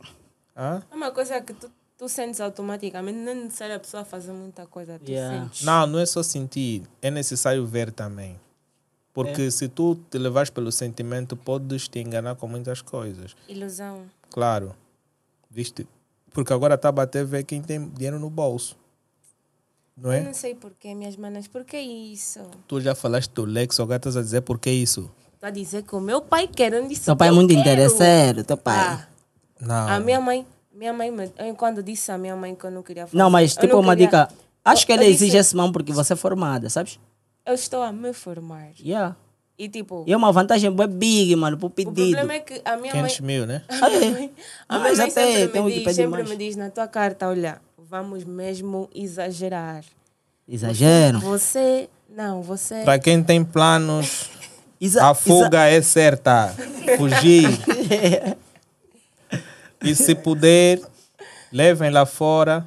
Hã? É uma coisa que tu tu sentes automaticamente, não é necessário a pessoa fazer muita coisa, tu Yeah. sentes. Não, não é só sentir, é necessário ver também. Porque É. se tu te levares pelo sentimento, podes te enganar com muitas coisas. Ilusão. Claro. Viste? Porque agora está a bater ver quem tem dinheiro no bolso. Não Eu é? não sei porquê, minhas manas, por que isso? Tu já falaste do Lex, agora estás a dizer por que isso? Tá a dizer que o meu pai quer, eu não disse Teu que pai é eu muito quero. interesseiro, teu pai. Ah, Não. A minha mãe, minha mãe, me- eu, quando disse a minha mãe que eu não queria fazer. Não, mas eu tipo não uma queria- dica. Acho que Eu ele disse- exige esse mão porque você é formada, sabes? Eu estou a me formar. Yeah. E tipo, E é uma vantagem boa big, mano, pro o pedido. problema é que a minha mãe. 500 mil, né? A minha mãe, a Ah, minha mas mãe é? até sempre, tem um me que diz, pede sempre mais. me diz na tua carta: olha, vamos mesmo exagerar. Exagero. Você, não, você. Para quem tem planos, Exa- a fuga é certa. Fugir. e se puder, levem lá fora,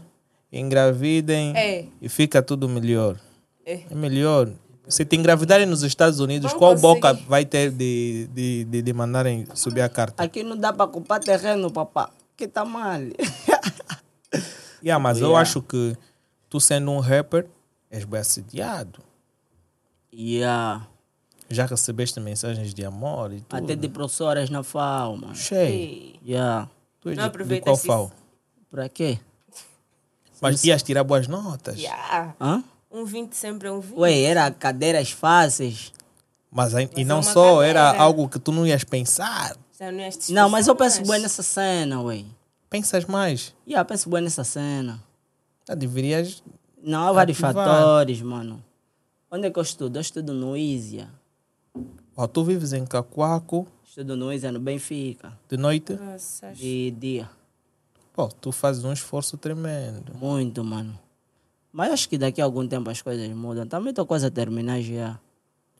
engravidem É. e fica tudo melhor. É. melhor. Se te engravidarem nos Estados Unidos, Vão qual boca conseguir. vai ter de, de, de, de mandarem subir a carta? Aqui não dá pra culpar terreno, papá. Que tá mal. Yeah, mas eu Yeah. acho que tu sendo um rapper, és bem assediado. yeah. Já recebeste mensagens de amor e tudo. Até de professoras na FAO, mano. é Cheio. Ei, Yeah. Tu és Não de, de aproveita qual esse- fal? Pra quê? Mas ias tirar boas notas. yeah. Hã? Um 20 sempre é um 20. Ué, era cadeiras fáceis. Mas, aí- e Mas é não uma só, era carreira. algo que tu não ias pensar. Já não, és Não, mas eu penso mais. bem nessa cena, ué. Pensas mais. Yeah, penso bem nessa cena. Já deverias. Não, há vários Ativar. fatores, mano. Onde é que eu estudo? Eu estudo no Isia. Ó, tu vives em Cacoaco Estudo no Isia, no Benfica. de noite. Nossa, acho- De dia. Pô, tu fazes um esforço tremendo. Muito, mano. Mas acho que daqui a algum tempo as coisas mudam. Também tô quase a terminar já.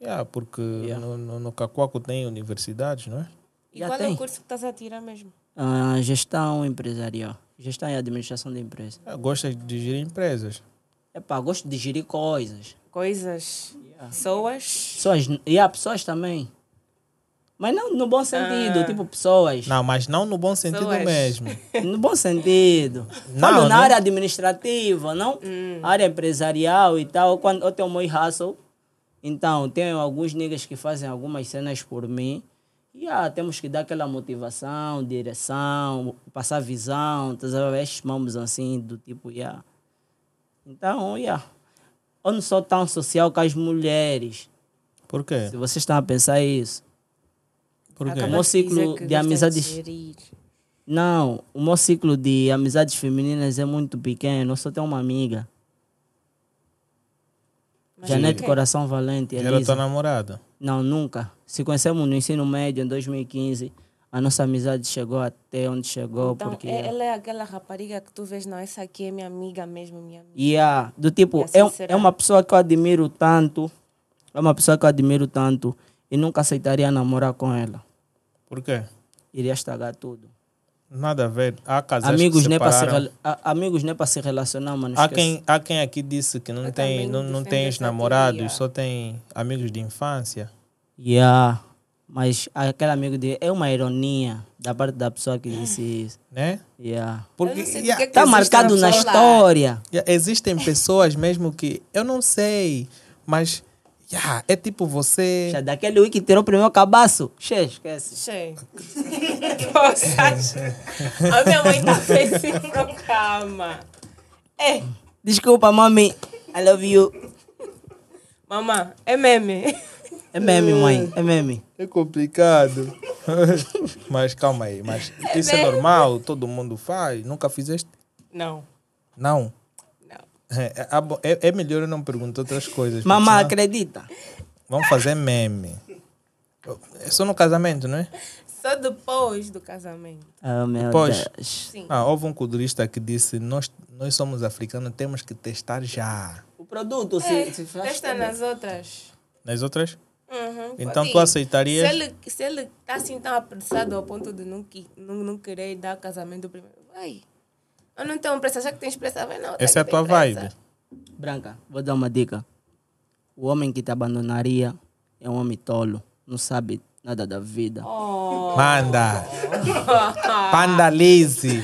Yeah, Ah, porque Yeah. no, no, no Cacoaco tem universidades, não é? E Já qual é tem. o curso que estás a tirar mesmo? Ah, gestão empresarial. Gestão e administração de empresa. Ah, Gostas de gerir empresas. Epá, gosto de gerir coisas. Coisas, pessoas. Pessoas. E há pessoas também. Mas não no bom sentido, Ah. tipo pessoas. Não, mas não no bom sentido Pessoas. mesmo. No bom sentido. Não, Falo na não. área administrativa, não? Área empresarial e tal. Quando eu tenho muito hustle, então tenho alguns niggas que fazem algumas cenas por mim. E ah, temos que dar aquela motivação, direção, passar visão, todas as mãos assim, do tipo, yeah. Então, yeah. Eu não sou tão social com as mulheres. Por quê? Se vocês estão a pensar isso. Por quê? Acabou. Meu ciclo dizer que de gostas amizades- gerir. Não, o meu ciclo de amizades femininas é muito pequeno. Eu só tenho uma amiga. Mas é Janete ok. Coração Valente, Ela é tua Elisa. namorada. Não, nunca. Se conhecemos no ensino médio, em 2015, a nossa amizade chegou até onde chegou, Então, porque... é- ela é aquela rapariga que tu vês, não, essa aqui é minha amiga mesmo, minha amiga. Yeah, do tipo, É é, sincera. é uma pessoa que eu admiro tanto, é uma pessoa que eu admiro tanto, e nunca aceitaria namorar com ela. Por quê? Iria estragar tudo. Nada a ver. Há casais amigos, que nem para se separaram. rela- a- amigos nem para se relacionar, mano. Há esquece. quem, há quem aqui disse que não Eu tem, também não, não tem defendo essa teoria. ex-namorados, só tem amigos de infância. Yeah, mas aquele amigo de... É uma ironia da parte da pessoa que disse isso. Né? Yeah. Eu Porque não sei yeah, É. porque é que Tá existe marcado uma na pessoa lá. história. yeah, existem pessoas mesmo que eu não sei, mas yeah, é tipo você. Já daquele week tirou o primeiro cabaço. Che, esquece. Sei. Poxa, a minha mãe tá pensando, calma. É, Desculpa, mami. I love you. mamã, é meme. É meme, mãe. É meme. É complicado. mas calma aí, mas né? isso é normal, todo mundo faz. Nunca fizeste? Não, Não. não. É, ah, bom, é- é melhor eu não perguntar outras coisas. porque Mamá, senão- acredita? Vamos fazer meme. É só no casamento, não é? Só depois do casamento. Oh, meu Depois. Deus. Ah, houve um culturista que disse: nós, nós somos africanos, temos que testar já. O produto, se, É, se faz... testa nas outras. Nas é outras? Uhum, Então pode tu ir. aceitarias? Se ele, se ele tá assim tão apressado ao ponto de não, qui- não, não querer dar casamento primeiro, vai. Eu não tenho pressa, já que tens pressa, vai não. tá Essa é a tua vibe. Branca, vou dar uma dica. O homem que te abandonaria é um homem tolo. Não sabe nada da vida. Oh, Manda! Pandalize!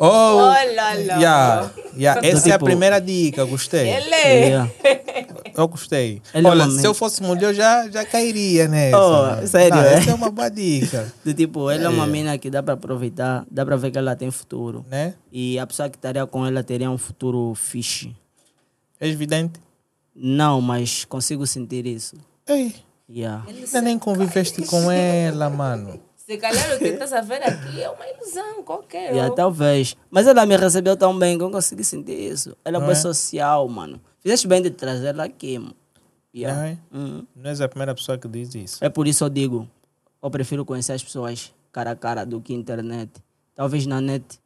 Oh, Olha lá. yeah, yeah. Essa é a Tipo- primeira dica, gostei. Ele é. Yeah. Eu gostei. Ele é Olha, uma se eu mente. fosse mulher, eu já, já cairia nessa. Oh, sério, Não, é? Essa é uma boa dica, Do tipo, ela é uma mina que dá para aproveitar, dá para ver que ela tem futuro. né? E a pessoa que estaria com ela teria um futuro fixe. É evidente. Não, mas consigo sentir isso. Ei, Yeah. ainda nem conviveste com ela, mano. Se calhar o que estás a ver aqui é uma ilusão qualquer. Yeah, talvez. Mas ela me recebeu tão bem que eu consegui sentir isso. Ela é boa social, mano. Fizeste bem de trazer ela aqui, mano. Yeah. Não é? Uhum. Não és a primeira pessoa que diz isso. É por isso eu digo, eu prefiro conhecer as pessoas cara a cara do que internet. Talvez na net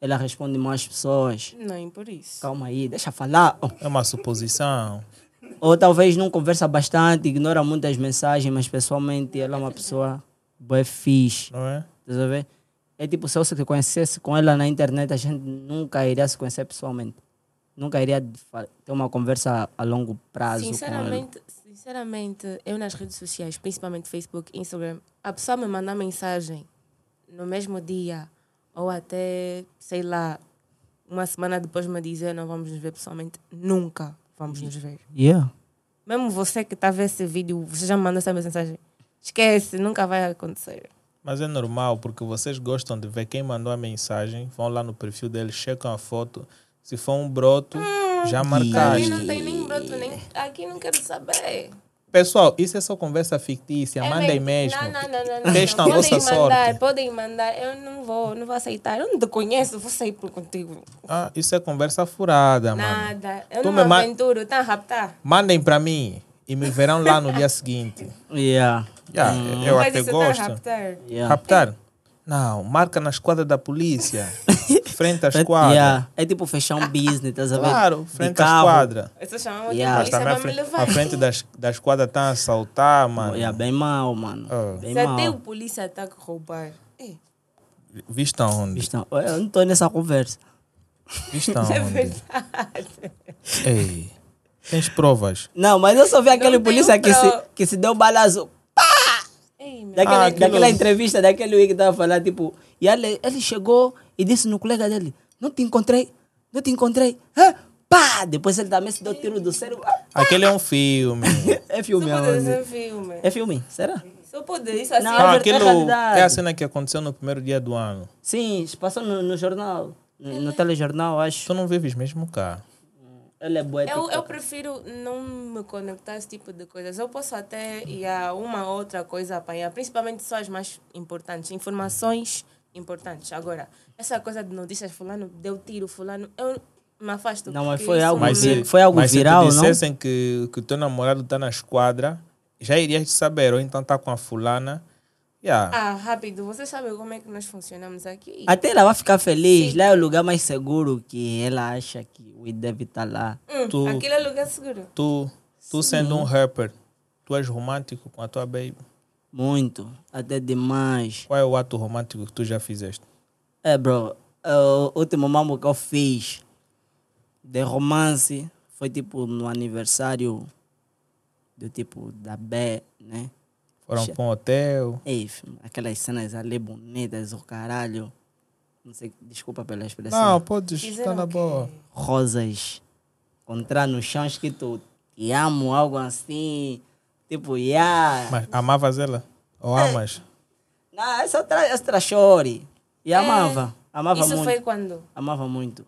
ela responde mais pessoas. Não, por isso. Calma aí, deixa eu falar. Oh. É uma suposição. Ou talvez não conversa bastante, ignora muitas mensagens, mas pessoalmente ela é uma pessoa boa fixe. Não é? Estás a ver? É tipo, se eu se conhecesse com ela na internet, a gente nunca iria se conhecer pessoalmente. Nunca iria de fa- ter uma conversa a longo prazo com ela. Sinceramente, sinceramente, eu nas redes sociais, principalmente Facebook, Instagram, a pessoa me mandar mensagem no mesmo dia ou até, sei lá, uma semana depois me dizer não vamos nos ver pessoalmente, nunca vamos nos ver. Yeah. Mesmo você que está a ver esse vídeo, você já me mandou essa mensagem. Esquece, nunca vai acontecer. Mas é normal, porque vocês gostam de ver quem mandou a mensagem, vão lá no perfil dele, checam a foto. Se for um broto, Ah. já Aqui marcaste. não tem nem broto, nem. Aqui não quero saber. Pessoal, isso é só conversa fictícia. Mandem men- mesmo. É Não, não, não, não, não. Testam a podem vossa mandar, sorte. Podem mandar, eu não vou, não vou aceitar. Eu não te conheço, vou sair por contigo. Ah, isso é conversa furada, mano. Nada. Eu Tu não me me ma- aventuro, tá raptar. Mandem pra mim e me verão lá no dia seguinte. Yeah. Já, Eu Ah. Mas até isso tá gosto. raptar. Yeah. Raptar? Não, marca na esquadra da polícia. frente à tá esquadra. Yeah. É tipo fechar um business, estás a ver? Claro, De frente à carro. esquadra. Eu só chamava Yeah. yeah. Mas de polícia também pra a me frente, levar. a frente da, es- da esquadra tá a assaltar, mano. Oh, Ah. Yeah, bem mal, mano. Bem Se até o mal. polícia tá a roubar. É, Vista onde? Cristão, Eu não tô nessa conversa. Vista é onde? verdade. Ei, tens provas? Não, mas eu só vi aquele tenho polícia que prova. se, que se deu balazo. Ei, meu. Daquela, Ah, aquilo- daquela entrevista, daquele week que tava falando, tipo, e ele, ele chegou e disse no colega dele, não te encontrei, não te encontrei. Hã? Pá! Depois ele também se deu tiro do cérebro. Ah, Aquele é um filme. É Só filme, pode aonde? dizer filme. É filme, será? Só pode isso assim. Não, Ah, é aquilo verdade. é a cena que aconteceu no primeiro dia do ano. Sim, passou no, no jornal, no, no telejornal, acho. Tu não vives mesmo cá. Ele é bué. Eu, tipo, eu prefiro não me conectar a esse tipo de coisas. Eu posso até ir a uma outra coisa apanhar, principalmente só as mais importantes, informações importantes. Agora, essa coisa de notícias, fulano deu tiro, fulano, eu me afasto. Não, mas porque foi isso algo não- Mas se, Foi algo mas viral, se te não? dissessem que que o teu namorado está na esquadra, já irias saber. Ou então está com a fulana. Yeah. Ah, rápido, você sabe como é que nós funcionamos aqui? Até ela vai ficar feliz. Lá é o lugar mais seguro que ela acha que o deve estar lá. Hum, tu- Aquilo é lugar seguro. Tu, tu sendo um rapper, tu és romântico com a tua baby. Muito. Até demais. Qual é o ato romântico que tu já fizeste? É, bro. é, O último mambo que eu fiz de romance foi tipo no aniversário do tipo da Bé, né? Foram para um hotel. Ei, filho, aquelas cenas ali bonitas, o caralho. Não sei, desculpa pela expressão. Não, podes estar Fizeram na o quê? boa. rosas. Encontrar no chão escrito te amo, algo assim. Tipo, yeah. Mas amavas ela? Ou É. amas? Não, é essa outra, essa outra chore. E amava. Amava É. Isso muito. foi quando? Amava muito.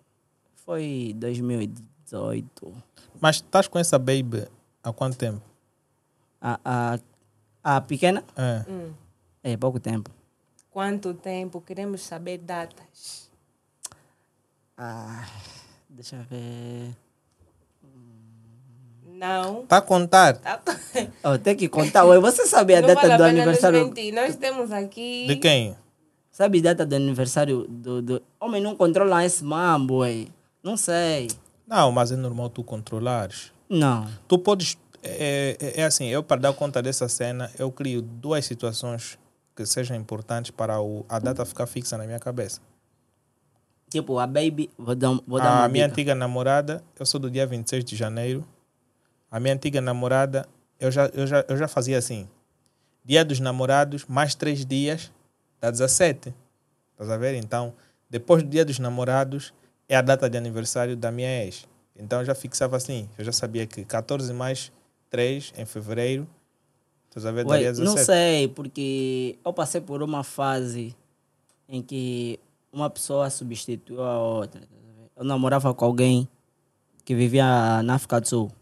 Foi 2018. Mas estás com essa baby há quanto tempo? A, a, a pequena? É. Hum, É, pouco tempo. Quanto tempo? Queremos saber datas. Ah, deixa eu ver. Não. Tá a contar? Tá... Eu tenho Oh, que contar. Ué, você sabe É a não data vale a do pena nos aniversário? mentir. Nós temos aqui. De quem? Sabe a data do aniversário do, do... Homem, não controla esse mambo, ué. Não sei. Não, mas é normal tu controlares. Não. Tu podes. É, é- é assim, eu para dar conta dessa cena, eu crio duas situações que sejam importantes para o, a data ficar fixa na minha cabeça. Tipo, a Baby. Vou dar, um- vou dar Ah, A uma minha dica. antiga namorada, eu sou do dia 26 de janeiro. A minha antiga namorada, eu já, eu já, eu já fazia assim: dia dos namorados, mais três dias, dá 17. Estás a ver? Tá Então, Depois do dia dos namorados é a data de aniversário da minha ex. Então eu já fixava assim. Eu já sabia que 14 mais 3 em fevereiro. Estás a ver? Ué, daria 17. não sei, porque eu passei por uma fase em que uma pessoa substituiu a outra. tá vendo? Eu namorava com alguém que vivia na África do Sul.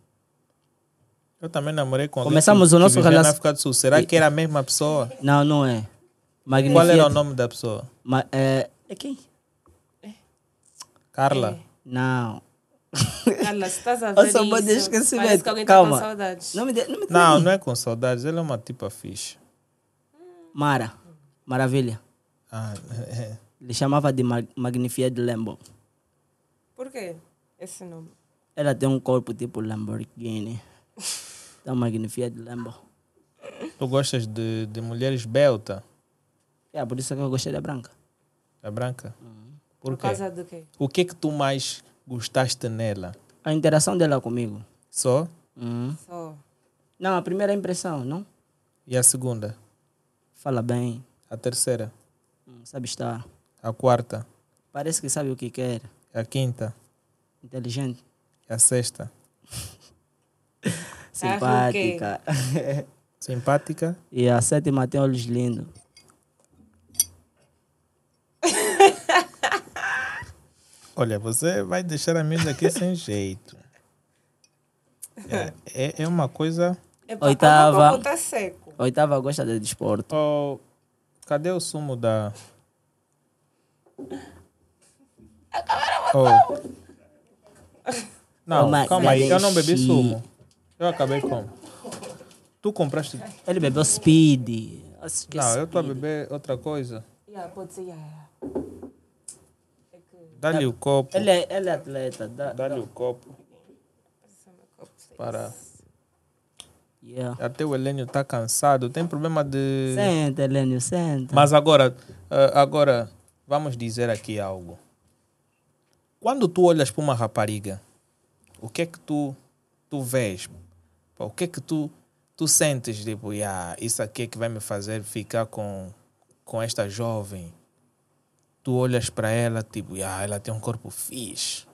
Eu também namorei com alguém Começamos que- o que nosso vivia relacion- na África do Sul. Será que era a mesma pessoa? Não, não é. Magnífico. Qual era o nome da pessoa? Ma- é, é quem? Carla. Não. Carla, se Ah, estás a ver Eu só vou isso, esquecer, parece que alguém está com calma. saudades. Não me, de, não me Não, diga. não é com saudades. Ela é uma tipa fixe. Mara. Maravilha. Ah, Ele chamava de Mag Magnifique de Lambo. Por quê? Esse nome. Ela tem um corpo tipo Lamborghini. Então, Magnifique de Lambo. tu gostas de, de mulheres belta? É por isso que eu gostei da branca. A branca? Por Por quê? causa do quê? O que é que tu mais gostaste nela? A interação dela comigo. Só? Hum. Só. Não, a primeira impressão, não? E a segunda? Fala bem, A terceira? hum, sabe estar. A quarta? Parece que sabe o que quer. A quinta? Inteligente, A sexta? simpática. Simpática? e a sétima tem olhos lindos. Olha, você vai deixar a mesa aqui sem jeito. É- É, é uma coisa. É Oitava. Tá seco. Oitava gosta de desporto. Oh, cadê o sumo da. Oh. Não, Ô, Max, calma aí, eu não bebi deixe. sumo. Eu acabei com. Tu compraste. Ele bebeu speed. Acho que Não, eu estou a speed. beber outra coisa. Yeah, pode ser. yeah, yeah. Dá-lhe o copo. Ele é, ele é atleta. dá- dá- Dá-lhe o copo. Para. Yeah. Até o Helênio está cansado. Tem problema de. Senta, Helênio, senta. É. Mas agora, ah, agora vamos dizer aqui algo. Quando tu olhas para uma rapariga, o que é que tu tu vês? Pá, O que é que tu tu sentes tipo, "Ya, isso aqui é que vai me fazer ficar com com esta jovem? Tu olhas para ela tipo, "Ya, ela tem um corpo fixe.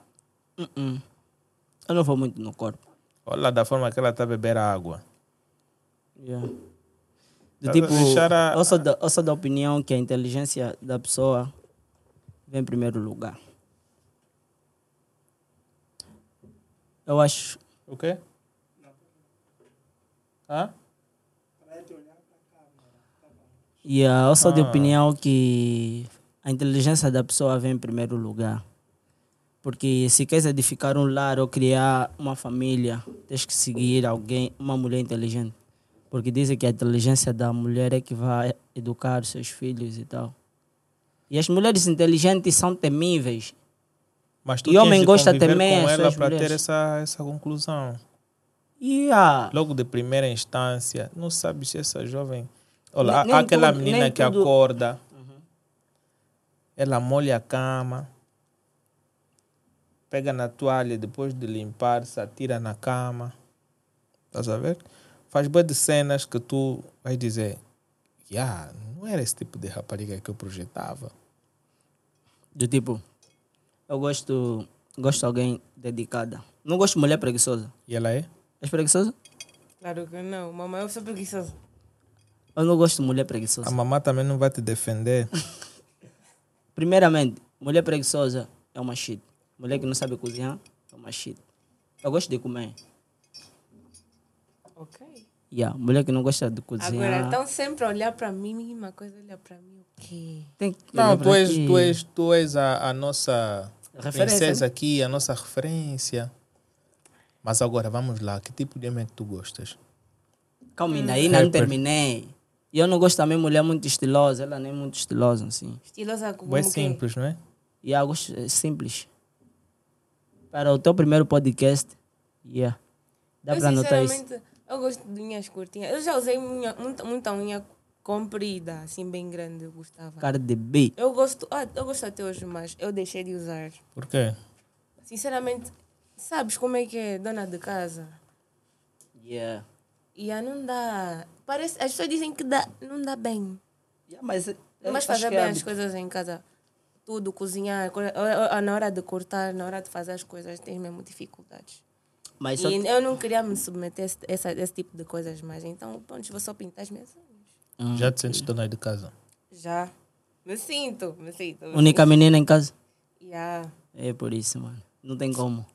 Uh-uh. Eu não vou muito no corpo. Olha da forma que ela está a beber a água. Yeah. Do Mas tipo, deixar a- eu, sou da, eu sou da opinião que a inteligência da pessoa vem em primeiro lugar. Eu acho. O quê? Hã? Yeah, eu sou da é opinião que a inteligência da pessoa vem em primeiro lugar. Porque se queres edificar um lar ou criar uma família, tens que seguir alguém, uma mulher inteligente. Porque dizem que a inteligência da mulher é que vai educar os seus filhos e tal. E as mulheres inteligentes são temíveis. Mas E tens homem de gosta conviver também, com as ela suas para ter mulheres. essa essa conclusão. E a... logo de primeira instância, não sabe se essa jovem. Olha, Nem- há- há nem aquela tudo- menina nem que tudo- Uhum. acorda, ela molha a cama, pega na toalha, depois de limpar, se atira na cama. Estás a ver? Faz boas de cenas que tu vais dizer: yeah, não era esse tipo de rapariga que eu projetava. Do tipo, eu gosto, gosto de alguém dedicada. Não gosto de mulher preguiçosa. E ela é? És preguiçosa? Claro que não. Mamãe, eu sou preguiçosa. Eu não gosto de mulher A preguiçosa. mamãe também não vai te defender. Primeiramente, mulher preguiçosa é uma shit. Mulher que não sabe cozinhar é uma shit. Eu gosto de comer. Ok. Yeah, mulher que não gosta de cozinhar. Agora, então- estão sempre a olhar para mim, mesma coisa olhar para mim. O quê? tem que Não, olhar tu pra és, ti. tu és, tu és a, a nossa Referência, princesa né? aqui, a nossa referência. Mas agora, vamos lá. Que tipo de homem é que tu gostas? Calma, ainda ainda não Rapper. terminei. E eu não gosto também de mulher muito estilosa. Ela nem é muito estilosa, assim. Estilosa como é quê? simples, não é? E yeah, eu gosto é simples. Para o teu primeiro podcast, yeah. Dá eu, para anotar isso. sinceramente, Eu gosto de unhas curtinhas. Eu já usei unha, muita, muita unha comprida, assim, bem grande. Eu gostava. Cara de B. Eu gosto, ah, eu gosto até hoje, mas eu deixei de usar. Por quê? Sinceramente, sabes como é que é dona de casa? Yeah. E ah, não dá. Parece, as pessoas dizem que dá, não dá bem. Yeah, mas Mas fazer bem as coisas em casa. tudo, cozinhar, co- a- a- na hora de cortar, na hora de fazer as coisas, tens mesmo dificuldades. Mas É só, E eu não queria me submeter a esse, essa- esse tipo de coisas mais. Então, pronto, vou só pintar as minhas unhas. Ah. Já te sentes dona de casa? Já. Me sinto, me sinto. ah, me única menina em casa. sinto. Yeah. É por isso, mano. Não tem como.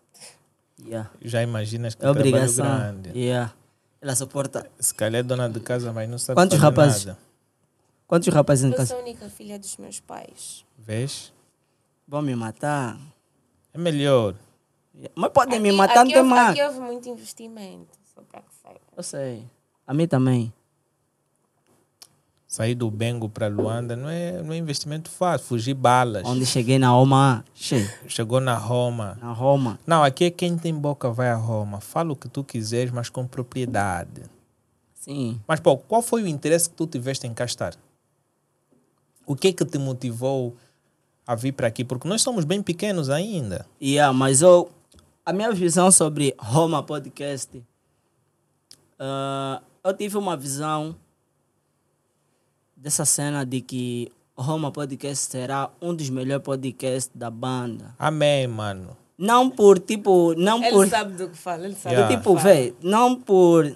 Yeah. Já imaginas que É obrigação. trabalho grande. Yeah. Ela suporta. Se calhar é dona de casa, mas não sabe Quantos fazer rapazes? nada. Quantos rapazes em Eu casa? sou a única filha dos meus pais. Vês? Vão me matar. É melhor. Yeah. Mas podem me Aqui- matar, não aqui tem houve- mais. Aqui houve muito investimento, só para que saiba. Eu sei. A mim também. Sair do Bengo para Luanda não é, não é investimento fácil. Fugir balas. Onde cheguei na Roma, cheio. Chegou na Roma. Na Roma. Não, aqui é quem tem boca vai a Roma. Fala o que tu quiseres, mas com propriedade. Sim. Mas, pô, qual foi o interesse que tu tiveste em cá estar? O que é que te motivou a vir para aqui? Porque nós somos bem pequenos ainda. Yeah, mas eu, a minha visão sobre Roma Podcast, ah, eu tive uma visão dessa cena de que Roma Podcast será um dos melhores podcasts da banda. Amém, mano. Não por, tipo, não Ele por... sabe do que fala, ele sabe. Yeah. do que Tipo, fala. velho, não por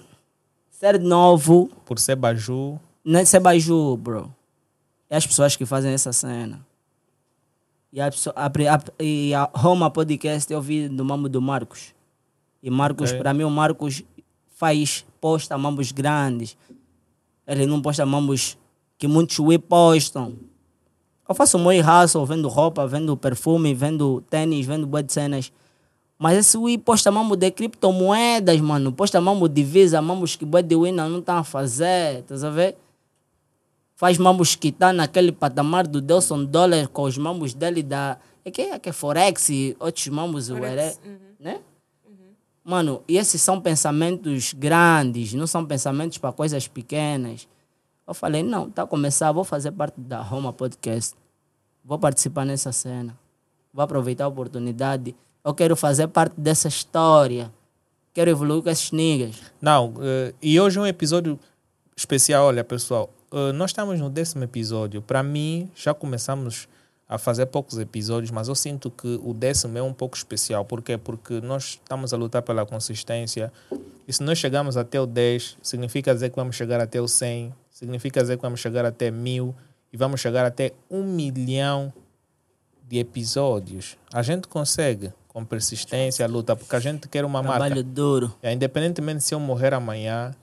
ser novo, Por ser baju, não é ser baju, bro. É as pessoas que fazem essa cena. E a, pessoa- a, pri- a- e a Roma Podcast eu vi do Mambo do Marcos. E Marcos, Ok. para mim, o Marcos faz, posta mambos grandes. Ele não posta mambos que muitos we postam. Eu faço meu hustle, vendo roupa, vendo perfume, vendo tênis, vendo boas cenas. Mas esse Wii posta mambo de criptomoedas, mano. Posta mambo de Visa, mambos que boa de Wii não não tá a fazer, tá a ver? Faz mambos que tá naquele patamar do Delson Dollar com os mambos dele da... É que é, que é Forex e outros mambos, uere, né? Mano, e esses são pensamentos grandes, não são pensamentos para coisas pequenas. Eu falei, não, tá a começar, vou fazer parte da Roma Podcast. Vou participar nessa cena. Vou aproveitar a oportunidade. Eu quero fazer parte dessa história. Quero evoluir com esses niggas. Não, eh, e hoje é um episódio especial. Olha, pessoal, eh, nós estamos no décimo episódio. Para mim, já começamos a fazer poucos episódios, mas eu sinto que o décimo é um pouco especial. Por quê? Porque nós estamos a lutar pela consistência. E se nós chegamos até o 10, significa dizer que vamos chegar até o 100, significa dizer que vamos chegar até mil e vamos chegar até um milhão de episódios. A gente consegue com persistência, luta, porque a gente quer uma marca. Trabalho duro. É, independentemente se eu morrer amanhã,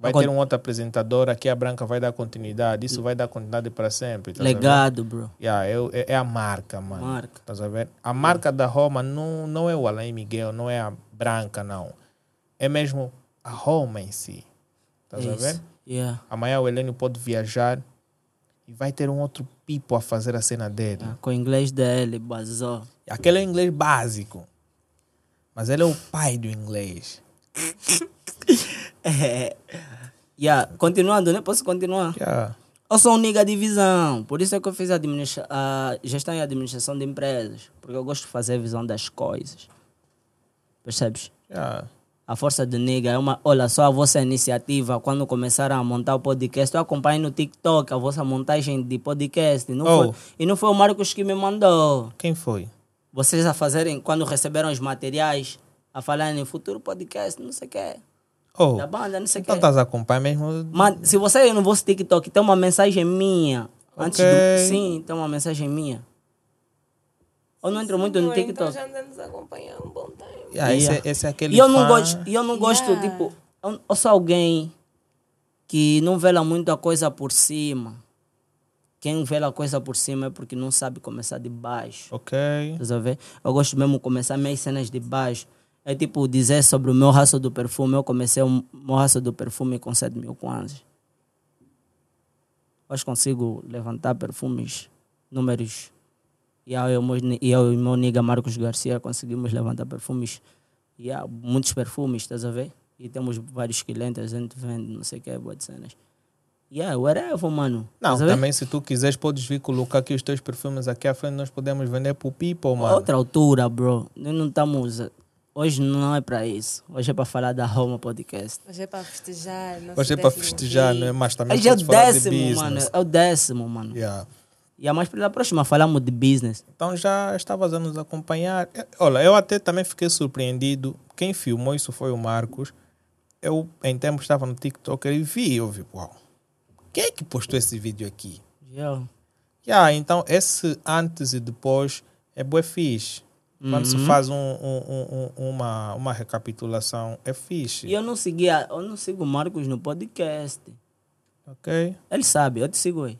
vai Agora- ter um outro apresentador aqui, a Branca vai dar continuidade. Isso vai dar continuidade para sempre. tá sabendo? Legado, bro. Yeah, eu- é, é a marca, mano. Marca. Tá sabendo? A marca da Roma não, não é o Alain Miguel, não é a Branca, não. É mesmo a Roma em si. Tá É sabendo? isso. Yeah. Amanhã o Helênio pode viajar e vai ter um outro pipo a fazer a cena dele. Ah, Com o inglês dele, bazou. Aquele é o inglês básico. Mas ele é o pai do inglês. É. Yeah. Continuando, né? Posso continuar? Yeah. Eu sou um nigga de visão, por isso é que eu fiz a, administra- a gestão e administração de empresas, porque eu gosto de fazer a visão das coisas. Percebes? Yeah. A força do nigga é uma. Olha só a vossa iniciativa, quando começaram a montar o podcast, eu acompanhei no TikTok a vossa montagem de podcast. Não Oh. foi- e não foi o Marcos que me mandou. Quem foi? Vocês a fazerem, quando receberam os materiais, a falarem em futuro podcast, não sei o quê. Oh, Da banda, não sei o quê. Então estás a acompanhar mesmo. Mas se você não no seu TikTok tem uma mensagem minha. Antes Ok. do. Sim, tem uma mensagem minha. Eu não entro muito no Senhor, Então TikTok. já andamos acompanhando um bom tempo. Ah, esse, Yeah. é, esse é aquele E eu não fã- gosto, e eu não gosto Yeah. tipo, eu, eu sou alguém que não vela muito a coisa por cima. Quem vela a coisa por cima é porque não sabe começar de baixo. Ok. Estás a ver? Eu gosto mesmo de começar minhas cenas de baixo. É tipo dizer sobre o meu raço do perfume. Eu comecei o meu raço do perfume com 7 mil kwanzas. Hoje consigo levantar perfumes, números. E eu, e o meu ni- e eu e o meu nigga Marcos Garcia conseguimos levantar perfumes. E há muitos perfumes, estás a ver? E temos vários clientes, a gente vende, não sei o que, boas cenas. Yeah, whatever, mano. Não, Estás a ver? também se tu quiseres, podes vir colocar aqui os teus perfumes aqui à frente, nós podemos vender pro people, mano. Outra altura, bro. Nós não estamos. Hoje não é pra isso. Hoje é pra falar da Roma Podcast. Hoje é para festejar. nosso Hoje é para décimo festejar, dia. não é? Mas também Hoje é o podes falar de décimo, business. mano. É o décimo, mano. Yeah. E a mais para a próxima falamos de business. Então já estavas a nos acompanhar. Eh, Olha, eu até também fiquei surpreendido. Quem filmou isso foi o Marcos. Eu, em tempo, estava no TikTok e vi, eu vi, uau. Quem é que postou esse vídeo aqui? Yeah. Yeah, então esse antes e depois é bué fixe. Quando se Uhum. faz um- um- um- um- uma, uma recapitulação, é fixe. E eu não seguia, eu não sigo o Marcos no podcast. Ok? Ele sabe, eu te sigo aí.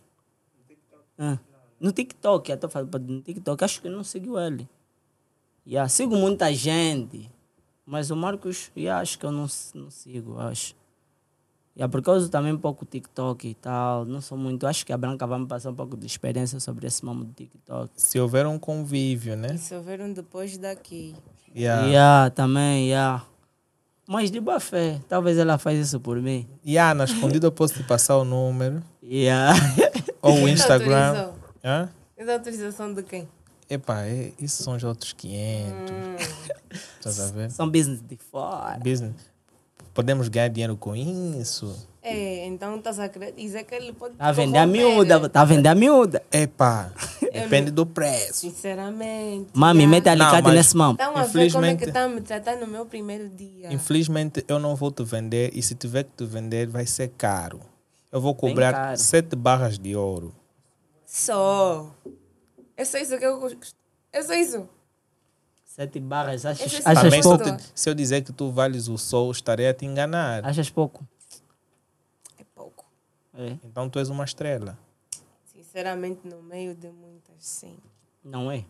Ah, no TikTok, eu tô falando pra- no TikTok, acho que não seguiu ele. Yeah, sigo muita gente, mas o Marcos, yeah, acho que eu não, s- não sigo, acho. Yeah, porque eu uso também um pouco o TikTok e tal, não sou muito. Acho que a Branca vai me passar um pouco de experiência sobre esse mamo do TikTok. Se houver um convívio, né? E se houver um depois daqui? Yeah. Yeah, também, yeah. Mas de boa fé, talvez ela faça isso por mim. Yeah, na escondida eu posso te passar o número. Yeah. Ou o Quem te Instagram. autorizou? Hã? E da autorização de quem? Epá, é- isso são os outros 500. Hum. Estás a ver? São business de fora. Business. Podemos ganhar dinheiro com isso? É, então estás a querer dizer que ele pode. né? Tá a vender a miúda, tá a vender a miúda. Epá, depende do preço. Sinceramente. Mami, já. mete alicate mas- nesse mão. Estão a ver como é Infelizmente- que estão a me tratar no meu primeiro Tá. dia. Infelizmente, eu não vou te vender e se tiver que te vender, vai ser caro. Eu vou Bem cobrar caro. sete barras de ouro. Só. É só isso que eu gosto. É só isso. Sete barras, achas, Esse é achas Também tipo se eu, pouco? pouco. te- se eu dizer que tu vales o sol, estarei a te enganar. Achas pouco? É pouco. É. Então tu és uma estrela. Sinceramente, no meio de muitas, sim. Não é?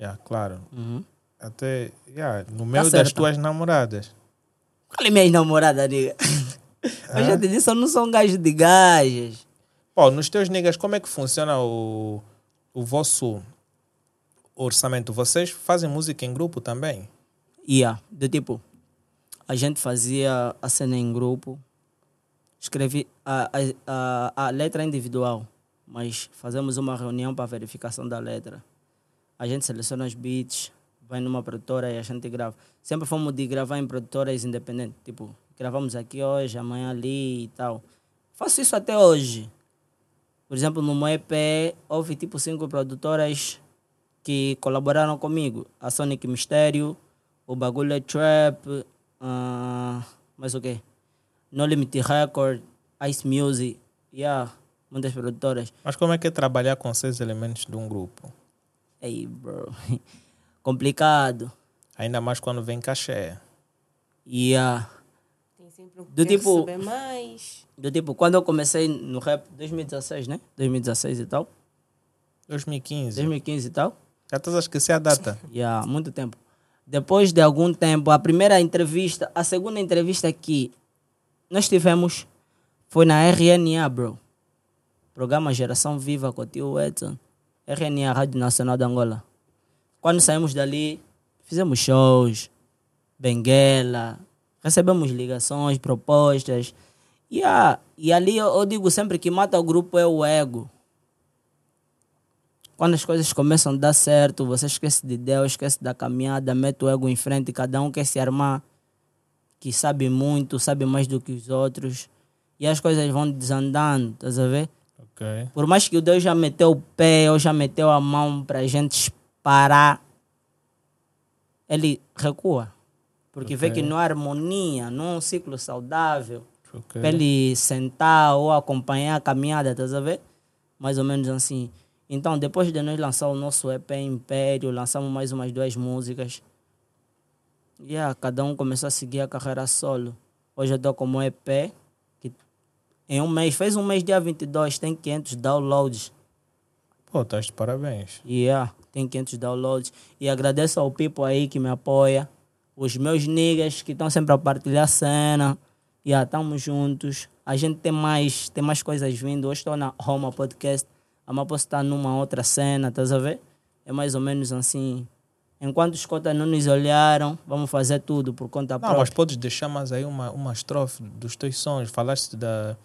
Yeah, claro. Uhum. Até yeah, no meio das certa. tuas namoradas. Qual é minha namorada, nega? Eu já te disse, eu não sou um gajo de gajas. Pô, nos teus niggas, como é que funciona o, o vosso orçamento? Vocês fazem música em grupo também? Ia, do tipo, a gente fazia a cena em grupo, escrevi a, a, a, a letra individual, mas fazemos uma reunião para verificação da letra. A gente seleciona os beats, vai numa produtora e a gente grava. Sempre fomos de gravar em produtoras independentes, tipo, gravamos aqui hoje, amanhã ali e tal. Faço isso até hoje. Por exemplo, no meu EP, houve tipo cinco produtoras que colaboraram comigo. A Sonic Mistério, o Bagulho é Trap, ah, mais o quê? No Limit Record, Ice Music, yeah, muitas produtoras. Mas como é que é trabalhar com seis elementos de um grupo? Ei, bro, complicado. Ainda mais quando vem cachê. Yeah. Tem sempre um que Do quer tipo- receber mais. Do tipo, quando eu comecei no rap, 2016, né? 2016 e tal, 2015. 2015 e tal, Já estás a esquecer a data. E há muito tempo. Depois de algum tempo, a primeira entrevista, a segunda entrevista que nós tivemos foi na RNA, bro. Programa Geração Viva com o tio Edson. RNA, Rádio Nacional da Angola. Quando saímos dali, fizemos shows, benguela, recebemos ligações, propostas. E, a e ali eu, eu digo sempre que mata o grupo é o ego quando as coisas começam a dar certo, você esquece de Deus, esquece da caminhada, mete o ego em frente, cada um quer se armar, que sabe muito, sabe mais do que os outros, e as coisas vão desandando, estás a ver? Ok. Por mais que o Deus já meteu o pé, ou já meteu a mão pra gente parar, ele recua. Porque vê que não há harmonia, não há um ciclo saudável ok. para ele sentar ou acompanhar a caminhada, estás a ver? Mais ou menos assim. Então, depois de nós lançar o nosso EP Império, lançamos mais umas duas músicas. E yeah, cada um começou a seguir a carreira solo. Hoje eu tô como EP, que em um mês, fez um mês dia 22, tem 500 downloads. Pô, estás de parabéns. Yeah, tem 500 downloads. E agradeço ao people aí que me apoia. Os meus niggas que estão sempre a partilhar a cena. Yeah, estamos juntos. A gente tem mais, tem mais coisas vindo. Hoje estou na Roma Podcast. Amanhã posso estar numa outra cena, estás a ver? É mais ou menos assim. Enquanto os cotas não nos olharam, vamos fazer tudo por conta Não, mas própria. podes deixar mais aí uma, uma estrofe dos teus sons. Falaste da.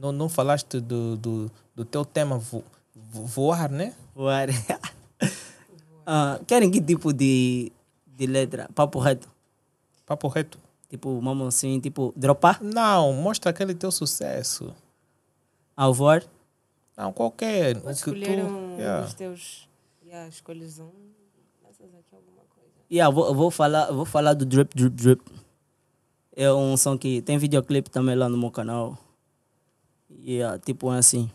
Não, não falaste do, do, do teu tema vo- vo- voar, né? What? Ah, querem que tipo de, de letra? Papo reto? Papo reto. Tipo, vamos assim, tipo, dropar? Não, mostra aquele teu sucesso. Alvor? Não, qualquer. o Podes que escolher tu- um Yeah. dos teus. Yeah, escolhes um. Lanças aqui alguma coisa. Yeah, vou, vou, falar, vou falar do Drip Drip Drip. É um som que tem videoclipe também lá no meu canal. Yeah, tipo é assim.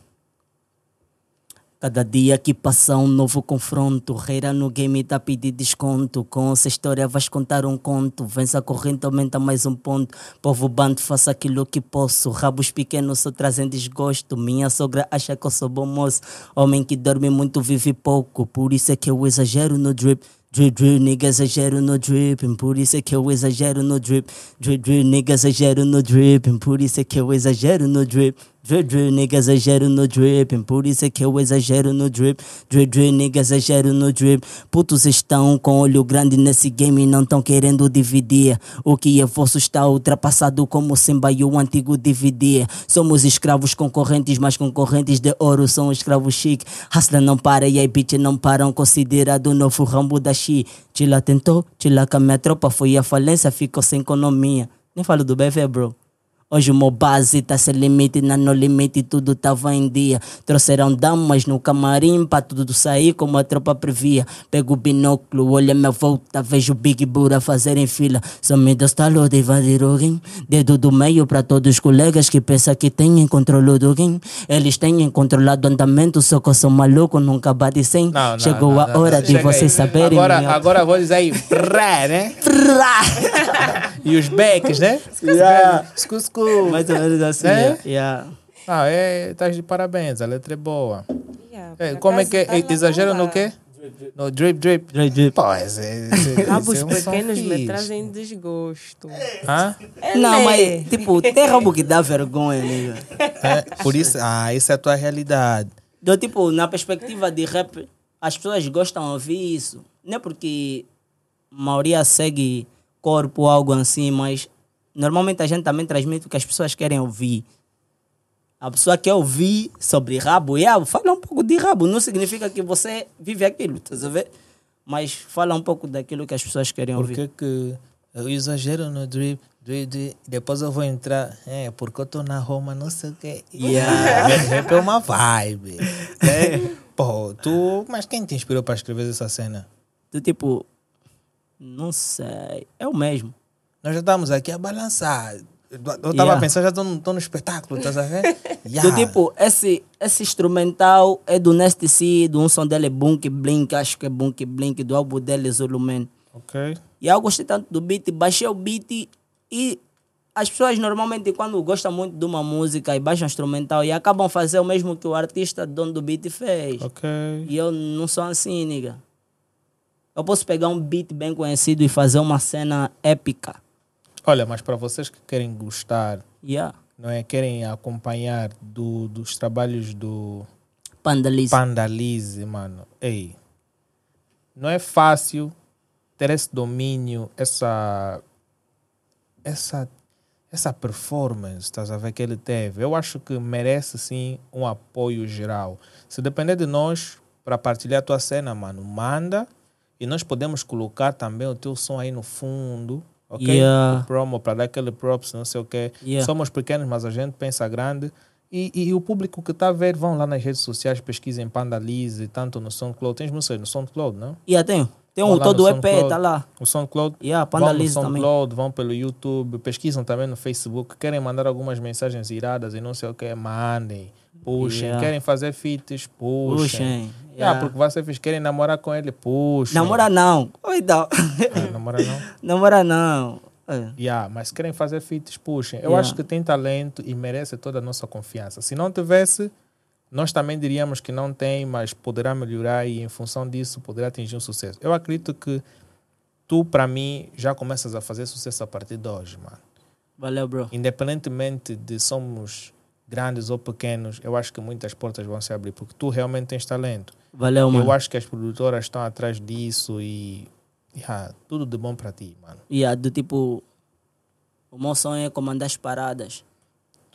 Cada dia que passa um novo confronto. Reira no game tá pedir desconto. Com essa história vais contar um conto. Vence a corrente, aumenta mais um ponto. Povo bando, faça aquilo que posso. Rabos pequenos só trazem desgosto. Minha sogra acha que eu sou bom moço. Homem que dorme muito vive pouco. Por isso é que eu exagero no drip. Drip, drip, nigga, exagero no dripping. Por isso é que eu exagero no drip. Drip, drip, nigga, exagero no dripping. Por isso é que eu exagero no drip. Drip, drip, nigga, exagero no dripping. Por isso é que eu exagero no drip. Drip, drip, nigga, exagero no drip. Putos estão com olho grande nesse game e não estão querendo dividir. O que é vosso está ultrapassado como Simba e o antigo dividir. Somos escravos concorrentes, mas concorrentes de ouro são escravos chique. Hustler não para e aí bitch não param. Considerado o novo rambo da Xi. Tila tentou, tila com a minha tropa foi a falência, ficou sem economia. Nem falo do BV, bro. Hoje o meu base tá sem limite, na no limite tudo tava em dia. Trouxeram damas no camarim pra tudo sair como a tropa previa. Pego o binóculo, olho a minha volta, vejo o Big Bura fazerem fila. Só me deu estalo de invadir o game. Dedo do meio pra todos os colegas que pensam que têm controle do game. Eles têm controlado o andamento, só que eu sou maluco, nunca bate sem. Não, não, Chegou não, a não, hora não, de chega aí. vocês saberem. Agora, minha- agora vou dizer aí, pré, né? E os becks, né? Yeah. Scu, scu. Mais ou menos assim. É? yeah. Ah, é, estás de parabéns, a letra é boa. Yeah, É, por como é acaso que é? tá na Exagero no bomba. quê? No drip, drip. Drip, drip. Pô, esse, esse, esse Rabos é um som pequenos me fixe. trazem desgosto. Hã? Não, Ele- mas tipo, tem rabo que dá vergonha, nigga. É, por isso, ah, isso é a tua realidade. Do tipo, na perspectiva de rap, as pessoas gostam de ouvir isso. Não é porque a maioria segue corpo ou algo assim, mas normalmente a gente também transmite o que as pessoas querem ouvir. A pessoa quer ouvir sobre rabo, e ah, fala um pouco de rabo. Não significa que você vive aquilo, tá vendo? Mas fala um pouco daquilo que as pessoas querem Por ouvir. que que eu exagero no drip, drip, drip, depois eu vou entrar, é, porque eu tô na Roma, não sei o quê. Yeah. Rap- Rap é uma vibe. né? Pô, tu, mas quem te inspirou para escrever essa cena? Do tipo, não sei, é o mesmo. Nós já estamos aqui a balançar. Eu tava Yeah. pensando, já tô, no- tô no espetáculo, tá sabendo? Yeah. Do tipo, esse, esse instrumental é do Nasty C, do um som dele é Bunk Blink, acho que é Bunk Blink, do álbum dele é Zulu Man. Ok. E eu gostei tanto do beat, baixei o beat e as pessoas normalmente quando gostam muito de uma música e baixam um instrumental e acabam fazendo o mesmo que o artista dono do beat fez. Ok. E eu não sou assim, nigga. Eu posso pegar um beat bem conhecido e fazer uma cena épica. Olha, mas para vocês que querem gostar, Yeah. não é? Querem acompanhar do, dos trabalhos do Pandalice. Pandalize, mano. Ei, não é fácil ter esse domínio, essa. Essa. Essa performance, estás a ver, que ele teve. Eu acho que merece sim um apoio geral. Se depender de nós, para partilhar a tua cena, mano, manda. E nós podemos colocar também o teu som aí no fundo, ok? Yeah. promo, para dar aquele props, não sei o quê. Yeah. Somos pequenos, mas a gente pensa grande. E, e- e o público que está a ver, vão lá nas redes sociais, pesquisem Pandalize, tanto no SoundCloud. Tens músicas no SoundCloud, não? Yeah, tem. Tem Vão um lá no todo EP, SoundCloud. tá lá. O SoundCloud. Yeah, vão no Pandalize também. SoundCloud, vão pelo YouTube, pesquisam também no Facebook. Querem mandar algumas mensagens iradas e não sei o que, mandem. Puxem. Yeah. Querem fazer feats, puxem. Puxem. Ah, Yeah. porque vai ser fixe. Querem namorar com ele, puxem. Namora não. Ou então. Ah, namora não? Namora não. É. Yeah, mas querem fazer feats, puxem. Eu Yeah. acho que tem talento e merece toda a nossa confiança. Se não tivesse, nós também diríamos que não tem, mas poderá melhorar e em função disso poderá atingir um sucesso. Eu acredito que tu, para mim, já começas a fazer sucesso a partir de hoje, mano. Valeu, bro. Independentemente de somos grandes ou pequenos, eu acho que muitas portas vão se abrir, porque tu realmente tens talento. Valeu, Eu mano. acho que as produtoras estão atrás disso e yeah, tudo de bom para ti, mano. Yeah, do tipo. O meu sonho é comandar as paradas.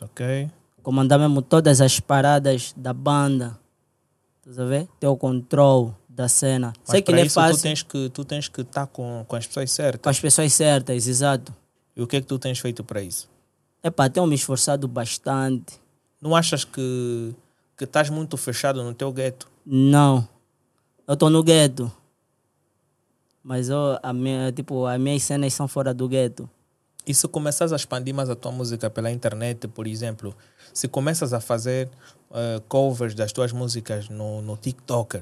Ok? Comandar mesmo todas as paradas da banda. Tá sabendo? Ter o controle da cena. Mas Sei que pra não é isso, Tu fácil. tens que tu tens que estar com, com as pessoas Com certas. as pessoas certas, exato. E o que é que tu tens feito para isso? Epá, tenho me esforçado bastante. Não achas que que estás muito fechado no teu gueto. Não. Eu tô no gueto. Mas eu, a minha, tipo, as minhas cenas são fora do gueto. E se começas a expandir mais a tua música pela internet, por exemplo, se começas a fazer eh, covers das tuas músicas no, no TikTok,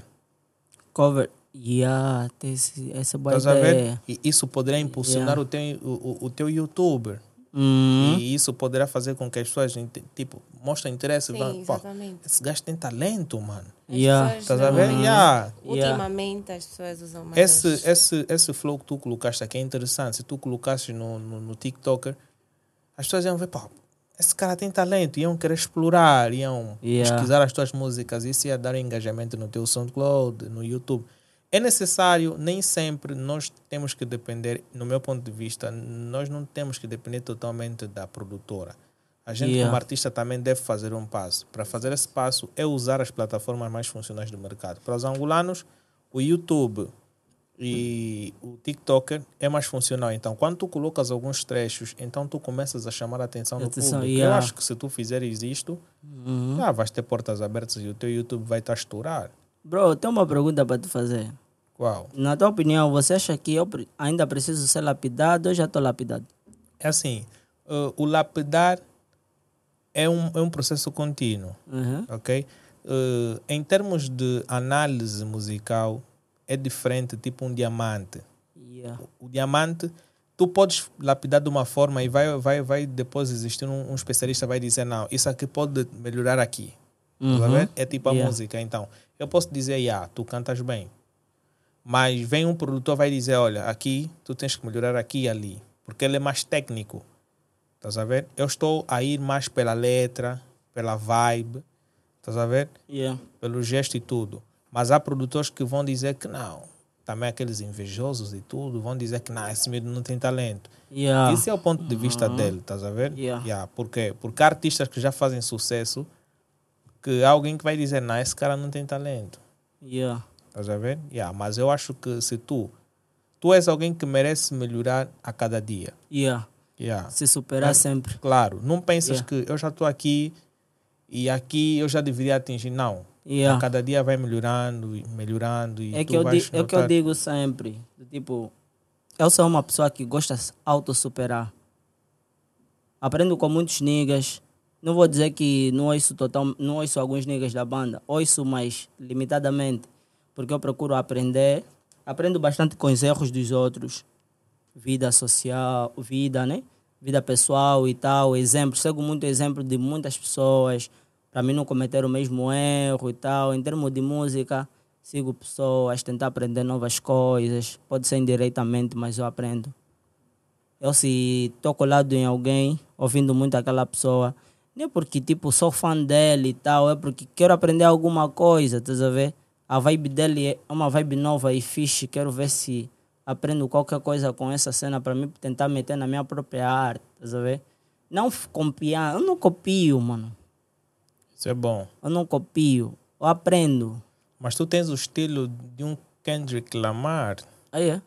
Cover. Yeah, tem esse, essa boa estás a ver? ideia. E isso poderá impulsionar Yeah. o, teu, o, o- o teu YouTuber. Hum, E isso poderá fazer com que as pessoas, inte- tipo, mostrem interesse. Sim, vão, "Pô, exatamente. esse gajo tem talento, mano. yeah. pessoas Estás a ver? não- Yeah. Uhum. Yeah. Ultimamente as pessoas usam mais. Esse, é- as- esse, esse flow que tu colocaste aqui é interessante. Se tu colocaste no, no, no TikToker, as pessoas iam ver, pá, esse cara tem talento, iam querer explorar, iam Yeah. pesquisar as tuas músicas. Isso ia dar engajamento no teu SoundCloud, no YouTube. É necessário, nem sempre nós temos que depender, no meu ponto de vista, nós não temos que depender totalmente da produtora. A gente, Yeah. como artista, também deve fazer um passo. Para fazer esse passo, é usar as plataformas mais funcionais do mercado. Para os angolanos, o YouTube e o TikToker é mais funcional. Então, quando tu colocas alguns trechos, então tu começas a chamar a atenção do Atenção, público. Eu yeah. acho que se tu fizeres isto, Uhum. já vais ter portas abertas e o teu YouTube vai estar a estourar. Bro, eu tenho uma pergunta para te fazer. Qual? Na tua opinião, você acha que eu pre- ainda preciso ser lapidado ou já estou lapidado? É assim, uh, o lapidar é um, é um processo contínuo. Uhum. ok? Eh, em termos de análise musical, é diferente, tipo um diamante. Yeah. O diamante, tu podes lapidar de uma forma e vai, vai, vai depois existir um, um especialista vai dizer, não, isso aqui pode melhorar aqui. Tá Uhum. vendo? É tipo a Yeah. música, então. Eu posso dizer, ah, tu cantas bem. Mas vem um produtor vai dizer, olha, aqui tu tens que melhorar aqui e ali. Porque ele é mais técnico. Estás a ver? Eu estou a ir mais pela letra, pela vibe. Estás a ver? Yeah. pelo gesto e tudo. Mas há produtores que vão dizer que não. Também aqueles invejosos e tudo vão dizer que não, esse miúdo não tem talento. Yeah. Esse é o ponto de vista dele, estás a ver? Uhum. Yeah. por quê? Porque há artistas que já fazem sucesso que há alguém que vai dizer, não, esse cara não tem talento. Yeah. Estás a ver? Yeah, mas eu acho que se tu, tu és alguém que merece melhorar a cada dia. Yeah. Yeah. Se superar sempre. Claro, não pensas Yeah. que eu já estou aqui e aqui eu já deveria atingir. Não, Yeah. a Ah. cada dia vai melhorando e melhorando e É tu que, eu vais di- é que eu notar- digo sempre. do Tipo, eu sou uma pessoa que gosta de se autossuperar. Aprendo com muitos niggas. Não vou dizer que não ouço, total, não ouço alguns niggas da banda. Ouço, mas limitadamente. Porque eu procuro aprender. Aprendo bastante com os erros dos outros. Vida social, vida, né? Vida pessoal e tal. Exemplo. Sigo muito exemplo de muitas pessoas. Para mim não cometer o mesmo erro e tal. Em termos de música, sigo pessoas, tentar aprender novas coisas. Pode ser indiretamente, mas eu aprendo. Eu se estou colado em alguém, ouvindo muito aquela pessoa, não é porque tipo sou fã dele e tal, é porque quero aprender alguma coisa, estás a ver? A vibe dele é uma vibe nova e fixe, quero ver se aprendo qualquer coisa com essa cena para mim tentar meter na minha própria arte, estás a ver? Não f- copiar, eu não copio, mano. Isso é bom. Eu não copio, eu aprendo. Mas tu tens o estilo de um Kendrick Lamar. Aí é.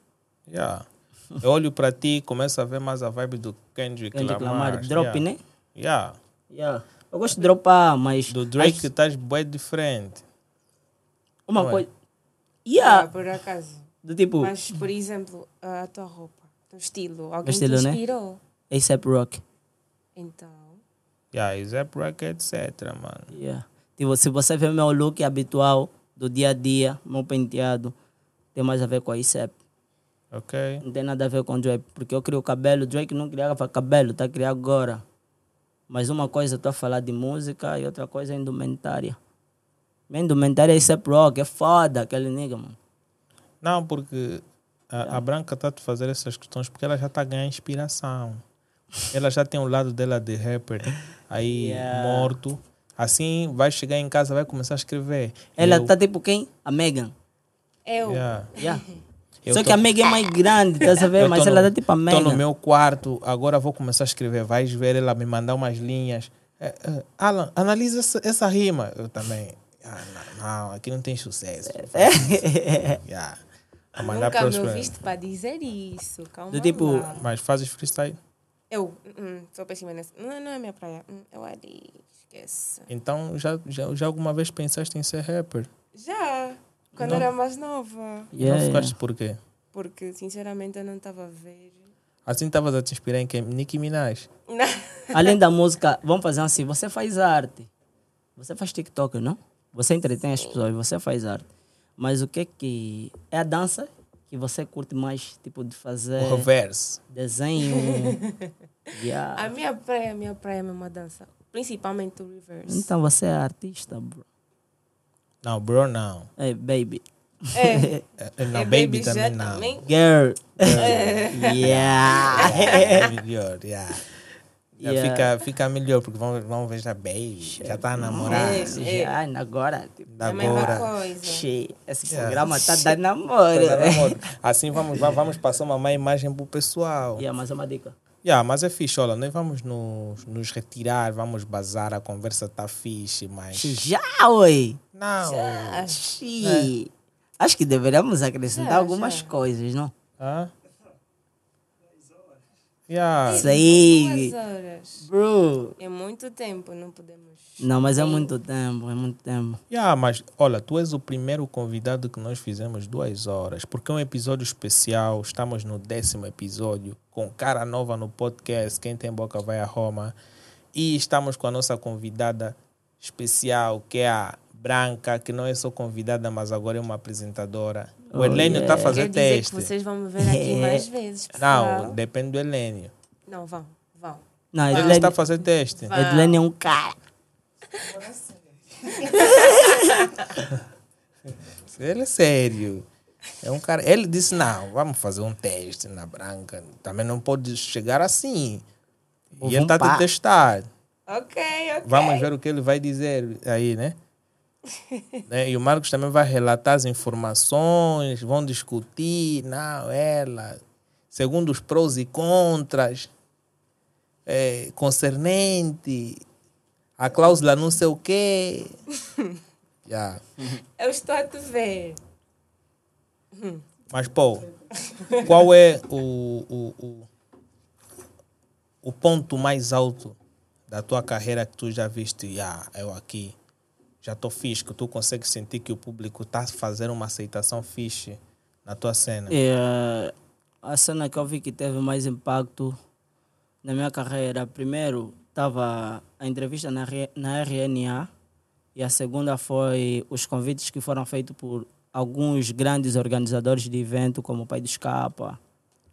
Yeah. Eu olho para ti e começo a ver mais a vibe do Kendrick, Kendrick Lamar. Lamar, drop, yeah. né? Yeah. Yeah. Eu gosto de dropar, mas. Do Drake acho- estás bem diferente. Uma Ué. coisa. Ah, Yeah! por acaso. Do Uh. tipo. Mas, por exemplo, a tua roupa, o teu estilo, alguém estilo, te né? inspirou. ASAP Rock. Então, Yeah, is that Rock, etc, mano. Yeah. Tipo, se você vê meu look habitual do dia a dia, meu penteado, tem mais a ver com a ASAP. Ok? Não tem nada a ver com o Drake, porque eu crio cabelo. Drake não criava cabelo, tá criando agora. Mas uma coisa eu tô a falar de música e outra coisa é indumentária. Minha indumentária é ASAP Rock, é foda aquele nigga, mano. Não, porque a, a Branca está a te fazer essas questões porque ela já está a ganhar inspiração. Ela já tem o lado dela de rapper aí Yeah. morto. Assim vai chegar em casa, vai começar a escrever. Ela Eu- tá tipo quem? A Megan. eu. Yeah. Yeah. Eu Só tô- que a Megan é mais grande, tá sabendo? eu tô Mas ela no- tá tipo a Tô no Megan. meu quarto, agora vou começar a escrever. Vais ver ela me mandar umas linhas. É, é, Alan, analisa essa, essa rima. Eu também. Ah, não, não, aqui não tem sucesso. É. Yeah. Vou mandar Nunca pros me friends. ouviste para dizer isso. Calma. Do tipo- lá. hum, Mas fazes freestyle? Eu, uh-uh, sou péssima nessa. Não, não é minha praia. Hum, eu ali. esquece. Então, já, já, já alguma vez pensaste em ser rapper? Já, quando Não. era mais nova. Yeah, não yeah. ficaste por quê? Porque, sinceramente, eu não estava a ver. Assim estavas a te inspirar em quem? Nicki Minaj. Não. Além da música, vamos fazer assim: você faz arte, você faz TikTok, não? Você entretém as pessoas, você faz arte. Mas o que é que. É a dança que você curte mais, tipo, de fazer O reverse. desenho. A yeah. minha praia, a minha praia é mesmo a dança. Principalmente o reverse. Então você é artista, bro. Não, bro, não. Hey, baby. É. Eh, eh, Não, É baby, Baby também J não. também. Girl. yeah. É melhor, yeah. Já Yeah. Fica, fica melhor, porque vamos, vamos ver já baby. Já está a namorar. É. Já, agora. Tipo, Da É a mesma agora. coisa. Che, esse Yeah. programa tá dando namoro. Tá namoro. Assim vamos, va- vamos passar uma má imagem pro pessoal. yeah, mas é uma dica. Yeah, mas é fixe, olha, nós vamos nos, nos retirar, vamos bazar, a conversa tá fixe, mas. Já, oi. Não! Xi. Né? Acho que deveríamos acrescentar Já, algumas já. coisas, não? Hã? Yeah. Isso aí. Duas horas. Bro. É muito tempo, não podemos. Não, mas é muito tempo, é muito tempo. Yeah, mas olha, tu és o primeiro convidado que nós fizemos duas horas, porque é um episódio especial. Estamos no décimo episódio, com cara nova no podcast. Quem tem boca vai a Roma. E estamos com a nossa convidada especial, que é a Branca, que não é só convidada, mas agora é uma apresentadora. O Oh, Helênio está a fazer Quer dizer é teste. que vocês vão me ver aqui É. mais vezes. pessoal. Não, depende do Helênio. Não, vão, vão. Não, Ele Edlene, está a fazer teste. Edlene é um cara. Ele é sério. É um cara. Ele disse: não, vamos fazer um teste na branca. Também não pode chegar assim. Vou e ele está vompar. a testar. Ok, ok. Vamos ver o que ele vai dizer aí, né? Né? E o Marcos também vai relatar as informações, vão discutir, não, ela, segundo os prós e contras, é, concernente, a cláusula não sei o quê. Já. Eu estou a te ver. Mas, pô, qual é o, o, o, o ponto mais alto da tua carreira que tu já viste? Ah, eu aqui já estou fixe, que tu consegue sentir que o público está fazendo uma aceitação fixe na tua cena. É, a cena que eu vi que teve mais impacto na minha carreira, primeiro estava a entrevista na, R- na RNA e a segunda foi os convites que foram feitos por alguns grandes organizadores de evento, como o Pai do Escapa.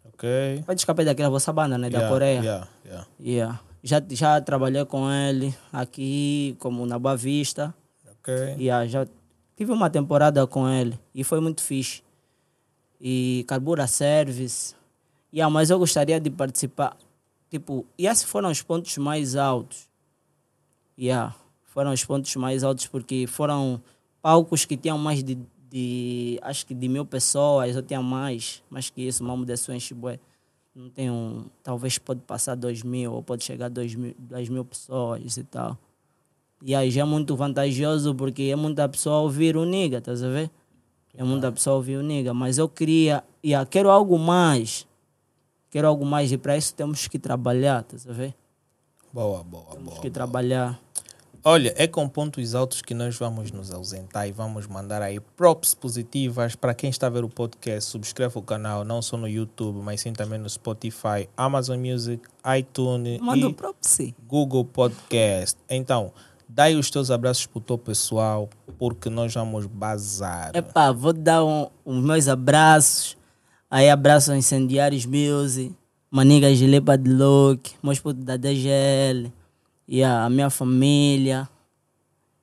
Ok? O Pai do Escapa é daquela vossa banda, né? Da Yeah, Coreia. yeah, yeah. Yeah. Já, já trabalhei com ele aqui, como na Boa Vista. Ok. Yeah, já tive uma temporada com ele e foi muito fixe. E Carbura Service. Yeah, mas eu gostaria de participar. Tipo, e esses foram os pontos mais altos. Yeah, foram os pontos mais altos porque foram palcos que tinham mais de, de acho que de mil pessoas, eu tinha mais, mais que isso, Mamo de Suenchibué. Não tem um, talvez pode passar dois mil ou pode chegar a dois mil, duas mil pessoas e tal. E aí já é muito vantajoso porque é muita pessoa ouvir o nigga, estás a ver? É muita pessoa ouvir o nigga, mas eu queria, e aí quero algo mais. Quero algo mais e para isso temos que trabalhar, estás a ver? Boa, boa, Temos boa. que trabalhar. Olha, é com pontos altos que nós vamos nos ausentar e vamos mandar aí props positivas para quem está a ver o podcast. Subscreve o canal, não só no YouTube, mas sim também no Spotify, Amazon Music, iTunes Manda o e próprio sim. Google Podcast. Então, dai os teus abraços para o teu pessoal, porque nós vamos bazar. Epá, vou dar um- os meus abraços. Aí abraço aos incendiários Music, Maniga Gilepa de Luke, meus putos da DGL, e a minha família.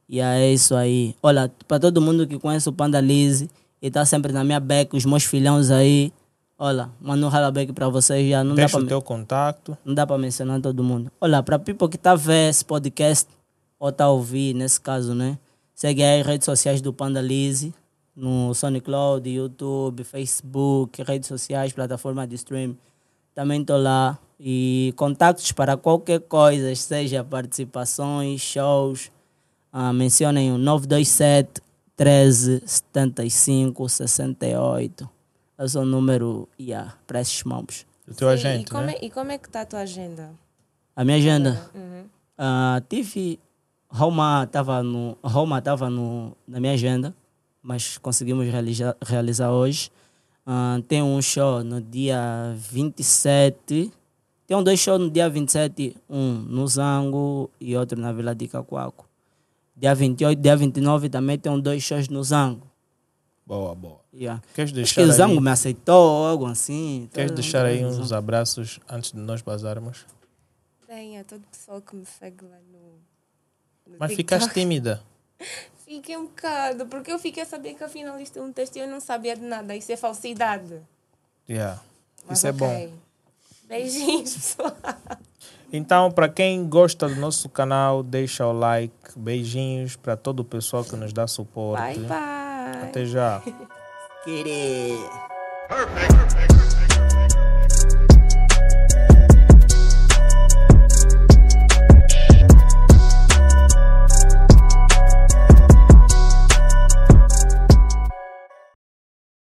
E é isso aí. Olha, para todo mundo que conhece o Panda Lise e tá sempre na minha beca, os meus filhões aí. Olha, mando um halabeck para vocês já. Não dá Deixa pra o teu contato. não dá para mencionar todo mundo. Olha, para people que tá vendo esse podcast ou tá a ouvir, nesse caso, né? Segue aí as redes sociais do Panda Lise, no SonicCloud, YouTube, Facebook, redes sociais, plataforma de stream. Também tô lá. E contatos para qualquer coisa, seja participações, shows, ah, mencionem o 927 13 75 68. Esse é o número yeah, para esses mambos. O teu Sim, agente, e, como tá né? é, e como é que está a tua agenda? A minha agenda. Uhum. Ah, tive Roma estava no Roma estava no na minha agenda, mas conseguimos realizar, realizar hoje. Ah, tem um show no dia 27. Tem um, dois shows no dia 27, um no Zango e outro na Vila de Cacoaco. Dia 28, dia 29 também tem um, dois shows no Zango. Boa, boa. Yeah. Queres Acho deixar, que o Zango aí, me aceitou, algo assim. queres Todo- deixar aí todo Zango. uns abraços antes de nós bazarmos? Bem, a todo o pessoal que me segue lá no. no Mas TikTok. ficaste tímida. Fiquei um bocado, porque eu fiquei a saber que afinal isto é um texto e eu não sabia de nada. Isso é falsidade. Yeah. Mas Isso é bom. ok. Beijinhos, pessoal. Então, para quem gosta do nosso canal, deixa o like. Beijinhos para todo o pessoal que nos dá suporte. Bye, bye. Até já. Querer. Perfect. Perfect.